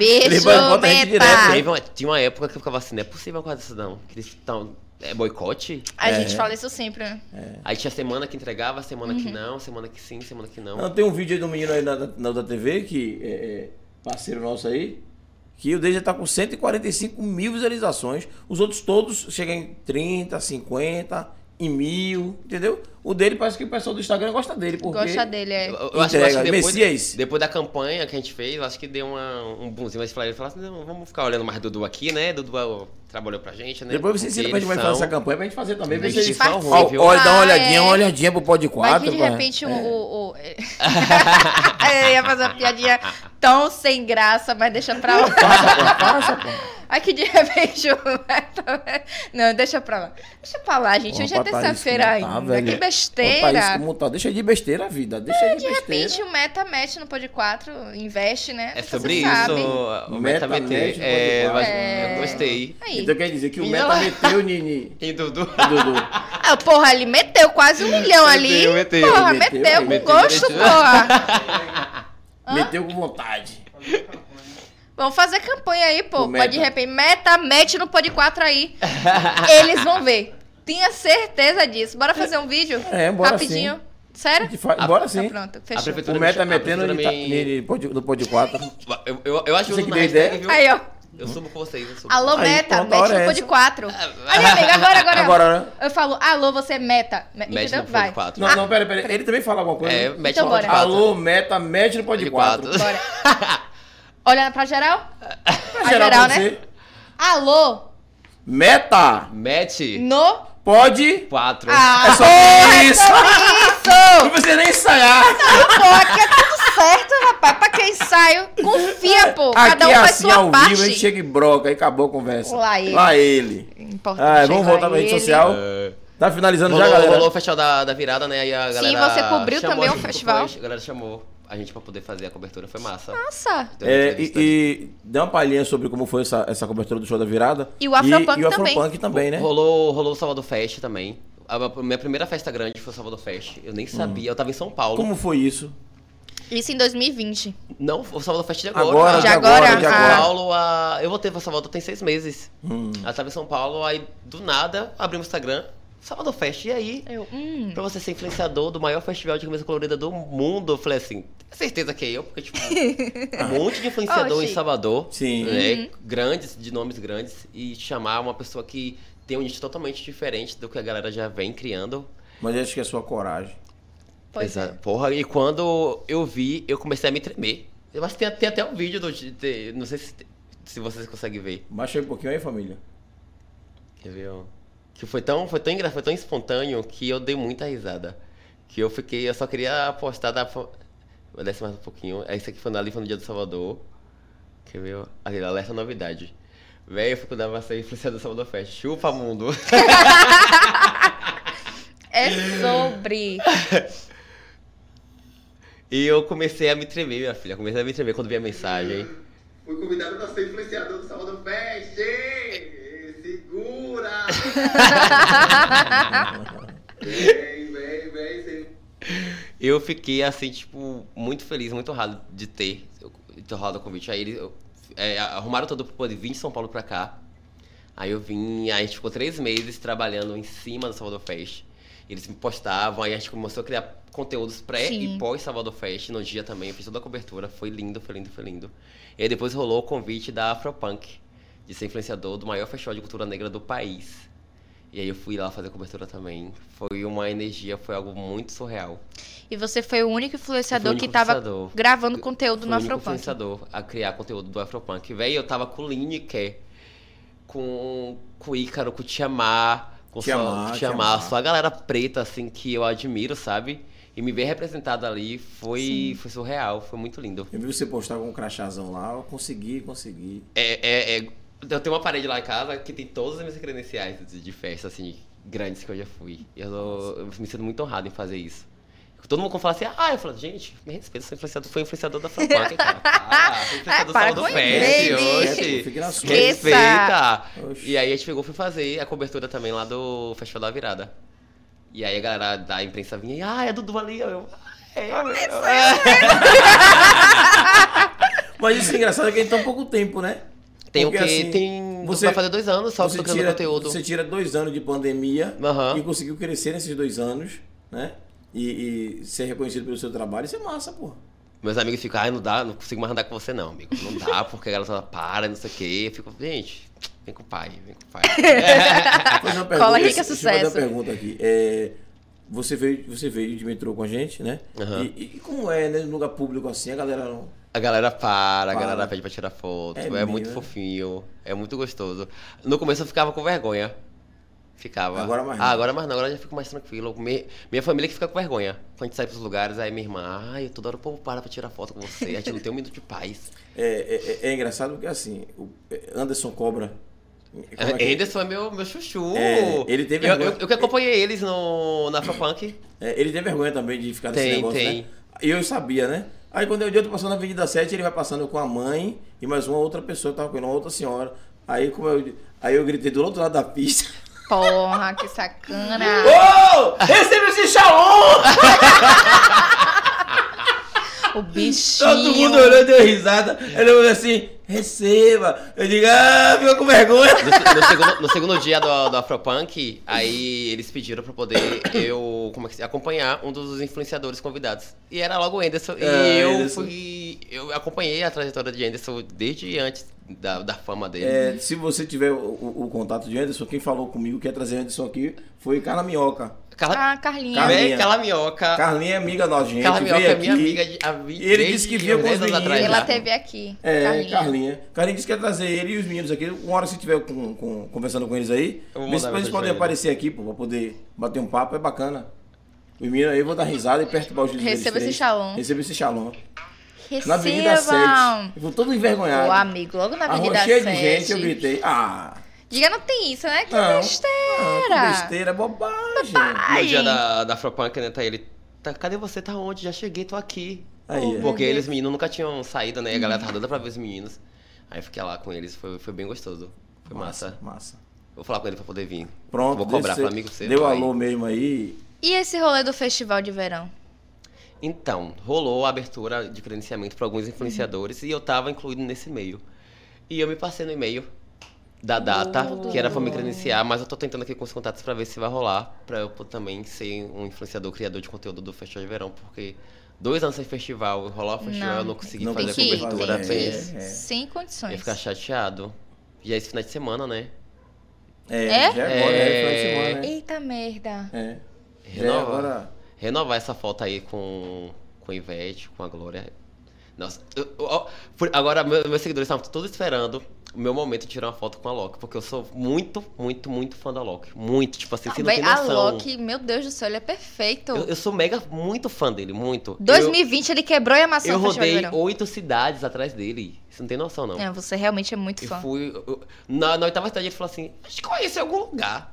Ele
Beijo,
bota a gente direto,
meta.
Teve uma- É tinha uma época que eu ficava assim, não é possível uma coisa disso não. Que eles tão, é boicote?
A gente
É.
fala isso sempre, né?
É.
Aí tinha semana que entregava, semana que não, semana que sim, semana que não.
Não, tem um vídeo aí do menino aí na, na- da TV, que é, é parceiro nosso aí, que o dele já tá com 145 mil visualizações. Os outros todos chegam em 30, 50, em mil, entendeu? O dele parece que o pessoal do Instagram gosta dele, porque...
Gosta dele, é.
Eu, eu acho, eu acho
Entrega,
que depois,
Messias.
depois da campanha que a gente fez, eu acho que deu uma, um boomzinho. Mas falaram, falaram assim, não, vamos ficar olhando mais Dudu aqui, né? Dudu ó, trabalhou pra gente, né?
Depois você ensina pra gente
Porque
vai fazer
eles
essa campanha pra gente fazer também. pra
Eles
gente-
são
participam.
ruins, um, viu?
Olha, dá uma
Ah,
olhadinha,
é.
uma olhadinha pro pod É.
Vai que
4.
de repente o. o- é. o- é. Eu ia fazer uma piadinha tão sem graça, mas deixa pra lá.
Passa, pô, passa, pô.
Ai, que de repente. o- Não, deixa pra lá. Deixa pra lá, gente.
Porra,
Hoje é
pra Thaís
terça-feira
como tá,
ainda.
velho.
que
Ô, Thaís,
besteira.
como tá? Deixa de besteira a vida. Deixa de,
É, De
besteira.
repente o Meta mete no Pod 4, investe, né?
É
Nunca
sobre
se
isso,
sabe.
o
Meta
Meta
Net,
BT. É, mas
É.
Eu gostei.
Aí.
Então quer dizer que o
E
Meta
ela-
meteu o Nini.
E Dudu.
Dudu.
Ah, porra, ele meteu quase um milhão ali.
Meteu, meteu,
porra, meteu,
meteu,
com
meteu
gosto,
direitinho.
porra. Hã?
Meteu com vontade.
Vamos fazer campanha aí, pô.
O
Pode de
Meta.
repente, meta, mete no Pod 4 aí. Eles vão ver. Tinha certeza disso. Bora fazer um vídeo?
É, bora
Rapidinho.
sim.
Sério?
A gente faz- Bora
Tá
sim.
pronto,
A é
fechou.
O
prefeitura
Meta
me- a
metendo
prefeitura
no, Ita-
me-
nele- pod- no pod 4.
Eu, eu, eu ajudo
Você que
na
deu
hashtag,
ideia?
viu?
Aí, ó.
Eu subo com vocês, eu subo.
Alô,
Aí,
meta,
pronto, a hora
mete no
é
Pod
essa.
4. Aí, amiga, agora, agora.
Agora, né?
Eu falo, alô, você é meta. Me-
Mete
Entendeu?
no
Vai.
Pod 4.
Não, não, pera, pera. Ele também fala alguma coisa.
É,
né?
mete
Ah, Então
no
bora.
Pod 4.
Alô, Meta, mete no pod 4.
Bora. Olhando pra geral? Pra
Pra geral,
geral,
pra
né?
você.
Alô,
Meta,
Mete
no.
pode.
4.
Ah,
É só isso. Não
isso!
precisa nem ensaiar.
Pô, aqui é tudo certo, rapaz. Pra quem ensaio, confia, pô. Cada
Aqui
um
é
faz
assim,
sua
ao
parte.
vivo, a gente chega e broca, aí acabou a conversa.
Lá ele.
Lá ele.
Importante,
Ah, vamos
lá
voltar pra rede
ele.
social.
É.
Tá finalizando já,
Rolou,
galera.
rolou o festival da, da virada, né? Aí a
Sim,
galera.
você cobriu
chamou
também
a
o
gente,
festival. Ah.
foi, A galera chamou a gente pra poder fazer a cobertura, foi massa.
Nossa.
Deu uma
É, e,
entrevista.
e dá uma palhinha sobre como foi essa, essa cobertura do show da virada.
E o Afropunk
e, o
também.
Afropunk também, né?
Rolou, rolou o Salvador Fest também. A a minha primeira festa grande foi o Salvador Fest. Eu nem sabia, eu tava em São Paulo.
Hum. Como foi isso?
Isso em 2020.
Não, o Salvador Fest de agora.
Agora,
né?
de agora,
Eu tava
de
em
agora.
São Paulo, a... eu voltei pra Salvador tem seis meses.
Hum,
Ela tava em São Paulo, aí do nada, abri o Instagram, Salvador Fest, e aí?
Eu, hum.
Pra você ser influenciador do maior festival de camisa colorida do mundo, eu falei assim, tem certeza que é eu, porque tipo, um monte de influenciador em
Oxi. Uhum.
Salvador,
Sim.
né, grandes, de nomes grandes, e chamar uma pessoa que tem um nicho totalmente diferente do que a galera já vem criando.
Mas acho que é sua coragem.
Pois
Exato.
é.
Porra, e quando eu vi, eu comecei a me tremer. Eu acho que tem, tem até um vídeo do. de- não sei se, se vocês conseguem ver.
Baixa aí um pouquinho aí, família.
Quer ver, ó? Que foi tão, foi tão engraçado, foi tão espontâneo que eu dei muita risada. Que eu fiquei, eu só queria apostar da. fo- Vou descer mais um pouquinho. Esse aqui foi na Lifa no Dia do Salvador. Quer ver, ó? Aqui, alerta novidade. Véi, eu fui quando eu ser influenciado do Salvador Fest. Chupa, mundo!
É sobre.
e eu comecei a me tremer, minha filha. Comecei a me tremer quando vi a mensagem.
Fui convidado pra ser influenciador do Salvador Fest! Segura! vem, vem, vem, sem
Eu fiquei assim, tipo, muito feliz, muito honrado de ter, de ter rolado o convite. Aí eles eu- é, arrumaram todo pra poder vir de São Paulo pra cá. Aí eu vim, aí a gente ficou três meses trabalhando em cima do Salvador Fest. Eles me postavam, aí a gente começou a criar conteúdos pré
Sim.
e pós Salvador Fest no dia também. Eu fiz toda a cobertura, foi lindo, foi lindo, foi lindo. E aí depois rolou o convite da Afropunk, de ser influenciador do maior festival de cultura negra do país. E aí eu fui lá fazer a cobertura também. Foi uma energia, foi algo muito surreal.
E você foi o único influenciador
Foi o único
que tava
influenciador.
gravando conteúdo
Foi
no
o único
Afropunk.
influenciador a criar conteúdo do Afropunk. Véi, eu tava com o Lineker, com, com o Ícaro, com o Tiamar, com
Tiamar,
só, com
Tiamar.
Tiamar, só a galera preta, assim, que eu admiro, sabe? E me ver representado ali foi, foi surreal, foi muito lindo.
Eu vi você postar com um crachazão lá. Eu consegui, consegui.
É, é, é- eu tenho uma parede lá em casa que tem todas as minhas credenciais de, de festa, assim, grandes que eu já fui. Eu, eu me sinto muito honrado em fazer isso. Todo mundo quando fala assim, ah, eu falo, gente, me respeita, sou influenciador, foi influenciador da Fanpunk, cara. Ah, fui influenciador
Para
Salvador
com
Fest,
ele.
hoje.
Fique É, na sua.
Esqueça.
Respeita!
Oxi.
E aí a gente pegou e foi fazer a cobertura também lá do Festival da Virada. E aí a galera da imprensa vinha e, ah, é Dudu ali, eu... "Ah, É, eu, eu,
Mas isso é engraçado é que a gente tem pouco tempo, né?
Tem o
Porque,
quê?
assim,
tem...
você-
vai fazer dois anos só
você,
tocando
tira,
conteúdo.
você tira dois anos de pandemia
Aham.
e conseguiu crescer nesses dois anos, né? E, e ser reconhecido pelo seu trabalho, isso é massa, pô.
Meus amigos ficam, ai, não dá, não consigo mais andar com você não, amigo. Não dá, porque a galera fala, para, não sei o quê. Eu fico, gente, vem com o pai, vem com o pai.
Fazer uma
Cola aqui que é
deixa eu fazer uma
sucesso.
pergunta aqui. É, Você veio, você veio de metrô com a gente, né?
Aham.
E, e- e como é, né? No lugar público assim, a galera não.
A galera para, a
Para.
galera pede pra tirar foto.
É
É,
mesmo,
muito
né?
fofinho, é muito gostoso. No começo eu ficava com vergonha. Ficava.
Agora mais não.
Ah, agora mais não, agora eu já fico mais tranquilo. Me- minha família que fica com vergonha. Quando a gente sai pros lugares, aí minha irmã, ai, toda hora o povo para pra tirar foto com você. A gente não tem um minuto de paz.
É, é- é engraçado porque assim, o Anderson Cobra. como é que-
Anderson é meu, meu chuchu.
É, ele teve
eu,
vergonha.
eu- eu que acompanhei eles no, na Afropunk.
É, ele tem vergonha também de ficar nesse
Tem,
negócio,
tem.
né? E eu sabia, né? Aí quando eu dia eu tô passando na Avenida 7, ele vai passando com a mãe e mais uma outra pessoa, eu tava com ele, uma outra senhora. Aí como eu, aí eu gritei do outro lado da pista.
Porra, que sacana.
Ô! Recebe esse xalão!
O bichinho.
Todo mundo olhou e deu risada. Ele falou assim, receba. Eu digo, ah, fica com vergonha.
No, se- no segundo, no segundo dia do, do Afropunk, aí eles pediram pra poder eu como é que se- acompanhar um dos influenciadores convidados. E era logo o Anderson.
É,
e eu
Anderson.
fui. Eu acompanhei a trajetória de Anderson desde antes da, da fama dele.
É, se você tiver o, o- o contato de Anderson, quem falou comigo que ia trazer Anderson aqui foi Carla Minhoca.
Carla,
Ah, Carlinha.
Carlinha.
Véi, Carla Minhoca.
Carlinha é amiga nossa, gente.
Carla
veio
Minhoca é minha
aqui.
amiga de, há 20
E ele
desde
disse que via
uns
com os
10 anos
meninos.
atrás.
Ela
já.
teve aqui.
É, Carlinha.
Carlinha.
Carlinha. disse que ia trazer ele e os meninos aqui. Uma hora, se tiver com, com- conversando com eles aí,
Eu vou
vê se
mandar
eles
mensagem pra
podem
ele.
aparecer aqui, pô, pra poder bater um papo. É bacana. Os meninos aí, eu vou dar risada e perturbar os deles
Receba esse
três.
shalom.
Receba esse shalom.
Receba.
Na Avenida 7. Eu vou todo envergonhado.
O amigo, logo na
A rua
Avenida
cheia
7.
de gente, eu gritei. Ah,
Diga, não tem isso, né? Que
Não. ah,
besteira.
que besteira, bobagem.
No
Ai.
dia da, da Afropunk, né, tá ele. Tá, cadê você? Tá onde? Já cheguei, tô aqui.
Aí, é. Uhum. ó.
Porque eles, meninos, nunca tinham saído, né? E a galera tava doida pra ver os meninos. Aí eu fiquei lá com eles, foi, foi bem gostoso. Foi massa.
Massa.
Vou falar com ele pra poder vir.
Pronto,
Vou cobrar,
deu cê-
Flamengo cedo,
Deu
vai.
alô mesmo aí.
E esse rolê do festival de verão?
Então, rolou a abertura de credenciamento pra alguns influenciadores e eu tava incluído nesse e-mail. E eu me passei no e-mail da data, que era pra me credenciar, mas eu tô tentando aqui com os contatos pra ver se vai rolar, pra eu pô- também ser um influenciador criador de conteúdo do Festival de Verão, porque dois anos sem festival, eu rolar o festival,
Não,
eu não consegui
não
fazer a
consegui,
cobertura.
tem
bem,
que-
Eu
É.
Sem
ia
condições.
ficar chateado. E é esse final de semana, né?
É,
É?
já é agora, é,
É.
final de semana, né?
Eita merda.
É. Já é
Renova.
agora.
renovar essa foto aí com, com o Ivete, com a Glória. Nossa, eu- eu- ó, por- agora meu- meus seguidores estavam todos esperando o meu momento de tirar uma foto com a Loki, porque eu sou muito, muito, muito fã da Loki. Muito, tipo assim, você não
Ah, Véi,
tem
a
noção.
Loki, meu Deus do céu, ele é perfeito.
eu, eu sou mega, muito fã dele, muito.
2020 ele quebrou e amassou
Eu, eu
o festival de
rodei
verão.
oito cidades atrás dele. Você não tem noção, não.
É, você realmente é muito
Eu
fã.
fui. eu- na, na oitava cidade ele falou assim: acho que conhece algum lugar.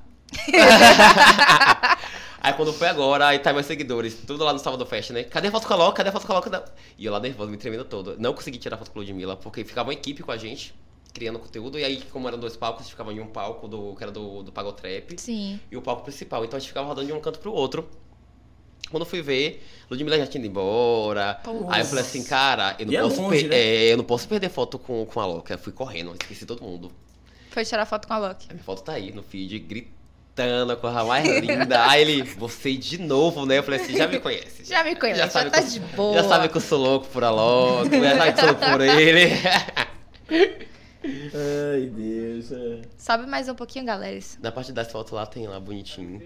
aí quando foi agora, aí tá meus seguidores, tudo lá no Salvador Fest, né? Cadê a foto com a Loki? Cadê a foto com a Loki? Não. E eu lá nervoso, me tremendo todo. Não consegui tirar foto com a Ludmilla, porque ficava uma equipe com a gente, criando conteúdo. E aí, como eram dois palcos, ficava em um palco do, que era do, do Pagotrap
Sim.
e o palco principal. Então a gente ficava rodando de um canto pro outro. Quando eu fui ver, Ludmilla já tinha ido embora. Aí eu falei assim, cara, eu não,
E é
posso,
longe,
per-
né?
é, eu não posso perder foto com, com a louca. Eu fui correndo, esqueci todo mundo.
Foi tirar foto com a Loki.
A minha foto tá aí no feed, gritando com a mais linda. Aí ele, você de novo, né? Eu falei assim, já me conhece.
Já me conhece, já,
sabe
tá
que eu-
de boa.
Já sabe que eu sou louco por a louca, já sabe que eu sou louco por ele.
Ai, Deus. é.
Sobe mais um pouquinho, galera.
Na parte das fotos lá tem lá, bonitinho.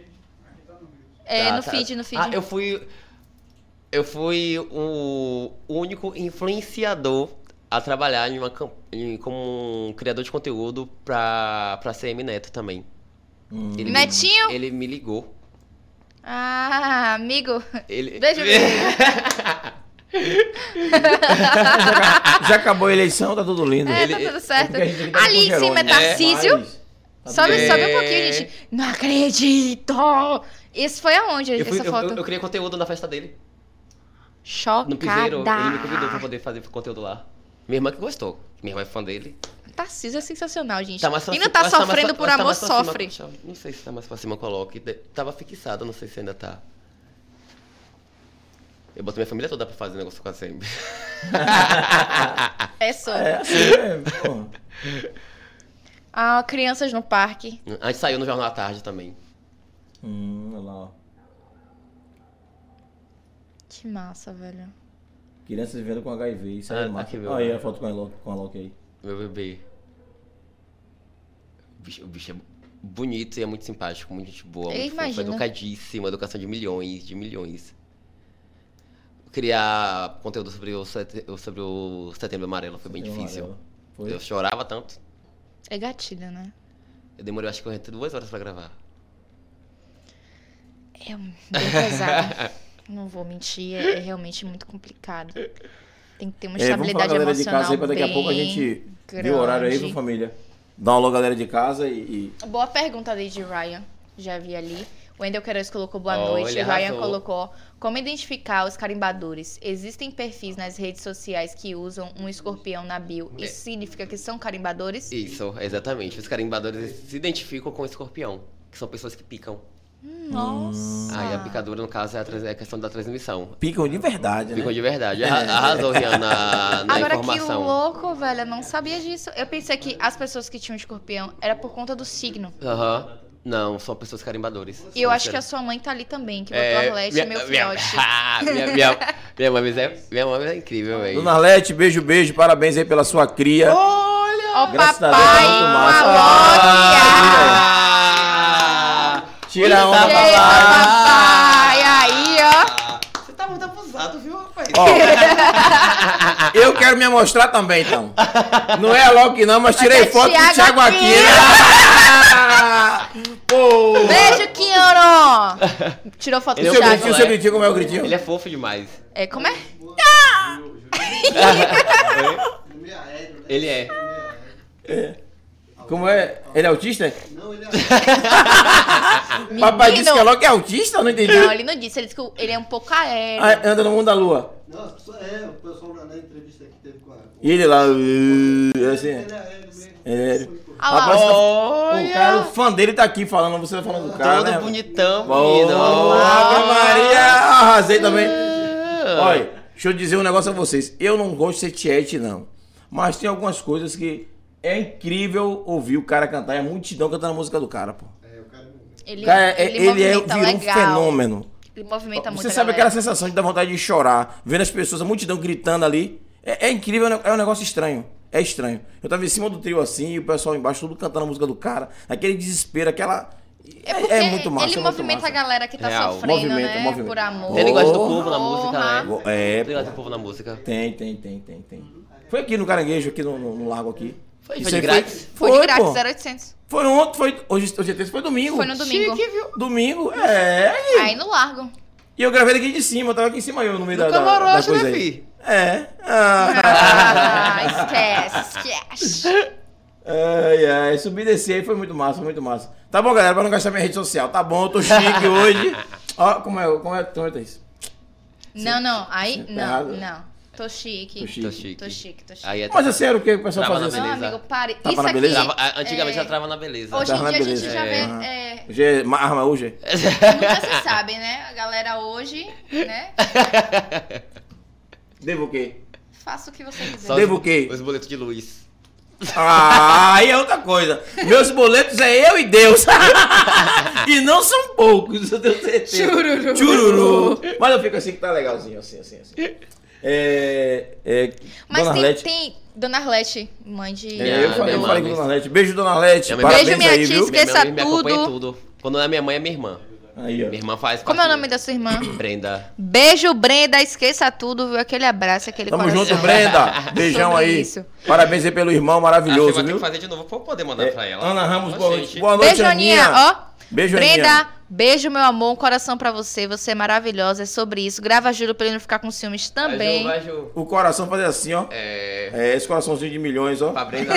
É,
Tá,
no
tá.
feed, no feed.
Ah, eu fui. Eu fui o único influenciador a trabalhar em uma, cam- em- como um criador de conteúdo pra, pra CM Neto também.
Hum.
Ele
Netinho?
Me, ele me ligou.
Ah, amigo.
Ele...
Beijo,
Já acabou a eleição, tá tudo lindo.
É,
Ele-
tá tudo
É
certo.
porque a gente aqui tá
Ali
com
em cima é
Jerônimo.
Tarcísio.
Mas- tá
Sobe,
tudo bem.
sobe um
É.
pouquinho, gente. Não acredito! Esse foi aonde,
eu, fui,
essa
eu,
foto?
eu, eu criei conteúdo na festa dele.
Chocada.
No Piseiro, ele me convidou pra poder fazer conteúdo lá. Minha irmã que gostou. Minha irmã é fã dele.
Tarcísio é sensacional, gente.
Tá mais pra
Quem
cima-
não tá
mas mais
sofrendo
pra-
por
mas tá
amor,
mais pra cima-
sofre.
deixa eu- Não sei se tá mais pra cima, coloque. De- Tava fixado, não sei se ainda tá. Eu boto minha família toda pra fazer negócio com a Sembi.
É sobre.
É, assim, é, pô.
Ah, crianças no parque.
A gente saiu no Jornal à Tarde também.
Hum, olha lá, ó.
Que massa, velho.
Crianças vivendo com HIV, isso aí
Ah,
é massa.
aqui, meu.
Olha aí a foto com a Loki, com a Loki aí.
Meu bebê. O bicho, o bicho é. bonito e é muito simpático, muito gente
Eu
boa, muito fofo,
imagino.
educadíssimo, educação de milhões, de milhões. Criar conteúdo sobre o, sete- sobre o Setembro Amarelo foi bem difícil.
Foi?
Eu chorava tanto.
É gatilho, né?
Eu demorei acho que entre duas horas pra gravar.
É um- bem pesado. Não vou mentir, é, é realmente muito complicado. Tem que ter uma
É, vamos falar a
estabilidade
galera de
emocional
casa aí, pra daqui a
bem
pouco a gente
grande.
vê o horário aí, viu, família? Dá um alô, galera de casa e. e-
Boa pergunta ali de Ryan. Já vi ali. O Wendel Queiroz colocou boa
Olha,
noite. Ryan
arrasou.
colocou como identificar os carimbadores. Existem perfis nas redes sociais que usam um escorpião na bio.
É.
Isso significa que são carimbadores?
Isso, exatamente. Os carimbadores eles se identificam com o escorpião, que são pessoas que picam.
Nossa.
Aí a picadura, no caso, é a, trans- é a questão da transmissão.
Picam de verdade,
Ficou
né?
de verdade. Arra- Arrasou, Rian, na, na
É. Agora que
informação.
louco, velho. Eu não sabia disso. Eu pensei que as pessoas que tinham escorpião era por conta do signo.
Aham. Não, são pessoas carimbadores. É,
E eu acho que a sua mãe tá ali também, que botou Arlete, meu
minha,
filhote.
Ah, minha, minha, minha, mãe é, minha mãe é incrível, velho.
Dona Arlete, beijo, beijo, parabéns aí pela sua cria.
Oh, Ó, o
Graças a Deus,
papai,
tá muito
uma
massa.
lógia.
Ah!
Tira a onda,
Ei,
papai.
papai, aí, ó.
Você tá muito abusado, viu, rapaz?
Ó, eu quero me amostrar também, então. Não é logo que não, mas tirei
Até
foto do
Thiago
Thiago Aquino. Pô!
Beijo, Quinhoro! Tirou foto
O
do
seu
Thiago,
Thiago.
gritinho, o seu gritinho, como é o gritinho?
Ele é fofo demais.
É, como é?
Ah!
né?
Ele é.
Como é? Ele é autista?
Não, ele é
Papai disse que é
Menino.
logo que é autista, eu não entendi.
Não, ele não disse, ele disse que o- ele é um pouco aéreo.
Ah, Anda no mundo da lua.
Não, as pessoas- é, o pessoal na, na entrevista que teve com a. com-
E ele lá. uh, assim.
Ele é ele mesmo.
É.
Ah
A
lá.
próxima-
Olha!
O cara, o fã dele tá aqui falando, você tá falando do cara.
Todo
né?
bonitão, menino. Ah!
Ô, Ave Maria! Arrasei também. Olha, deixa eu dizer um negócio a vocês. Eu não gosto de ser tiete, não. Mas tem algumas coisas que é incrível ouvir o cara cantar. É a multidão cantando a música do cara, pô.
É, o cara não.
Ele,
O cara é,
ele
ele é,
movimenta
virou um
legal.
fenômeno.
Ele movimenta muito
Você
a
sabe
galera.
aquela sensação de dar vontade de chorar, vendo as pessoas, a multidão gritando ali. É, é incrível, é um- é um negócio estranho. É estranho. Eu tava em cima do trio assim, e o pessoal embaixo, tudo cantando a música do cara. Aquele desespero, aquela.
É
É,
porque
é muito massa.
ele
é muito
movimenta
massa.
a galera que tá
Real.
sofrendo,
Movimenta,
né?
movimenta.
Por amor.
Tem negócio do
Oh.
povo na música, né?
É,
Tem negócio do povo na música.
Tem, tem, tem, tem, tem. Foi aqui no Caranguejo, aqui no, no- no lago aqui.
Foi-
Isso
foi de
aí
grátis?
Foi de
pô.
grátis, 0800.
Foi ontem, foi. Hoje, hoje é terça, foi domingo.
Foi no domingo.
Chique, viu? Domingo, é. Aí.
Aí no largo.
E eu gravei daqui de cima, eu tava aqui em cima eu, no meio
Do
da, da, da
camarote,
coisa
né,
aí.
fi?
É. Ah.
Ah, esquece, esquece.
ai, ai, subir e descer aí foi muito massa, foi muito massa. Tá bom, galera, pra não gastar minha rede social. Tá bom, eu tô chique hoje. Ó, como é, como é, como é, Thaís?
Não, não, aí,
Tá
não,
errado.
não. Tô chique.
Tô chique.
Tô chique.
Tô chique, tô chique.
Aí é
Mas é sério o que o pessoal fazia
Trava na
assim?
Não,
beleza.
amigo, pare.
Tava
Isso
na
aqui...
beleza?
Trava- a- antigamente
é,
já trava na beleza.
Hoje em
Tava na
dia a gente
beleza.
já vê...
Aham.
é,
G, ma- arma hoje?
Nunca se sabe, né? A galera hoje, né?
Devo o quê?
Faça o que você quiser.
Só os-
Devo o quê?
Os boletos de luz.
Ah, aí é outra coisa. Meus boletos é eu e Deus. e não são poucos, eu tenho certeza. Chururu. Mas eu fico assim que tá legalzinho, assim, assim, assim. É. é
Mas
Dona
tem,
Arlete.
tem. Dona Arlete, mãe de.
É, eu
Ah,
falei, eu
minha
falei com
mãe.
Dona Arlete. Beijo, Dona Arlete.
Minha mãe-
Parabéns
Beijo, minha tia,
aí, viu?
esqueça
minha mãe me acompanha em
tudo.
tudo. Quando não é minha mãe, é minha irmã.
Aí, ó.
Minha irmã faz.
Como é o
parte-
nome da sua irmã?
Brenda.
Beijo, Brenda. Esqueça tudo, viu? Aquele abraço, aquele
Tamo
coração.
junto,
assim.
Brenda. Beijão
Sobre
aí.
isso.
Parabéns aí pelo irmão
Acho que
maravilhoso,
Ah, vai ter
viu?
que fazer de novo pra eu poder mandar
É,
pra ela.
Ana Ramos,
Ó,
boa noite.
gente.
Boa noite,
Beijo, Aninha. Ó.
Beijo,
Brenda,
Aninha.
beijo, meu amor. Um coração pra você. Você é maravilhosa. É sobre isso. Grava Júlio pra ele não ficar com ciúmes
Vai, Ju,
também.
vai, Ju.
O coração fazer assim, ó.
É.
É, esse coraçãozinho de milhões, ó.
Pra Brenda.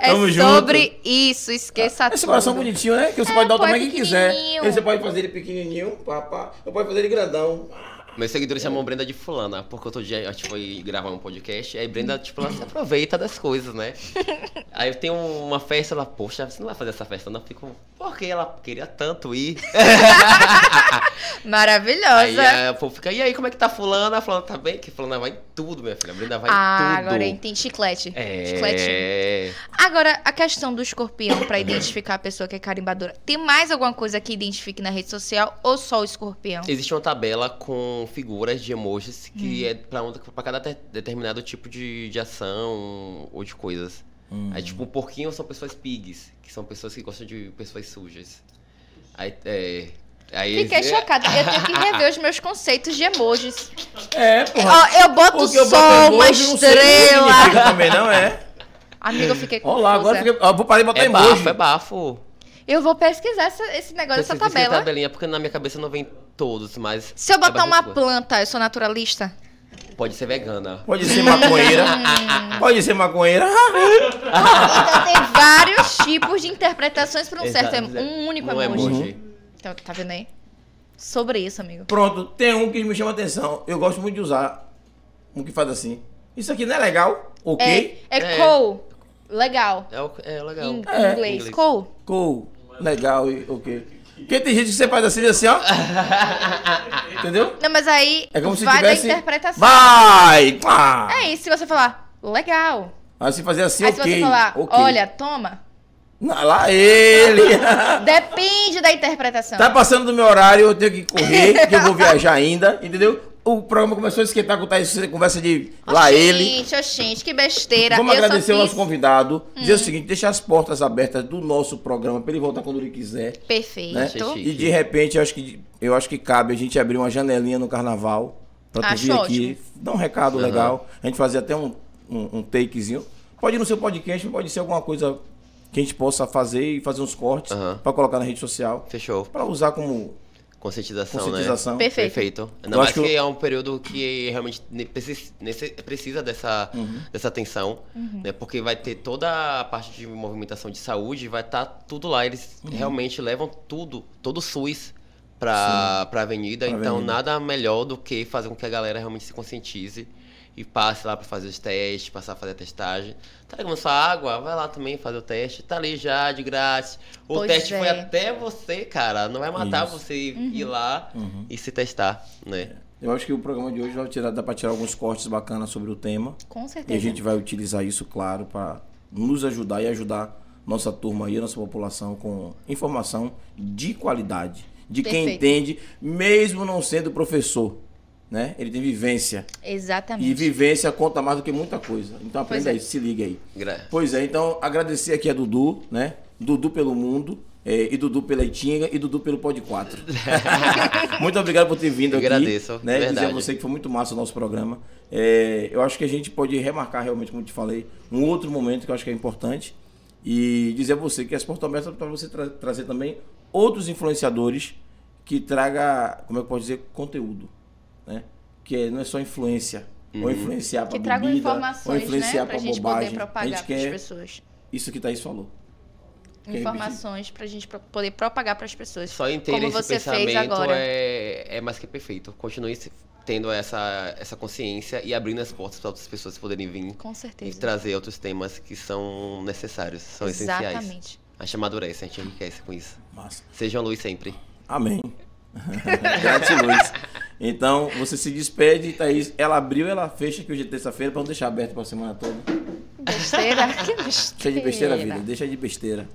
É
Tamo
sobre isso. Esqueça tudo.
Esse coração bonitinho, né? Que você
É,
pode dar o
pô, é
tamanho que quiser.
pequenininho.
Aí Você pode fazer ele pequenininho, papá. Ou pode fazer ele grandão.
Meus seguidores chamam Brenda de fulana, porque outro dia a gente foi gravar um podcast, aí Brenda, tipo, ela se aproveita das coisas, né? Aí eu tenho uma festa, ela, poxa, você não vai fazer essa festa, não? Eu fico, por que ela queria tanto ir? Aí
Maravilhosa.
é, o povo fica, e aí, como é que tá fulana? A fulana tá bem? Que fulana vai em tudo, minha filha. A Brenda vai
ah,
em tudo.
agora entendi. Chiclete. Chicletinho.
É.
Agora, a questão do escorpião pra identificar a pessoa que é carimbadora. Tem mais alguma coisa que identifique na rede social ou só o escorpião?
Existe uma tabela com figuras de
Hum.
emojis que é pra, um- pra cada te- determinado tipo de, de ação ou de coisas. Aí,
Hum.
tipo, um porquinho são pessoas pigs, que são pessoas que gostam de pessoas sujas. Aí, é... Aí
Fiquei
eles- é,
chocada. Eu tenho que rever os meus conceitos de emojis.
É, porra.
Ó, eu boto
Porque eu boto
só uma
emoji, não sei o que
estrela.
significa também, não é?
Amigo, eu fiquei confusa.
Olha lá, agora fica- ó, vou parar de botar
É
emoji.
bafo, é bafo.
Eu vou pesquisar essa- esse negócio,
Essa
essa tabela.
tabelinha, porque na minha cabeça não vem todos, mas...
Se eu
é
botar uma
bastante coisa.
planta, eu sou naturalista?
Pode ser vegana.
Pode ser maconheira. Pode ser maconheira.
Então tem vários tipos de interpretações para um
Exato,
certo,
exato.
um único
Não é
emoji.
emoji.
Então, tá vendo aí? Sobre isso, amigo.
Pronto, tem um que me chama atenção. Eu gosto muito de usar. Um que faz assim. Isso aqui não é legal, ok?
É, é
É.
cool. Legal.
É, o- é legal.
Em
É.
inglês.
Inglês.
Cool.
Cool, legal e ok. Porque tem gente que você faz assim, assim, ó. Entendeu?
Não, mas aí
É como se
vai
tivesse.
da interpretação.
Vai! pá!
É isso, se você falar, legal.
Aí se fazer assim,
aí se
ok.
você falar,
ok.
olha, toma.
Não, lá ele!
Depende da interpretação.
tá passando do meu horário, eu tenho que correr, porque eu vou viajar ainda, entendeu? O programa começou a esquentar com essa conversa de lá ele.
Gente, oxente, que besteira.
Vamos
eu só
agradecer o
fiz- Hum.
nosso convidado. Dizer o seguinte, deixar as portas abertas do nosso programa pra ele voltar quando ele quiser.
Perfeito.
né?
Achei chique.
E de repente, eu acho que, eu acho que cabe a gente abrir uma janelinha no carnaval pra tu
Acho
vir aqui, dar um recado
Aham.
legal. A gente fazer até um, um, um takezinho. Pode ir no seu podcast, pode ser alguma coisa que a gente possa fazer e fazer uns cortes
Aham.
pra colocar na rede social.
Fechou.
Pra usar como
Conscientização, né?
conscientização.
Perfeito.
Perfeito. Ainda
Eu
mais
acho que
que,
eu-
é um período que realmente ne- precis- nesse- precisa dessa,
uhum.
dessa atenção, né? Porque vai ter toda a parte de movimentação de saúde, vai estar tudo lá. Eles
Uhum.
realmente levam tudo, todo o SUS pra, pra avenida.
Pra
então,
avenida.
nada melhor do que fazer com que a galera realmente se conscientize e passe lá pra fazer os testes, passar a fazer a testagem. Tá levando sua água? Vai lá também fazer o teste. Tá ali já, de grátis. O
Pois
teste foi
é.
até você, cara. Não vai matar
Isso. Uhum. É.
você ir lá e se testar, né?
Eu acho que o programa de hoje vai tirar, dá pra tirar alguns cortes bacanas sobre o tema.
Com
E
certeza.
a gente vai utilizar isso, claro, para nos ajudar e ajudar nossa turma aí, nossa população com informação de qualidade, de quem
Perfeito.
entende, mesmo não sendo professor, né? Ele tem vivência
Exatamente.
e vivência conta mais do que muita coisa. Então aprenda
é.
isso, se liga aí.
Gra-
Pois é, então agradecer aqui a Dudu, né? Dudu pelo mundo. eh, e Dudu pela Itinga e Dudu pelo Pod 4. muito obrigado por ter vindo
Eu
aqui.
agradeço,
né?
verdade.
Dizer a você que foi muito massa o nosso programa. Eh, eu acho que a gente pode remarcar realmente, como te falei, um outro momento que eu acho que é importante. E dizer a você que as portas abertas para você tra- trazer também outros influenciadores que traga, como é eu posso dizer, conteúdo. Né? Que é- não é só influência.
Uhum.
Ou influenciar para
Que tragam
bebida, ou
informações,
influenciar
né?
pra
Pra gente
bobagem.
poder
a gente
propagar
quer
pras pessoas.
isso que Thaís falou. Quer
Informações pra gente pro- poder propagar pras pessoas.
Só em ter
Como
esse
você fez
pensamento
agora.
é, é mais que perfeito. Continue se- tendo essa, essa consciência e abrindo as portas para outras pessoas poderem vir
Com
e
certeza.
trazer outros temas que são necessários, Então, são essenciais.
Exatamente.
A gente amadurece, a gente enriquece com isso.
Massa.
Sejam luz sempre.
Amém. Gratiluz. Então, você se despede, Thaís. Ela abriu, ela fecha aqui hoje é terça-feira pra não deixar aberto pra semana toda.
Besteira? que besteira.
Deixa de besteira, vida. Deixa de besteira.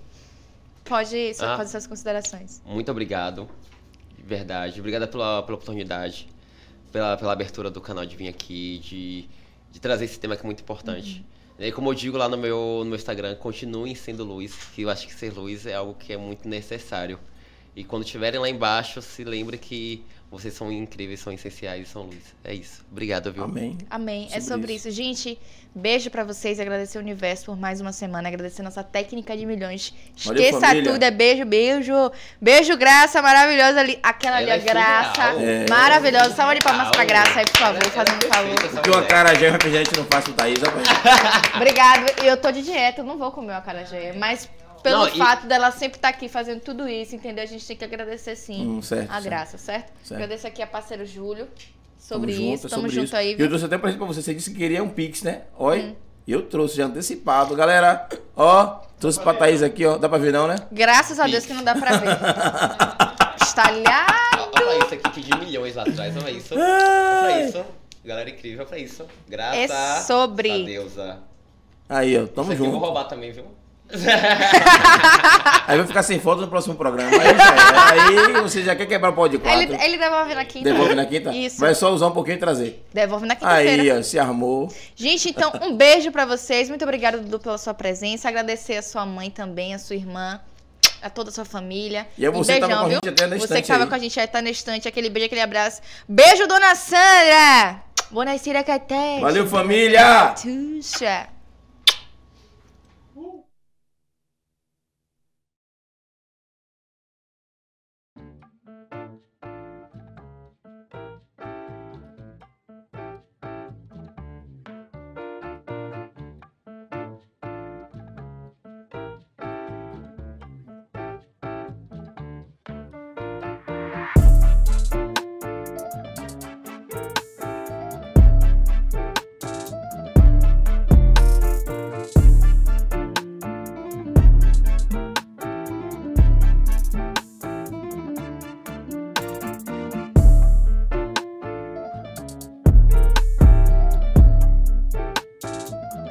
Pode só
Ah.
fazer suas considerações.
Muito obrigado, de verdade. Obrigada pela, pela oportunidade, pela, pela abertura do canal de vir aqui, de, de trazer esse tema que é muito importante.
Uhum.
E como eu digo lá no meu, no meu Instagram, continuem sendo luz, que eu acho que ser luz é algo que é muito necessário. E quando estiverem lá embaixo, se lembre que vocês são incríveis, são essenciais e são luz. É isso. Obrigado, viu?
Amém.
Amém. é
Sobre
sobre isso. Gente, beijo pra vocês. Agradecer o universo por mais uma semana. Agradecer nossa técnica de milhões.
Valeu,
Esqueça
família.
tudo. É beijo, beijo. Beijo, graça maravilhosa ali. Aquela
Ela
ali,
é
a graça.
surreal.
É.
Maravilhosa. Salva de palmas pra
Surreal.
graça aí, por favor.
Ela- ela
Fazendo um
é
favor.
perfeita, essa
Porque o
mulher.
acarajé e o refrigerante não passa o Thaís. rapaz.
Obrigado. E eu tô de dieta, eu não vou comer o acarajé. Mas pelo
Não, e-
fato dela sempre estar aqui fazendo tudo isso, entendeu? A gente tem que agradecer sim.
Hum, certo,
a
certo.
graça, certo?
Certo.
Agradeço aqui a parceiro Júlio
Tamo
sobre
junto,
isso. Tamo
sobre
junto
isso.
aí,
E eu
viu? Hum.
trouxe até presente pra você. Você disse que queria um Pix, né? Oi. Eu trouxe já antecipado. Galera, ó, trouxe pra Thaís aqui, ó. Dá pra ver não, né?
Graças a Deus que não dá pra ver. Ah, Estalhar.
Olha pra isso aqui que de milhões lá atrás, olha isso. Olha pra isso. Galera incrível, olha pra isso. Graça.
É sobre.
A deusa.
Aí, ó,
Isso
tamo
aqui eu vou
junto.
roubar também, viu?
Aí vai ficar sem foto no próximo programa. Aí, já era. Aí você já quer quebrar o pau de quatro.
Ele, ele devolve na quinta. né?
Devolve na quinta?
Isso.
Vai só usar um pouquinho e trazer.
Devolve na quinta-feira.
Aí, ó, se armou.
Gente, então, um beijo pra vocês. Muito obrigada, Dudu, pela sua presença. Agradecer a sua mãe também, a sua irmã, a toda a sua família.
E aí
um
você que
beijão,
tava com a
viu?
gente até na
Você que
estante
tava
aí.
com a gente aí, tá na estante. Aquele beijo, aquele abraço. Beijo, dona Sandra! Boa noite, Cira Caté.
Valeu, família!
Tuxa!